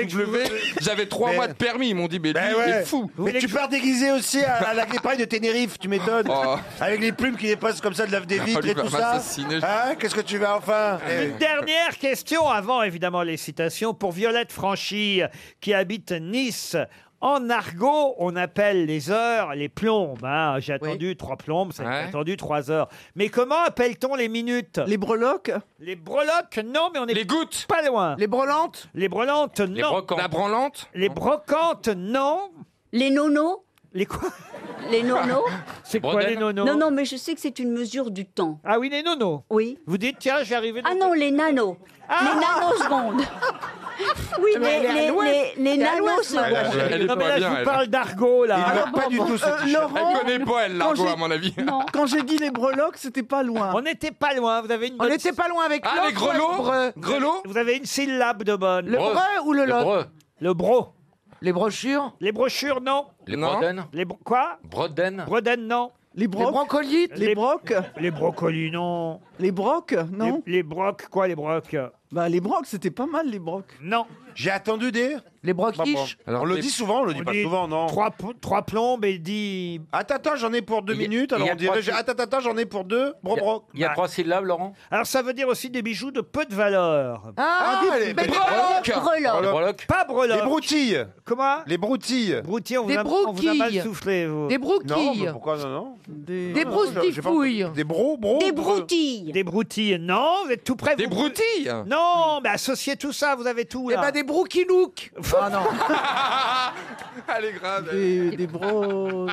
Speaker 5: J'avais trois
Speaker 8: Mais-
Speaker 5: mois de permis. Ils m'ont dit, mais lui,
Speaker 8: Ben
Speaker 5: il
Speaker 8: ouais.
Speaker 5: est fou.
Speaker 8: Mais tu pars déguisé aussi à, à la gripaille de Tenerife, tu m'étonnes.
Speaker 2: Oh.
Speaker 8: Avec les plumes qui dépassent comme ça de
Speaker 2: Ah,
Speaker 8: lave des
Speaker 5: On
Speaker 8: vitres
Speaker 5: Ah, lui
Speaker 8: et tout
Speaker 5: va
Speaker 8: ça.
Speaker 5: m'assassiner.
Speaker 8: Hein, Qu'est-ce que tu vas enfin Eh.
Speaker 2: Une dernière question avant évidemment les citations pour Violette Franchi qui habite Nice. En argot, on appelle les heures les plombes. hein. J'ai attendu trois plombes, ça j'ai attendu trois heures. Mais comment appelle-t-on les minutes Les breloques Les breloques, non, mais on est les
Speaker 5: gouttes.
Speaker 2: pas loin. Les
Speaker 3: brelantes
Speaker 2: Les brelantes, non.
Speaker 5: brocantes. La branlante
Speaker 2: Les brocantes, non.
Speaker 4: Les nonos
Speaker 2: Les quoi
Speaker 4: Les nonos
Speaker 2: C'est quoi les nonos
Speaker 4: Non, non, mais je sais que c'est une mesure du temps.
Speaker 2: Ah oui, les nonos
Speaker 4: Oui.
Speaker 2: Vous dites, tiens, j'ai arrivé...
Speaker 4: Ah non, les nanos.
Speaker 2: Ah
Speaker 4: Les nanosecondes. Oui,
Speaker 2: Mais elle
Speaker 4: les,
Speaker 2: est
Speaker 4: les,
Speaker 2: à l'ouest.
Speaker 4: les, les
Speaker 2: Elle est à l'ouest,
Speaker 4: nanos.
Speaker 2: madame.
Speaker 5: Elle- elle est
Speaker 2: Non, mais
Speaker 5: pas
Speaker 2: là,
Speaker 5: bien,
Speaker 2: je vous
Speaker 5: elle.
Speaker 2: parle d'argot, là.
Speaker 5: Il
Speaker 3: Ah,
Speaker 5: va pas du tout ce
Speaker 6: Euh,
Speaker 5: t-shirt.
Speaker 6: Laurent,
Speaker 5: Elle connaît pas, elle,
Speaker 6: quand
Speaker 5: l'argot,
Speaker 6: j'ai-
Speaker 5: à mon avis.
Speaker 6: Quand j'ai dit les breloques, c'était pas loin.
Speaker 2: On n'était pas loin, vous avez une
Speaker 3: On n'était pas loin avec
Speaker 2: Ah,
Speaker 3: l'autre,
Speaker 2: les grelots
Speaker 3: breu.
Speaker 2: Vous avez une syllabe de bonne.
Speaker 3: Le Breu. breu ou le Le lot breu.
Speaker 2: Le bro.
Speaker 3: Les brochures
Speaker 2: Les brochures, non.
Speaker 9: Les
Speaker 2: Non.
Speaker 9: broden
Speaker 2: Les bro- quoi
Speaker 9: Broden
Speaker 2: Broden, non.
Speaker 3: Les brocolis
Speaker 2: Les brocs Les brocolis, non.
Speaker 6: Les brocs, non
Speaker 2: les, brocs, quoi les brocs
Speaker 6: Bah les brocs, c'était pas mal les brocs.
Speaker 2: Non. Bah,
Speaker 8: J'ai attendu des.
Speaker 3: Les brocs
Speaker 8: on le dit souvent, on le dit pas souvent, non
Speaker 2: Trois, pou- trois plombes et il dit.
Speaker 8: Attends, attends, j'en ai pour deux minutes. Alors
Speaker 2: il y a
Speaker 8: on dirait.
Speaker 2: trois-
Speaker 8: Attends, attends, attends, j'en ai pour deux. Bro, bro.
Speaker 2: Ah.
Speaker 7: syllabes, Laurent
Speaker 2: Alors ça veut dire aussi des bijoux de peu de valeur.
Speaker 8: Ah, Ah, des- des des breloques. breloques. Breloques.
Speaker 2: Pas breloques.
Speaker 8: Les broutilles.
Speaker 2: Comment
Speaker 8: Les broutilles.
Speaker 2: Broutilles, on
Speaker 3: Des
Speaker 2: vous, a, on vous a mal
Speaker 3: brouquilles.
Speaker 2: soufflé, vous.
Speaker 3: Des brouquilles.
Speaker 8: Non, mais pourquoi non, non Des,
Speaker 2: Des broustifouilles.
Speaker 8: Des euh, bros, bros.
Speaker 2: Des
Speaker 4: broutilles.
Speaker 2: Des broutilles, non, vous êtes tout prêts. Des
Speaker 14: broutilles
Speaker 2: Non, mais associez tout ça, vous avez tout.
Speaker 3: Eh
Speaker 2: là.
Speaker 3: ben, des brouquinouks
Speaker 2: Ah
Speaker 14: Elle est grave.
Speaker 6: Des, des bros.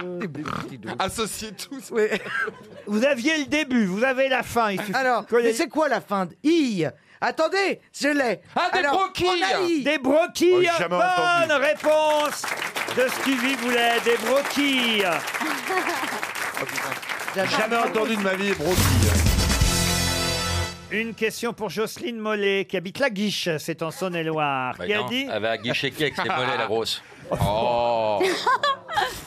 Speaker 14: Associez tous.
Speaker 2: Vous aviez le début, vous avez la fin. Il suffit
Speaker 3: Alors,
Speaker 2: que les-
Speaker 3: mais c'est quoi la fin de I Attendez, je l'ai.
Speaker 2: Ah, des
Speaker 3: Alors,
Speaker 2: broquilles.
Speaker 3: on a I.
Speaker 2: Des
Speaker 5: Oh,
Speaker 2: broquilles Bonne réponse de Stevie Boulet, des broquilles
Speaker 8: Jamais entendu de ma vie, bros.
Speaker 2: hein. Une question pour Jocelyne Mollet, qui habite la Guiche, c'est en Saône-et-Loire,
Speaker 9: Bah
Speaker 2: qui a
Speaker 9: non,
Speaker 2: dit...
Speaker 9: Elle va guicher qui avec ses mollets, la grosse Oh
Speaker 2: Elle est pas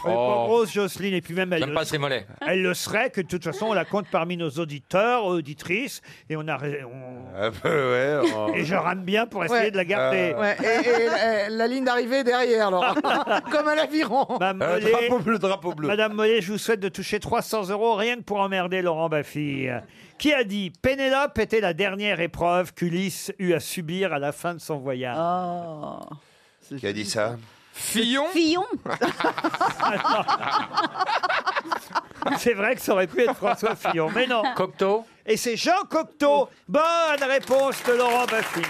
Speaker 9: Oh.
Speaker 2: grosse, Jocelyne, et puis même elle,
Speaker 9: J'aime pas ses mollets.
Speaker 2: elle le serait, que de toute façon, on la compte parmi nos auditeurs, auditrices, et on a... on-
Speaker 8: Un peu, ouais. on-
Speaker 2: Et je rame bien pour essayer
Speaker 3: Ouais.
Speaker 2: de la garder.
Speaker 8: Oh. Euh,
Speaker 3: Ouais, et, et la- la ligne d'arrivée est derrière, Laurent. Comme à l'aviron.
Speaker 2: Madame
Speaker 8: Euh,
Speaker 2: Mollet-
Speaker 8: drapeau bleu, drapeau bleu.
Speaker 2: Madame Mollet, je vous souhaite de toucher 300 euros rien que pour emmerder Laurent Baffy. Qui a dit Pénélope était la dernière épreuve qu'Ulysse eut à subir à la fin de son voyage.
Speaker 8: Qui a dit ça
Speaker 14: Fillon
Speaker 4: Fillon
Speaker 16: Ah
Speaker 2: C'est vrai que ça aurait pu être François Fillon, mais non. Cocteau Et c'est Jean Cocteau. Bonne réponse de Laurent Baffy.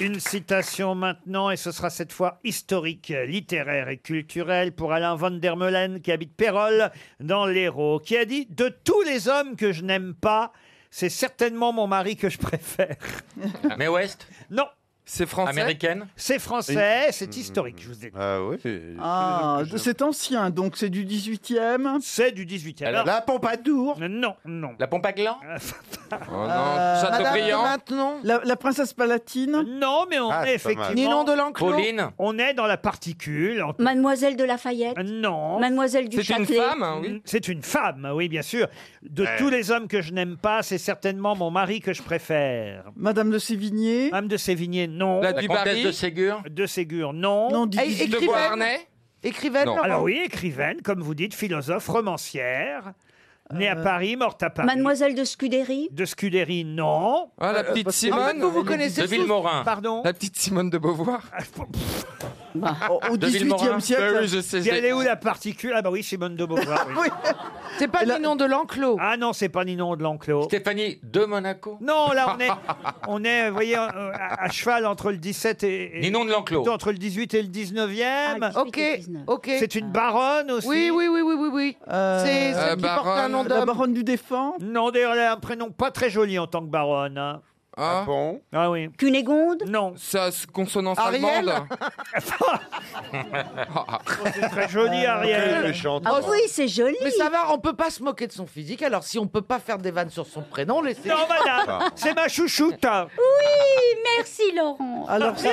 Speaker 2: Une citation maintenant, et ce sera cette fois historique, littéraire et culturelle pour Alain Van der Meulen qui habite Pérol dans l'Hérault, qui a dit De tous les hommes que je n'aime pas, c'est certainement mon mari que je préfère.
Speaker 9: Mais West
Speaker 2: Non.
Speaker 14: C'est français
Speaker 9: Américaine
Speaker 2: C'est français, c'est historique, je vous ai dit.
Speaker 8: Ah oui. c'est-
Speaker 6: Ah, c'est ancien, donc c'est du 18e.
Speaker 2: C'est du 18e.
Speaker 6: La,
Speaker 2: Pompadour Non, non.
Speaker 9: La pompe à gland
Speaker 14: Oh non,
Speaker 6: Euh,
Speaker 14: Chateaubriand.
Speaker 6: Madame La, la princesse palatine
Speaker 2: Non, mais on
Speaker 6: Ah,
Speaker 2: est
Speaker 6: c'est pas mal.
Speaker 2: effectivement.
Speaker 6: Ninon de l'Enclos Pauline
Speaker 2: On est dans la particule. en-
Speaker 4: Mademoiselle de Lafayette
Speaker 2: Euh, Non.
Speaker 4: Mademoiselle du Châtelet
Speaker 6: hein,
Speaker 2: Mm, C'est une femme, oui, bien sûr. De tous les hommes que je n'aime pas, c'est certainement mon mari que je préfère.
Speaker 6: Madame de Sévigné
Speaker 2: Madame de Sévigné, non.
Speaker 9: La du comtesse Barry de Ségur
Speaker 2: De Ségur, non.
Speaker 6: Non, du
Speaker 2: Et-
Speaker 6: dix-huit-
Speaker 2: écrivaine
Speaker 3: Écrivaine, Laurent
Speaker 2: Alors oui, écrivaine, comme vous dites, philosophe, romancière, née à Paris, morte à Paris.
Speaker 4: Mademoiselle de Scudéry
Speaker 2: De Scudéry, non.
Speaker 14: Ah, la petite Simone.
Speaker 9: De Villemorin.
Speaker 2: Pardon Ah,
Speaker 14: La petite Simone de Beauvoir.
Speaker 3: Bah.
Speaker 6: Au, au
Speaker 14: De
Speaker 6: 18e
Speaker 14: Villemorin.
Speaker 6: siècle.
Speaker 14: Bah oui, je sais,
Speaker 2: Et elle est où la particule Ah bah oui, Simone de Beauvoir. oui.
Speaker 3: C'est pas Ninon de l'Enclos.
Speaker 2: Ah non, c'est pas Ninon de l'Enclos.
Speaker 9: Stéphanie de Monaco
Speaker 2: Non, là, on est, on est vous voyez, euh, à, à cheval entre le 17 et, et-
Speaker 9: Ninon de l'Enclos.
Speaker 2: plutôt entre le 18 et le 19e.
Speaker 3: Ok, ok.
Speaker 2: C'est une baronne aussi.
Speaker 3: Oui, oui, oui, oui, oui, oui. C'est
Speaker 2: Euh,
Speaker 3: celle qui porte un
Speaker 2: baronne.
Speaker 3: nom
Speaker 6: La
Speaker 3: d'homme.
Speaker 6: baronne du Défend
Speaker 2: Non, d'ailleurs, elle a un prénom pas très joli en tant que baronne. hein.
Speaker 14: Ah
Speaker 8: bon
Speaker 2: Ah oui.
Speaker 4: Cunégonde
Speaker 2: Non.
Speaker 14: Ça, se consonance
Speaker 2: Euh, Ariel
Speaker 14: allemande.
Speaker 2: Oh, C'est très joli, Ariel.
Speaker 3: Ah
Speaker 4: oui, c'est joli.
Speaker 3: Mais ça va, on peut pas se moquer de son physique. Alors si on peut pas faire des vannes sur son prénom, Ah. laissez.
Speaker 2: Non, madame, c'est ma chouchoute.
Speaker 4: Oui, merci Laurent
Speaker 6: Alors ça. Ah.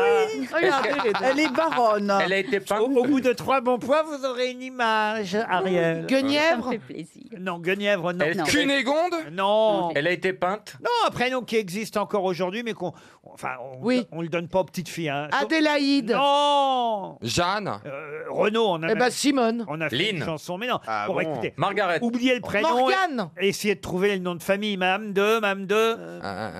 Speaker 2: Ah.
Speaker 3: Regardez les deux.
Speaker 6: Elle est baronne.
Speaker 9: Elle a été peinte.
Speaker 2: Au, au bout de trois bons points, vous aurez une image, Ariel.
Speaker 3: Guenièvre Ça me fait
Speaker 4: plaisir.
Speaker 2: Non, Guenièvre, non.
Speaker 9: Elle-
Speaker 14: Cunégonde
Speaker 2: Non.
Speaker 9: Elle a été peinte
Speaker 2: Non, un prénom qui existe encore aujourd'hui, mais qu'on. Enfin, on, on le donne pas aux petites filles. hein.
Speaker 3: Adélaïde.
Speaker 2: Non
Speaker 14: Jeanne.
Speaker 2: Euh, Renaud, on a.
Speaker 3: Eh ben Simone.
Speaker 2: On a fait
Speaker 9: Lynn.
Speaker 2: une chanson, mais non. bon,
Speaker 9: bon.
Speaker 2: écoutez,
Speaker 9: Margaret.
Speaker 2: oubliez le prénom.
Speaker 3: Morgane.
Speaker 2: et Essayez de trouver le nom de famille. Madame de, Madame de.
Speaker 3: Euh,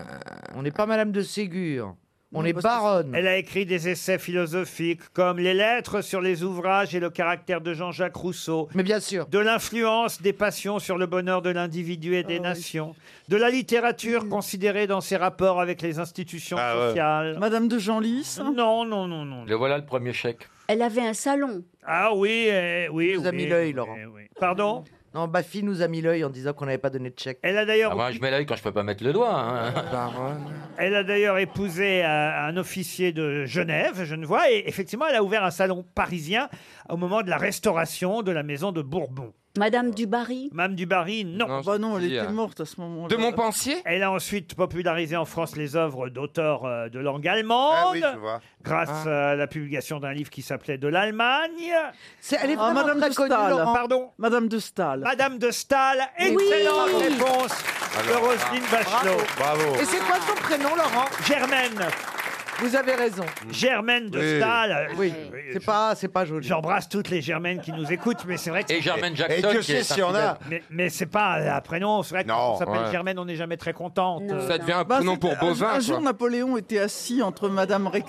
Speaker 3: On n'est pas Madame de Ségur. On est
Speaker 2: parce que-
Speaker 3: baronne.
Speaker 2: Elle a écrit des essais philosophiques comme Les lettres sur les ouvrages et le caractère de Jean-Jacques Rousseau.
Speaker 3: Mais bien sûr.
Speaker 2: De l'influence des passions sur le bonheur de l'individu et
Speaker 6: Ah
Speaker 2: des nations. De la littérature
Speaker 6: Mm.
Speaker 2: considérée dans ses rapports avec les institutions sociales.
Speaker 6: Ah Madame de hein Genlis
Speaker 2: Non, non, non, non.
Speaker 9: Le voilà le premier chèque.
Speaker 4: Elle avait un salon.
Speaker 2: Ah oui, eh, oui.
Speaker 3: nous a
Speaker 2: oui,
Speaker 3: mis l'œil,
Speaker 2: oui,
Speaker 3: Laurent.
Speaker 2: oui. Pardon
Speaker 3: Non, Baffy nous a mis l'œil en disant qu'on n'avait pas donné de chèque.
Speaker 2: Elle a
Speaker 9: Ah,
Speaker 2: d'ailleurs
Speaker 9: moi, je mets l'œil quand je peux pas mettre le doigt. hein.
Speaker 2: Elle a d'ailleurs épousé euh, un officier de Genève, Genevois, et effectivement, elle a ouvert un salon parisien au moment de la restauration de la maison de Bourbon.
Speaker 4: Madame Dubarry
Speaker 2: Madame Dubarry, non.
Speaker 6: bah non, hein elle était morte à ce moment-là.
Speaker 2: Montpensier Elle a ensuite popularisé en France les œuvres d'auteurs euh, de langue allemande.
Speaker 6: Ah oui, je vois. Ah.
Speaker 2: Grâce euh, à la publication d'un livre qui s'appelait De l'Allemagne.
Speaker 6: C'est- elle est Ah, vraiment Madame très de connue, Staël. Laurent.
Speaker 2: Pardon
Speaker 6: Madame de Stahl.
Speaker 2: Madame de Stahl, excellente réponse de Roselyne Bachelot.
Speaker 3: Et c'est quoi son prénom, Laurent
Speaker 2: Germaine.
Speaker 3: Vous avez raison.
Speaker 2: Germaine de
Speaker 3: Oui.
Speaker 2: Stahl.
Speaker 3: Oui.
Speaker 2: c'est pas, c'est pas joli. J'embrasse toutes les Germaines qui nous écoutent, mais c'est vrai que.
Speaker 9: Et Germaine Jackson, Et Dieu qui est sait si on a.
Speaker 2: Mais, mais c'est pas un prénom. C'est vrai que quand on s'appelle
Speaker 9: ouais.
Speaker 2: Germaine, on n'est jamais très contente.
Speaker 6: Bah, c'était- Un, un jour, Napoléon était assis entre Madame, Ré-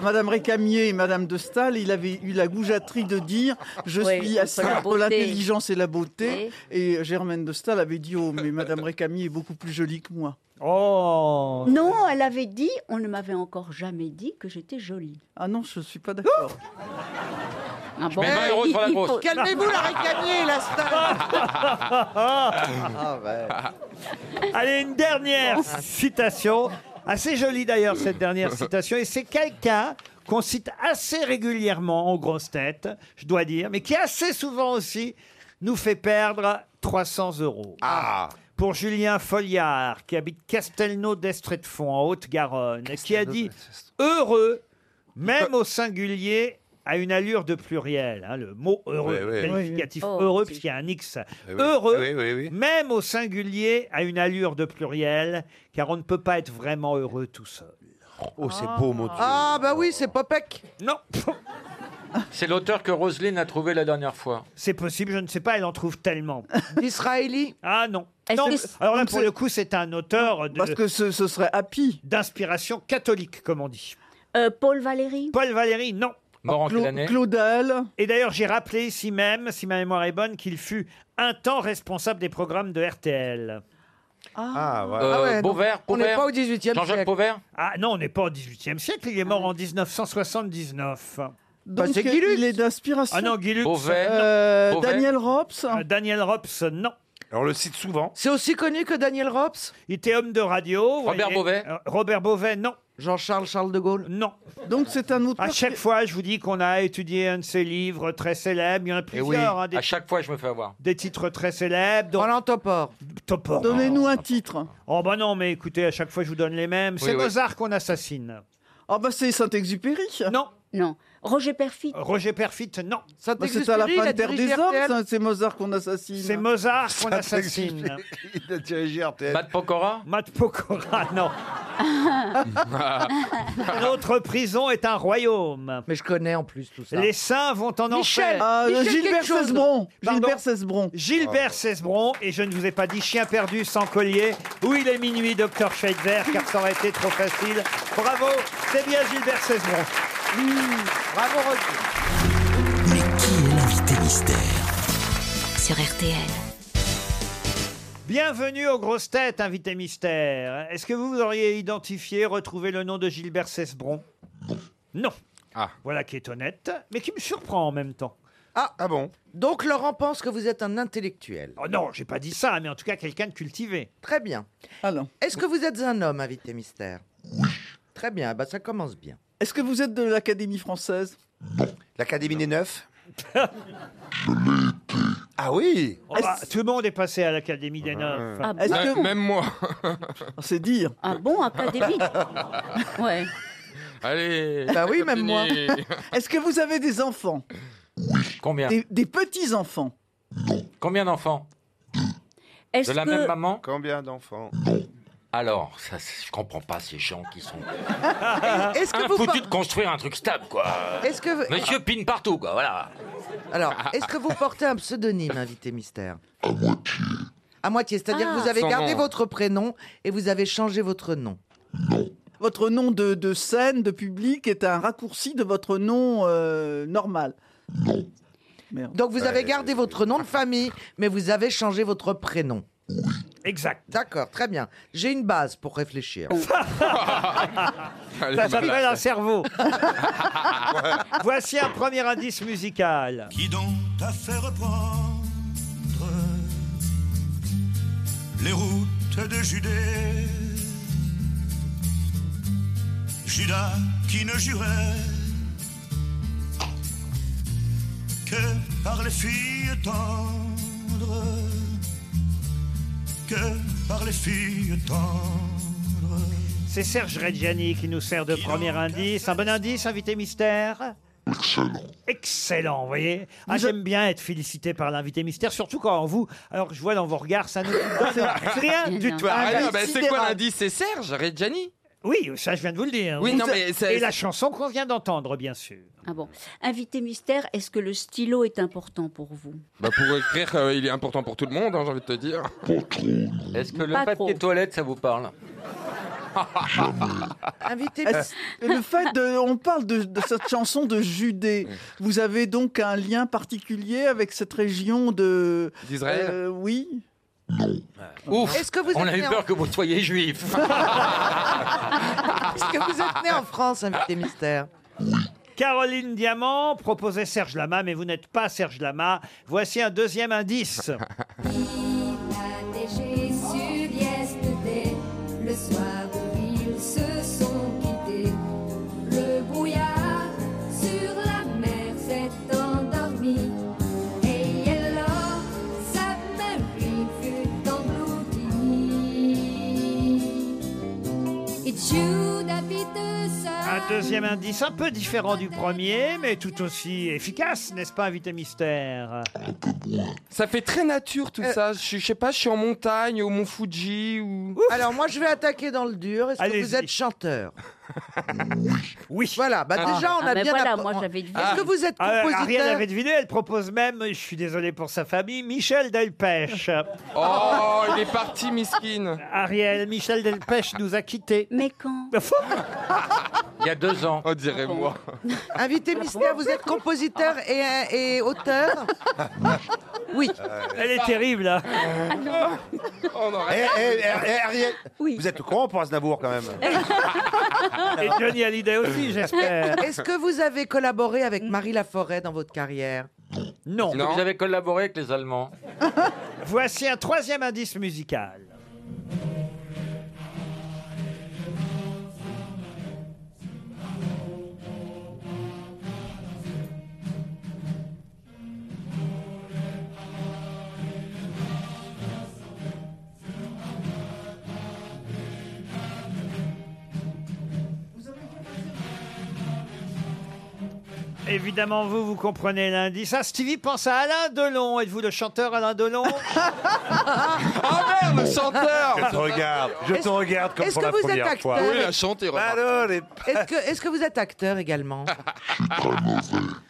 Speaker 6: Madame Récamier et Madame de Stahl. Il avait eu la goujaterie de dire Je
Speaker 2: Oui,
Speaker 6: suis assis
Speaker 2: entre la
Speaker 6: entre
Speaker 2: beauté.
Speaker 6: l'intelligence et la beauté. Et Germaine de Stahl avait dit Oh, mais Madame Récamier est beaucoup plus jolie que moi.
Speaker 2: Oh
Speaker 4: Non, elle avait dit, on ne m'avait encore jamais dit que j'étais jolie.
Speaker 6: Ah non, je ne suis pas d'accord.
Speaker 4: Ah
Speaker 6: bon mets ma héros sur la grosse. Calmez-vous, la
Speaker 3: Récamier, la
Speaker 2: Ah Allez, une dernière citation. Assez jolie d'ailleurs, cette dernière citation. Et c'est quelqu'un qu'on cite assez régulièrement aux grosses têtes, je dois dire, mais qui assez souvent aussi nous fait perdre 300 euros.
Speaker 8: Ah.
Speaker 2: Pour Julien Folliard, qui habite Castelnau d'Estretfond, en Haute-Garonne, qui a dit Heureux, même au singulier, a une allure de pluriel. hein, le mot heureux,
Speaker 8: Oui, oui.
Speaker 2: qualificatif
Speaker 8: Oui, oui.
Speaker 2: heureux,
Speaker 8: Oh,
Speaker 2: puisqu'il y a un X
Speaker 8: Eh oui.
Speaker 2: heureux,
Speaker 8: Eh oui, oui, oui.
Speaker 2: même au singulier, à une allure de pluriel, car on ne peut pas être vraiment heureux tout seul.
Speaker 8: Oh, c'est beau, mon Dieu.
Speaker 3: Ah, bah oui, c'est Popek.
Speaker 2: Non.
Speaker 9: C'est l'auteur que Roselyne a trouvé la dernière fois.
Speaker 2: C'est possible, je ne sais pas, elle en trouve tellement.
Speaker 3: Israéli
Speaker 2: Ah non. Non, alors là, pour le coup, c'est un auteur de-
Speaker 6: Parce que ce, ce serait happy.
Speaker 2: d'inspiration catholique, comme on dit.
Speaker 4: Euh, Paul Valéry
Speaker 2: Paul Valéry, non.
Speaker 9: Mort en Cla- quelle année
Speaker 2: Claudel. Et d'ailleurs, j'ai rappelé ici même, si ma mémoire est bonne, qu'il fut un temps responsable des programmes de RTL.
Speaker 8: Ah, ouais.
Speaker 9: Euh, Beauvert,
Speaker 2: on n'est
Speaker 9: Pauvert.
Speaker 2: pas au 18e
Speaker 9: Jean-Jacques
Speaker 2: siècle.
Speaker 9: Pauvert
Speaker 2: Ah non, on n'est pas au XVIIIe siècle, il est mort en 1979.
Speaker 6: Donc,
Speaker 2: euh,
Speaker 6: il est d'inspiration.
Speaker 2: Ah non, Guilux.
Speaker 6: Euh, Daniel Robs.
Speaker 2: Euh, Daniel Robs, non.
Speaker 8: On le cite souvent.
Speaker 2: C'est aussi connu que Daniel Robs Il était homme de radio.
Speaker 8: Robert
Speaker 2: Beauvais Robert Beauvais, non. Jean-Charles Charles de Gaulle Non.
Speaker 6: Donc c'est un autre.
Speaker 2: À chaque fois, je vous dis qu'on a étudié un de ses livres très célèbres. Il y en a
Speaker 9: Et
Speaker 2: plusieurs.
Speaker 9: Eh oui,
Speaker 2: hein, des,
Speaker 9: à chaque fois je me fais avoir.
Speaker 2: des titres très célèbres. Donc... Roland Topor. Topor.
Speaker 6: Donnez-nous un titre.
Speaker 2: Oh bah non, mais écoutez, à chaque fois, je vous donne les mêmes. C'est
Speaker 6: oui.
Speaker 2: Mozart qu'on assassine.
Speaker 6: Ah bah c'est Saint-Exupéry.
Speaker 2: Non.
Speaker 4: Non. Roger Perfit.
Speaker 2: Roger Perfit, non.
Speaker 6: Bah, c'est à la fin de Terre des Hommes, ça, c'est Mozart qu'on assassine.
Speaker 2: C'est Mozart qu'on
Speaker 6: Saint-Exupéry.
Speaker 2: assassine.
Speaker 8: Il a dirigé RTL.
Speaker 9: Matt Pokora
Speaker 2: Matt Pokora, non. Notre prison est un royaume. Mais je connais en plus tout
Speaker 3: ça.
Speaker 2: Les saints vont en enfer.
Speaker 3: Michel, Ah, Michel Gilbert quelque chose. Cesbron.
Speaker 2: Gilbert
Speaker 6: Cesbron.
Speaker 2: Gilbert Cesbron. Et je ne vous ai pas dit chien perdu sans collier. Où il est minuit, docteur Scheitzer, car ça aurait été trop facile. Bravo, c'est bien Gilbert Cesbron. Bravo, Roger.
Speaker 1: L'invité mystère sur RTL.
Speaker 2: Bienvenue aux grosses têtes, invité mystère. Est-ce que vous auriez identifié, retrouvé le nom de Gilbert Cesbron Non. Voilà qui est honnête, mais qui me surprend en même temps.
Speaker 3: Ah,
Speaker 8: bon
Speaker 3: Donc Laurent pense que vous êtes un intellectuel.
Speaker 2: Oh non, j'ai pas dit ça, mais en tout cas quelqu'un de cultivé.
Speaker 3: Très bien.
Speaker 6: Alors.
Speaker 3: Est-ce que vous êtes un homme, invité mystère Très bien, bah ça commence bien.
Speaker 6: Est-ce que vous êtes de l'Académie française
Speaker 8: L'Académie des Neufs Ah oui
Speaker 2: Oh bah, tout le monde est passé à l'Académie des Neufs.
Speaker 4: Ah Est-ce bon que- Même
Speaker 8: moi.
Speaker 6: C'est dire.
Speaker 4: Ah bon, académique Ouais.
Speaker 9: Allez.
Speaker 6: Bah oui, même moi.
Speaker 9: continuez.
Speaker 6: Est-ce que vous avez des enfants
Speaker 9: Combien
Speaker 6: Des, petits-enfants
Speaker 9: Combien d'enfants
Speaker 4: Est-ce
Speaker 9: De la
Speaker 4: que-
Speaker 9: même maman
Speaker 8: Combien d'enfants
Speaker 9: Alors, ça, c'est- je comprends pas ces gens qui sont.
Speaker 3: Est-ce que
Speaker 9: un
Speaker 3: vous
Speaker 9: foutu
Speaker 3: par-
Speaker 9: de construire un truc stable, quoi.
Speaker 3: Est-ce que vous-
Speaker 9: Monsieur pine partout, quoi, voilà.
Speaker 3: Alors, est-ce que vous portez un pseudonyme, invité mystère À moitié. c'est-à-dire
Speaker 6: Ah.
Speaker 3: que vous avez
Speaker 6: Sans
Speaker 3: gardé
Speaker 6: nom.
Speaker 3: votre prénom et vous avez changé votre nom.
Speaker 6: Votre nom de, de scène, de public, est un raccourci de votre nom euh, normal.
Speaker 3: Donc vous avez
Speaker 6: Ouais.
Speaker 3: gardé votre nom de famille, mais vous avez changé votre prénom.
Speaker 2: Exact. Oh.
Speaker 3: D'accord, très bien. J'ai une base pour réfléchir.
Speaker 2: Ça s'appelle un cerveau. Voici un premier indice musical.
Speaker 15: Qui donc t'a fait reprendre les routes de Judée Judas qui ne jurait que par les filles tendres vivre que par les filles tendres.
Speaker 2: C'est Serge Reggiani qui nous sert de premier indice. Un bon indice, invité mystère Excellent. Excellent, vous voyez. Ah, J'aime bien être félicité par l'invité mystère, surtout quand vous. Alors, je vois dans vos regards, ça ne Ah,
Speaker 3: Ah,
Speaker 5: Ah,
Speaker 2: rien du tout.
Speaker 3: ben,
Speaker 14: Ah, non, bah, c'est quoi l'indice C'est Serge Reggiani
Speaker 2: Oui, ça, je viens de vous le dire.
Speaker 14: Oui, non, mais ça-
Speaker 2: Et la chanson qu'on vient d'entendre, bien sûr.
Speaker 4: Ah bon. Invité mystère, est-ce que le stylo est important pour vous
Speaker 14: Bah, pour écrire, euh, il est important pour tout le monde, hein, j'ai envie de te dire.
Speaker 9: Est-ce que le
Speaker 4: Pas
Speaker 9: papier toilette, ça vous parle
Speaker 3: Invité.
Speaker 6: Et le fait de, on parle de, de cette chanson de Judée. Vous avez donc un lien particulier avec cette région de
Speaker 9: D'Israël
Speaker 6: Euh, Oui.
Speaker 9: Ouf
Speaker 3: Est-ce que vous
Speaker 9: On
Speaker 3: êtes
Speaker 9: a eu
Speaker 3: né en-
Speaker 9: peur que vous soyez juif.
Speaker 3: Est-ce que vous êtes né en France, invité mystère
Speaker 2: Caroline Diamant proposait Serge Lama, mais vous n'êtes pas Serge Lama. Voici un deuxième indice.
Speaker 16: Attachés sur Yesterday, le soir où ils se sont quittés, le brouillard sur la mer s'est endormi. Et alors, sa Mary fut engloutie. Et Jude habite seul.
Speaker 2: Un deuxième indice un peu différent du premier, mais tout aussi efficace, n'est-ce pas, invité mystère
Speaker 14: Ça fait très nature
Speaker 3: Euh.
Speaker 14: tout ça. Je, suis- je sais pas, je suis en montagne, au Mont Fuji ou.
Speaker 3: Alors moi je vais attaquer dans le dur. Est-ce que vous êtes chanteur
Speaker 2: Oui.
Speaker 3: Voilà, bah
Speaker 2: Ah.
Speaker 3: déjà on
Speaker 2: Ah,
Speaker 3: a
Speaker 2: ben
Speaker 3: bien
Speaker 2: voilà,
Speaker 3: appre-
Speaker 2: moi,
Speaker 6: Oh,
Speaker 3: on-
Speaker 2: j'avais deviné.
Speaker 3: Est-ce que vous êtes
Speaker 2: Ah,
Speaker 3: compositeur
Speaker 2: Ariel avait deviné, elle propose même, je suis désolé pour sa famille, Michel Delpech.
Speaker 14: Oh, il est parti, miskin.
Speaker 3: Ah.
Speaker 2: Ariel, Michel Delpech nous a quittés.
Speaker 4: Mais quand
Speaker 9: Il y a deux ans.
Speaker 14: On dirait moi.
Speaker 3: Invité mystère, vous êtes compositeur et, et auteur Oui.
Speaker 2: Ah.
Speaker 3: Ah
Speaker 2: Elle est terrible, hein. là.
Speaker 8: Eh, eh, eh, eh, Ariel,
Speaker 4: Oui.
Speaker 8: vous êtes au courant pour Aznavour quand même.
Speaker 2: Et Johnny Hallyday aussi, j'espère.
Speaker 3: Est-ce que vous avez collaboré avec Marie Laforêt dans votre carrière
Speaker 2: Non.
Speaker 9: Est-ce que Vous avez collaboré avec les Allemands.
Speaker 2: Voici un troisième indice musical. Évidemment, vous, vous comprenez l'indice. Ah, Stevie pense à Alain Delon. Êtes-vous le chanteur Alain Delon
Speaker 14: Ah merde, chanteur
Speaker 8: Je te regarde, je te
Speaker 3: Est-ce-
Speaker 8: regarde comme
Speaker 3: est-ce
Speaker 8: pour
Speaker 3: que
Speaker 8: la
Speaker 3: vous êtes
Speaker 8: première fois. Bah,
Speaker 3: acteur Oui, la
Speaker 14: chanté,
Speaker 3: Est-ce que, est-ce que vous êtes acteur également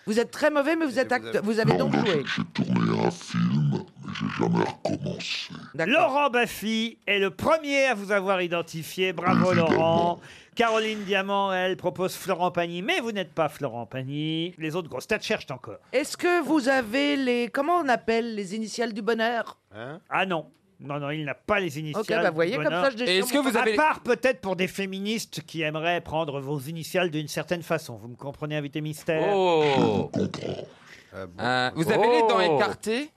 Speaker 3: Vous êtes très mauvais, mais vous êtes acteur. Vous avez donc joué.
Speaker 17: tourné un film, mais j'ai jamais recommencé.
Speaker 2: Laurent Baffy est le premier à vous avoir identifié. Bravo, Laurent. Caroline Diamant, elle, propose Florent Pagny, mais vous n'êtes pas Florent Pagny. Les autres grosses têtes cherchent encore.
Speaker 3: Est-ce que vous avez les. Comment on appelle les initiales du bonheur
Speaker 14: Hein
Speaker 2: ah non. Non, non, il n'a pas les initiales.
Speaker 3: Ok, bah, voyez,
Speaker 2: du
Speaker 3: comme
Speaker 2: bonheur.
Speaker 3: ça, je déchire Est-ce que mon vous avez-
Speaker 2: À part peut-être pour des féministes qui aimeraient prendre vos initiales d'une certaine façon. Vous me comprenez, invité mystère
Speaker 14: Oh Euh, Vous avez les dents
Speaker 9: Oh.
Speaker 5: Oh.
Speaker 14: écartées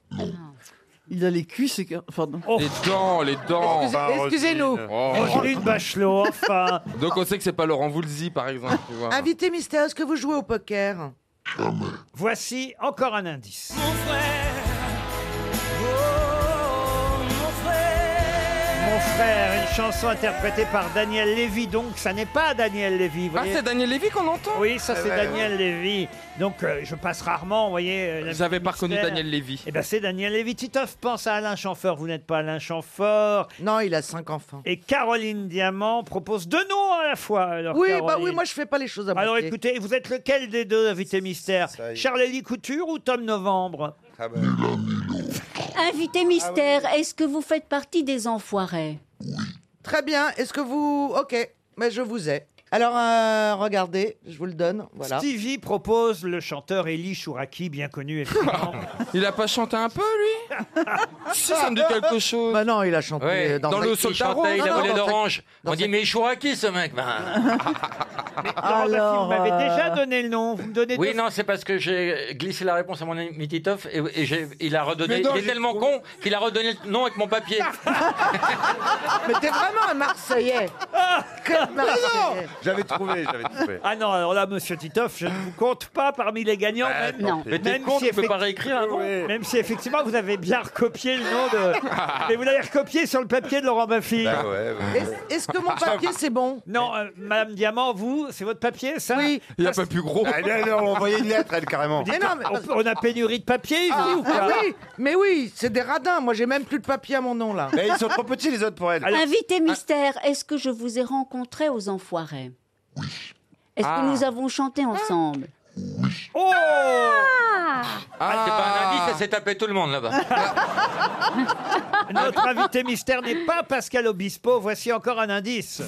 Speaker 6: Il a les cuisses écar- Pardon.
Speaker 14: Les dents, les dents.
Speaker 6: Excusez- Enfin, excusez-nous. Roselyne.
Speaker 14: Oh.
Speaker 2: Roselyne Bachelot, enfin.
Speaker 14: Donc on sait que c'est pas Laurent Voulzy, par exemple. tu vois.
Speaker 3: Invité mystère, est-ce que vous jouez au poker
Speaker 2: Voici encore un indice. Mon frère, une chanson interprétée par Daniel Lévy, donc ça n'est pas Daniel Lévy. vous
Speaker 14: Ah,
Speaker 2: voyez.
Speaker 14: c'est Daniel Lévy qu'on entend
Speaker 2: Oui, ça c'est
Speaker 14: Eh ben,
Speaker 2: Daniel Lévy. Donc euh, je passe rarement, vous voyez. euh, Vous
Speaker 14: J'avais pas reconnu Daniel Lévy.
Speaker 2: Eh bien c'est Daniel Lévy. Titoff pense à Alain Chamfort, vous n'êtes pas Alain Chamfort.
Speaker 3: Non, il a cinq enfants.
Speaker 2: Et Caroline Diamant propose deux noms à la fois. alors,
Speaker 3: Oui, bah
Speaker 2: Caroline.
Speaker 3: oui, moi je fais pas les choses à moitié.
Speaker 2: Alors écoutez, vous êtes lequel des deux, invité mystère
Speaker 3: ça y est. Ah bah.
Speaker 2: Charlélie Couture ou Tom Novembre
Speaker 4: Invité mystère, est-ce que vous faites partie des enfoirés
Speaker 3: Très bien, est-ce que vous. Ok, mais je vous ai. Alors, euh, regardez, je vous le donne. Voilà.
Speaker 2: Stevie propose le chanteur Eli Chouraki, bien connu évidemment.
Speaker 14: Il a pas chanté un peu, lui Si, ça me dit quelque chose.
Speaker 3: Bah non, il a chanté
Speaker 9: Ouais,
Speaker 3: dans,
Speaker 9: dans le
Speaker 3: Zac-
Speaker 9: Soltaro, il a
Speaker 3: Non,
Speaker 9: volé
Speaker 3: non, dans Zac-
Speaker 9: l'orange. On dit, mais il choura qui ce mec Ben,
Speaker 2: Alors, vous m'avez
Speaker 9: euh,
Speaker 2: déjà donné le nom. Vous me donnez
Speaker 9: Oui,
Speaker 2: deux-
Speaker 9: non, c'est parce que j'ai glissé la réponse à mon ami Titoff et, et j'ai- il a redonné.
Speaker 2: Mais non,
Speaker 9: il est
Speaker 2: j'ai-
Speaker 9: tellement con qu'il a redonné le nom avec mon papier.
Speaker 3: Ah,
Speaker 8: Ah.
Speaker 3: Mais t'es vraiment un Marseillais. Quel Marseillais.
Speaker 8: J'avais trouvé, j'avais trouvé.
Speaker 2: Ah non, alors là, monsieur Titoff, je ne vous compte pas parmi les gagnants.
Speaker 8: Bah,
Speaker 2: même,
Speaker 8: non. Mais t'es
Speaker 2: même
Speaker 8: con, tu peux
Speaker 2: effecti-
Speaker 8: pas réécrire avant.
Speaker 2: Oui. Même si effectivement, vous avez bien recopié le nom de. Mais vous l'avez recopié sur le papier de Laurent Baffy.
Speaker 8: Bah ouais, ouais.
Speaker 3: Est-ce- est-ce que mon papier,
Speaker 2: c'est bon Non, euh, Madame Diamant, vous, c'est votre papier, ça
Speaker 3: Oui. Ah,
Speaker 2: Il n'y a pas plus gros.
Speaker 8: Elle, elle, Ah, on envoyait une lettre, elle, carrément.
Speaker 3: Mais non, mais-
Speaker 2: on, on a pénurie de papier ici
Speaker 3: Ah,
Speaker 2: ou quoi
Speaker 3: mais oui, mais oui, c'est des radins. Moi, j'ai même plus de papier à mon nom là.
Speaker 8: Mais ils sont trop petits les autres pour elle.
Speaker 4: Invité mystère, est-ce que je vous ai rencontré aux Enfoirés Est-ce
Speaker 8: Ah.
Speaker 4: que nous avons chanté ensemble
Speaker 2: Oh
Speaker 9: Ah, c'est pas un indice, elle s'est tapé tout le monde là-bas.
Speaker 2: Notre invité mystère n'est pas Pascal Obispo. Voici encore un indice.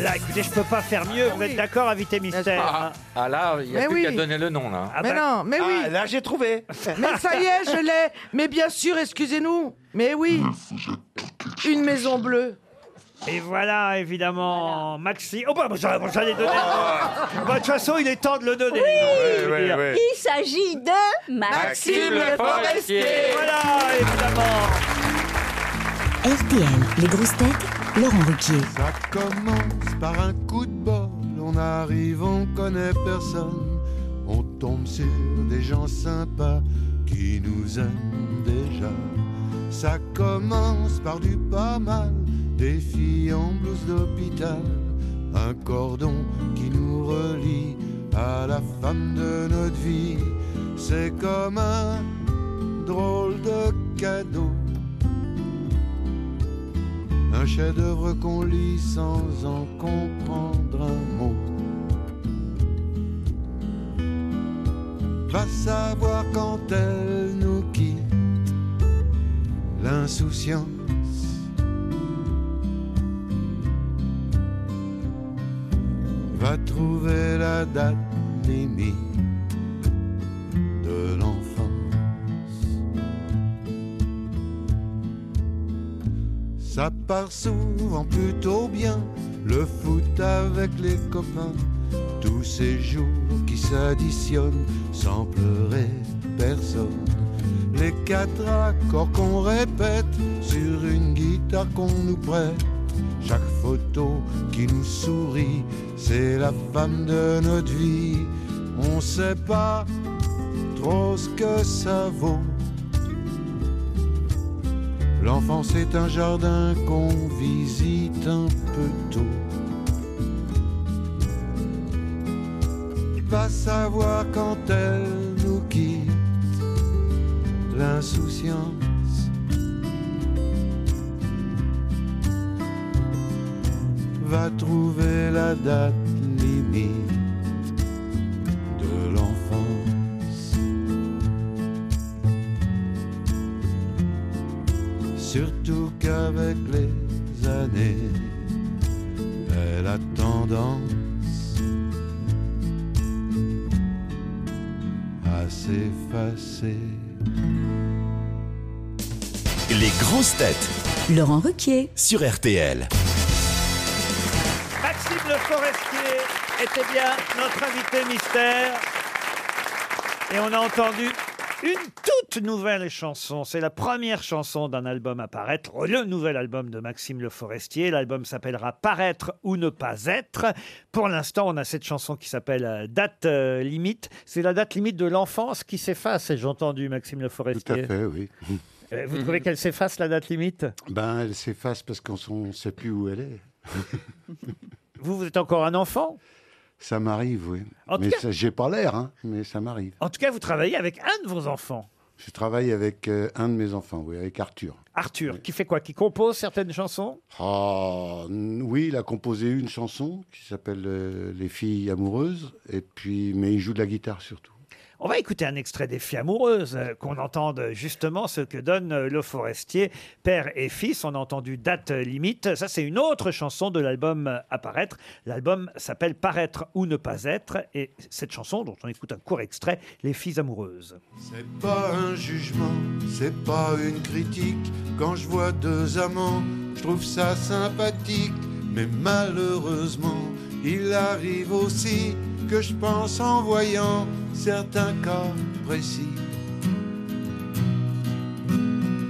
Speaker 2: Là, écoutez, je peux pas faire mieux. Vous êtes d'accord, invité mystère
Speaker 9: Ah,
Speaker 2: hein
Speaker 9: ah, là, il n'y a
Speaker 2: Mais
Speaker 9: plus qu'à
Speaker 2: oui.
Speaker 9: donner le nom là.
Speaker 2: Ah
Speaker 3: mais
Speaker 2: bah-
Speaker 3: non, mais oui.
Speaker 2: Ah,
Speaker 8: là, j'ai trouvé.
Speaker 3: Mais ça y est, je l'ai. Mais bien sûr, excusez-nous. Mais oui. Une maison bleue.
Speaker 2: Et voilà, évidemment, Maxi. Oh, bah, bah, j'en j'en ai donné. Bah, de toute façon, il est temps de le donner.
Speaker 4: Ah. Oui,
Speaker 2: Je veux dire.
Speaker 4: Il s'agit de
Speaker 2: Maxime Le Forestier. Voilà, évidemment.
Speaker 1: RTL, les grosses têtes, Laurent Ruquier.
Speaker 18: Ça commence par un coup de bol, on arrive, on connaît personne, on tombe sur des gens sympas qui nous aiment déjà. Ça commence par du pas mal, des filles en blouse d'hôpital, un cordon qui nous relie à la femme de notre vie. C'est comme un drôle de cadeau un chef-d'œuvre qu'on lit sans en comprendre un mot. Va savoir quand elle nous quitte, l'insouciance. Va trouver la date limite de l'enfant. ça part souvent plutôt bien. Le foot avec les copains, tous ces jours qui s'additionnent sans pleurer personne. Les quatre accords qu'on répète sur une guitare qu'on nous prête. Chaque photo qui nous sourit, c'est la femme de notre vie. On sait pas trop ce que ça vaut. L'enfance est un jardin qu'on visite un peu tôt. Pas savoir quand elle nous quitte, l'insouciance. Va trouver la date limite de l'enfance. surtout qu'avec les années, elle a tendance à s'effacer.
Speaker 11: Les grosses têtes.
Speaker 1: Laurent Ruquier.
Speaker 11: Sur RTL.
Speaker 2: Maxime Le Forestier était bien notre invité mystère. Et on a entendu une toute nouvelle chanson. C'est la première chanson d'un album à paraître, le nouvel album de Maxime Le Forestier. L'album s'appellera Paraître ou ne pas être. Pour l'instant, on a cette chanson qui s'appelle euh, Date euh, limite. C'est la date limite de l'enfance qui s'efface, ai-je entendu, Maxime Le
Speaker 19: Tout à
Speaker 2: Forestier.
Speaker 19: fait, oui.
Speaker 2: Euh, Vous trouvez qu'elle s'efface, la date limite
Speaker 19: Ben, elle s'efface parce qu'on ne sait plus où elle est.
Speaker 2: Vous, vous êtes encore un enfant
Speaker 19: Ça m'arrive, oui.
Speaker 2: En tout
Speaker 19: mais
Speaker 2: cas-
Speaker 19: ça- j'ai pas l'air, hein, mais ça m'arrive.
Speaker 2: En tout cas, vous travaillez avec un de vos enfants,
Speaker 19: Je travaille avec euh, un de mes enfants, oui, avec Arthur.
Speaker 2: Arthur, qui fait quoi Qui compose certaines chansons
Speaker 19: Ah, n- oui, il a composé une chanson qui s'appelle euh, Les filles amoureuses, et puis, mais il joue de la guitare surtout.
Speaker 2: On va écouter un extrait des filles amoureuses, euh, qu'on entende justement ce que donne euh, Le Forestier, père et fils. On a entendu Date limite. Ça, c'est une autre chanson de l'album euh, Apparaître. L'album s'appelle Paraître ou ne pas être. Et cette chanson, dont on écoute un court extrait, Les filles amoureuses.
Speaker 19: C'est pas un jugement, c'est pas une critique. Quand je vois deux amants, je trouve ça sympathique.
Speaker 18: Mais malheureusement, il arrive aussi que je pense en voyant certains cas précis.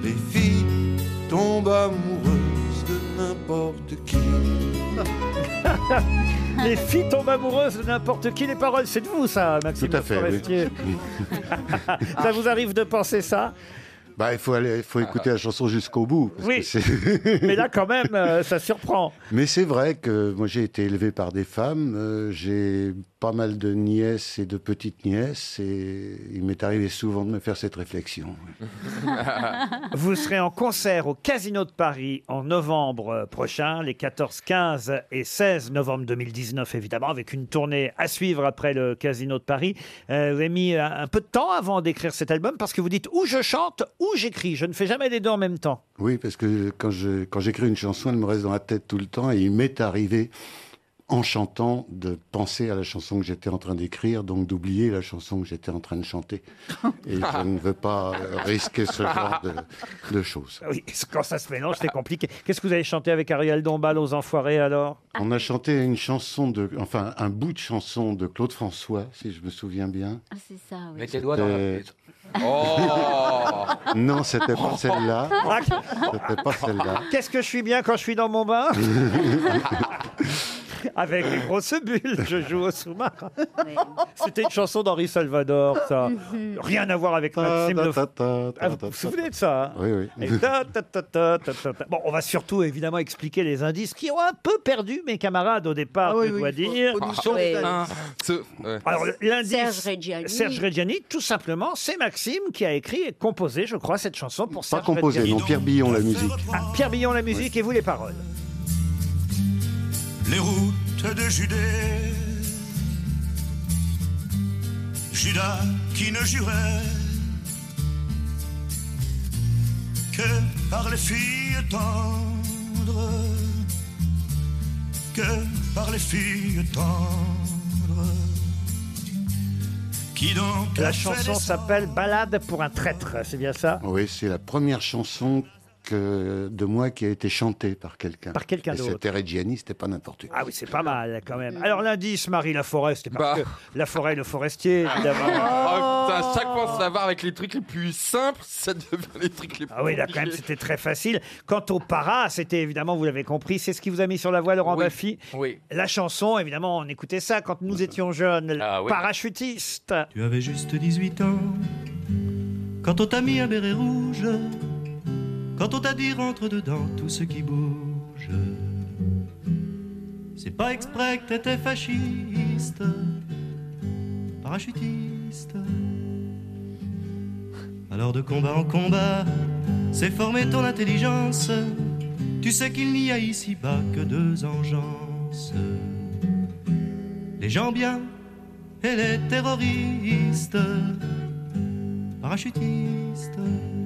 Speaker 18: Les filles tombent amoureuses de n'importe qui.
Speaker 2: Les filles tombent amoureuses de n'importe qui. Les paroles, c'est de vous, ça, Maxime
Speaker 19: Tout à fait,
Speaker 2: Forestier. ça vous arrive de penser ça
Speaker 19: Bah, il faut, aller, il faut écouter la chanson jusqu'au bout. parce
Speaker 2: Oui.
Speaker 19: que c'est-
Speaker 2: Mais là, quand même, euh, ça surprend.
Speaker 19: Mais c'est vrai que moi j'ai été élevé par des femmes, euh, j'ai pas mal de nièces et de petites nièces et il m'est arrivé souvent de me faire cette réflexion.
Speaker 2: Vous serez en concert au Casino de Paris en novembre euh, prochain, les 14, 15 et 16 novembre 2019, évidemment, avec une tournée à suivre après le Casino de Paris. Euh, vous avez mis un, un peu de temps avant d'écrire cet album parce que vous dites ou je chante ou j'écris. Je ne fais jamais les deux en même temps.
Speaker 19: Oui, parce que quand je quand j'écris une chanson, elle me reste dans la tête tout le temps et il m'est arrivé en chantant de penser à la chanson que j'étais en train d'écrire, donc d'oublier la chanson que j'étais en train de chanter. Et je ne veux pas euh, risquer ce genre de, de choses.
Speaker 2: Ah Oui, quand ça se mélange, c'est compliqué. Qu'est-ce que vous avez chanté avec Ariel Dombal aux Enfoirés alors
Speaker 19: On a chanté une chanson de, enfin un bout de chanson de Claude François, si je me souviens bien.
Speaker 4: Ah, c'est ça, oui.
Speaker 19: Mets tes doigts dans la prise.
Speaker 14: Oh
Speaker 19: Non, c'était pas celle-là.
Speaker 2: Ah,
Speaker 19: C'était pas celle-là.
Speaker 2: Qu'est-ce que je suis bien quand je suis dans mon bain Avec les grosses bulles, je joue au sous-marin. C'était une chanson d'Henri Salvador, ça.
Speaker 19: Mhm.
Speaker 2: Rien à voir avec
Speaker 19: Ta,
Speaker 2: Maxime
Speaker 19: ta,
Speaker 2: Le
Speaker 19: ta, ta, ta,
Speaker 2: Ah, Vous
Speaker 19: ta,
Speaker 2: vous
Speaker 19: ta,
Speaker 2: souvenez de ça hein
Speaker 19: Oui, oui.
Speaker 2: Et ta, ta, ta, ta, ta, ta, ta. Bon, on va surtout évidemment expliquer les indices qui ont un peu perdu mes camarades au départ, je dois dire.
Speaker 14: Un, Ah, ce- ouais.
Speaker 2: Alors, l'indice-
Speaker 4: Ah, Serge Reggiani.
Speaker 2: Serge Reggiani, tout simplement, c'est Maxime qui a écrit et composé, je crois, cette chanson pour
Speaker 19: Pas
Speaker 2: Serge
Speaker 19: composé,
Speaker 2: Reggiani.
Speaker 19: non, Pierre Billon, la musique.
Speaker 2: Ah, Pierre Billon, la musique et vous les paroles.
Speaker 15: les routes de Judée. Judas qui ne jurait que par les filles tendres, que par les filles tendres. Qui donc
Speaker 2: La
Speaker 15: a fait
Speaker 2: chanson
Speaker 15: des-
Speaker 2: s'appelle Balade pour un traître, c'est bien ça
Speaker 19: Oui, c'est la première chanson que, de moi qui a été chantée par quelqu'un.
Speaker 2: Par quelqu'un
Speaker 19: Et
Speaker 2: d'autre.
Speaker 19: C'était Reggiani, c'était pas n'importe qui.
Speaker 2: Ah oui, c'est pas mal quand même. Alors l'indice, Marie Laforêt, c'était parce
Speaker 14: Bah.
Speaker 2: que La Forêt et le forestier, évidemment.
Speaker 14: Oh, putain, chaque fois, ça va avec les trucs les plus simples, ça devient les trucs les plus
Speaker 2: Ah oui, là, quand même,
Speaker 14: compliqués.
Speaker 2: c'était très facile. Quant au para, c'était évidemment, vous l'avez compris, c'est ce qui vous a mis sur la voie, Laurent Baffy.
Speaker 14: Oui. Mmh.
Speaker 2: La chanson, évidemment, on écoutait ça quand nous étions jeunes. le
Speaker 20: Ah oui.
Speaker 2: Parachutiste.
Speaker 20: Tu avais juste 18 ans quand on t'a mis un béret rouge, quand on t'a dit rentre dedans tout ce qui bouge. C'est pas exprès que t'étais fasciste, parachutiste. Alors de combat en combat, Ah, c'est former ton intelligence. Tu sais qu'il n'y a ici-bas que deux engences. Les gens bien et les terroristes, parachutistes.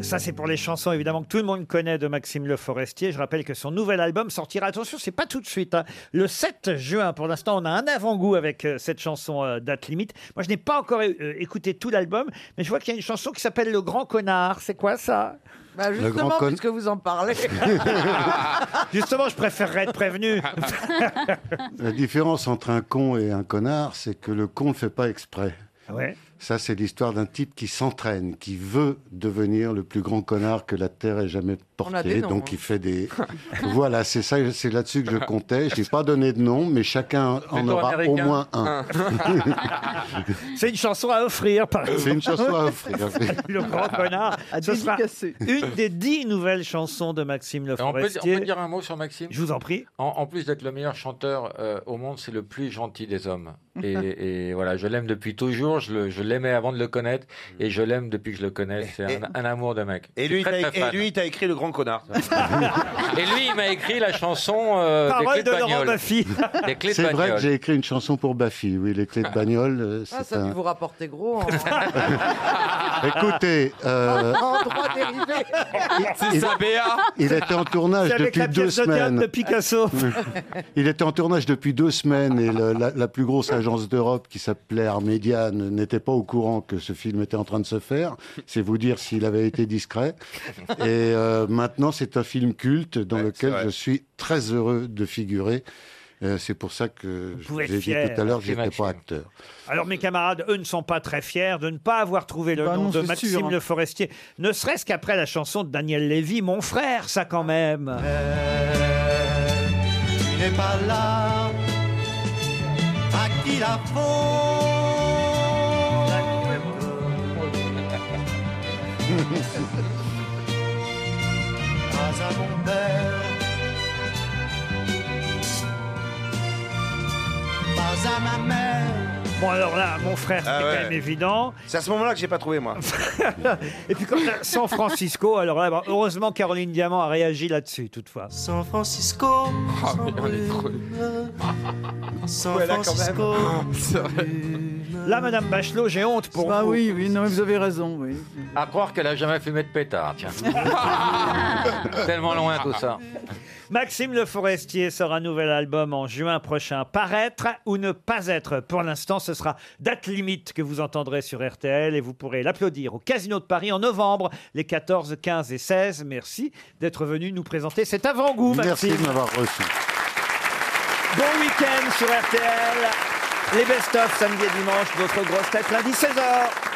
Speaker 2: Ça, c'est pour les chansons, évidemment, que tout le monde connaît de Maxime Le Forestier. Je rappelle que son nouvel album sortira, attention, c'est pas tout de suite, hein, le 7 juin. Pour l'instant, on a un avant-goût avec euh, cette chanson euh, Date Limite. Moi, je n'ai pas encore euh, écouté tout l'album, mais je vois qu'il y a une chanson qui s'appelle Le Grand Connard. C'est quoi ça
Speaker 3: Bah justement, puisque vous en parlez.
Speaker 2: Justement, je préférerais être prévenu.
Speaker 19: La différence entre un con et un connard, c'est que le con ne fait pas exprès.
Speaker 2: Ouais.
Speaker 19: Ça, c'est l'histoire d'un type qui s'entraîne, qui veut devenir le plus grand connard que la Terre ait jamais
Speaker 3: On a
Speaker 19: porté.
Speaker 3: des noms,
Speaker 19: donc,
Speaker 3: hein.
Speaker 19: il fait des. voilà, c'est ça, c'est là-dessus que je comptais. Je n'ai pas donné de nom, mais chacun en
Speaker 2: Plutôt
Speaker 19: aura au
Speaker 2: américain.
Speaker 19: moins un.
Speaker 2: C'est une chanson à offrir. par
Speaker 19: C'est une chanson à offrir.
Speaker 2: Le grand connard. Ce sera une des dix nouvelles chansons de Maxime Le
Speaker 7: Et On peut, on peut
Speaker 2: Forestier.
Speaker 7: dire un mot sur Maxime
Speaker 2: Je vous en prie.
Speaker 7: En, en plus d'être le meilleur chanteur euh, au monde, c'est le plus gentil des hommes. Et, et voilà, je l'aime depuis toujours. Je le- je l'aimais avant de le connaître et je l'aime depuis que je le connais. C'est un, un amour de mec.
Speaker 8: Et lui,
Speaker 7: Je
Speaker 8: il
Speaker 7: suis
Speaker 8: t'a-
Speaker 7: très, très
Speaker 8: et
Speaker 7: fan.
Speaker 8: lui, il t'a écrit le grand connard.
Speaker 7: Et lui, il m'a écrit la chanson euh, des
Speaker 2: Parole
Speaker 7: clés
Speaker 2: de
Speaker 7: de
Speaker 2: Laurent
Speaker 7: bagnole.
Speaker 2: Baffy.
Speaker 7: Des clés de
Speaker 19: C'est vrai que
Speaker 7: bagnole.
Speaker 19: j'ai écrit une chanson pour Baffy. Oui, les clés de bagnole. euh,
Speaker 3: Ah,
Speaker 19: c'est
Speaker 3: ça a dû
Speaker 19: un...
Speaker 3: vous rapporter gros hein. en,
Speaker 19: Écoutez, euh,
Speaker 3: en droit dérivé.
Speaker 19: il- Il était en tournage
Speaker 2: C'est avec
Speaker 19: depuis
Speaker 2: la
Speaker 19: deux
Speaker 2: pièce de théâtre
Speaker 19: semaines.
Speaker 2: de Picasso.
Speaker 19: Il était en tournage depuis deux semaines et le- la, la plus grosse agence d'Europe qui s'appelait Armédiane n'était pas au au courant que ce film était en train de se faire. C'est vous dire s'il avait été discret. Et euh, maintenant, c'est un film culte dans lequel je suis très heureux de figurer. Euh, c'est pour ça que
Speaker 2: pouvez être
Speaker 19: j'ai dit
Speaker 2: fier.
Speaker 19: tout à l'heure,
Speaker 2: Et
Speaker 19: j'étais
Speaker 2: Maxime.
Speaker 19: pas acteur.
Speaker 2: Alors mes camarades, eux, ne sont pas très fiers de ne pas avoir trouvé le
Speaker 19: Bah
Speaker 2: nom
Speaker 19: non,
Speaker 2: de
Speaker 19: c'est
Speaker 2: Maxime
Speaker 19: sûr, hein.
Speaker 2: Le Forestier, ne serait-ce qu'après la chanson de Daniel Lévy, Mon frère, ça quand même.
Speaker 20: Il n'est pas là, à qui la faute Pas à mon père, pas à ma mère.
Speaker 2: Bon alors là, Ah, mon frère, c'est quand même évident.
Speaker 21: Ah C'est à ce moment-là que j'ai pas trouvé, moi.
Speaker 2: Et puis comme ça, San Francisco, alors là, bon, heureusement Caroline Diamant a réagi là-dessus toutefois.
Speaker 22: San Francisco,
Speaker 7: Ah,
Speaker 22: sans brume. San Francisco,
Speaker 2: Là, Madame Bachelot, j'ai honte pour
Speaker 6: bah,
Speaker 2: vous.
Speaker 6: oui, oui, non, mais vous avez raison, oui.
Speaker 9: À croire qu'elle a jamais fumé de pétard, tiens.
Speaker 16: Ah.
Speaker 9: Tellement loin tout ça.
Speaker 2: Maxime Le Forestier sort un nouvel album en juin prochain. Paraître ou ne pas être. Pour l'instant, ce sera date limite que vous entendrez sur RTL et vous pourrez l'applaudir au Casino de Paris en novembre, les 14, 15 et 16. Merci d'être venu nous présenter cet avant-goût,
Speaker 19: Merci
Speaker 2: Maxime.
Speaker 19: de m'avoir reçu.
Speaker 2: Bon week-end sur RTL. Les best-of samedi et dimanche, votre grosse tête lundi 16h.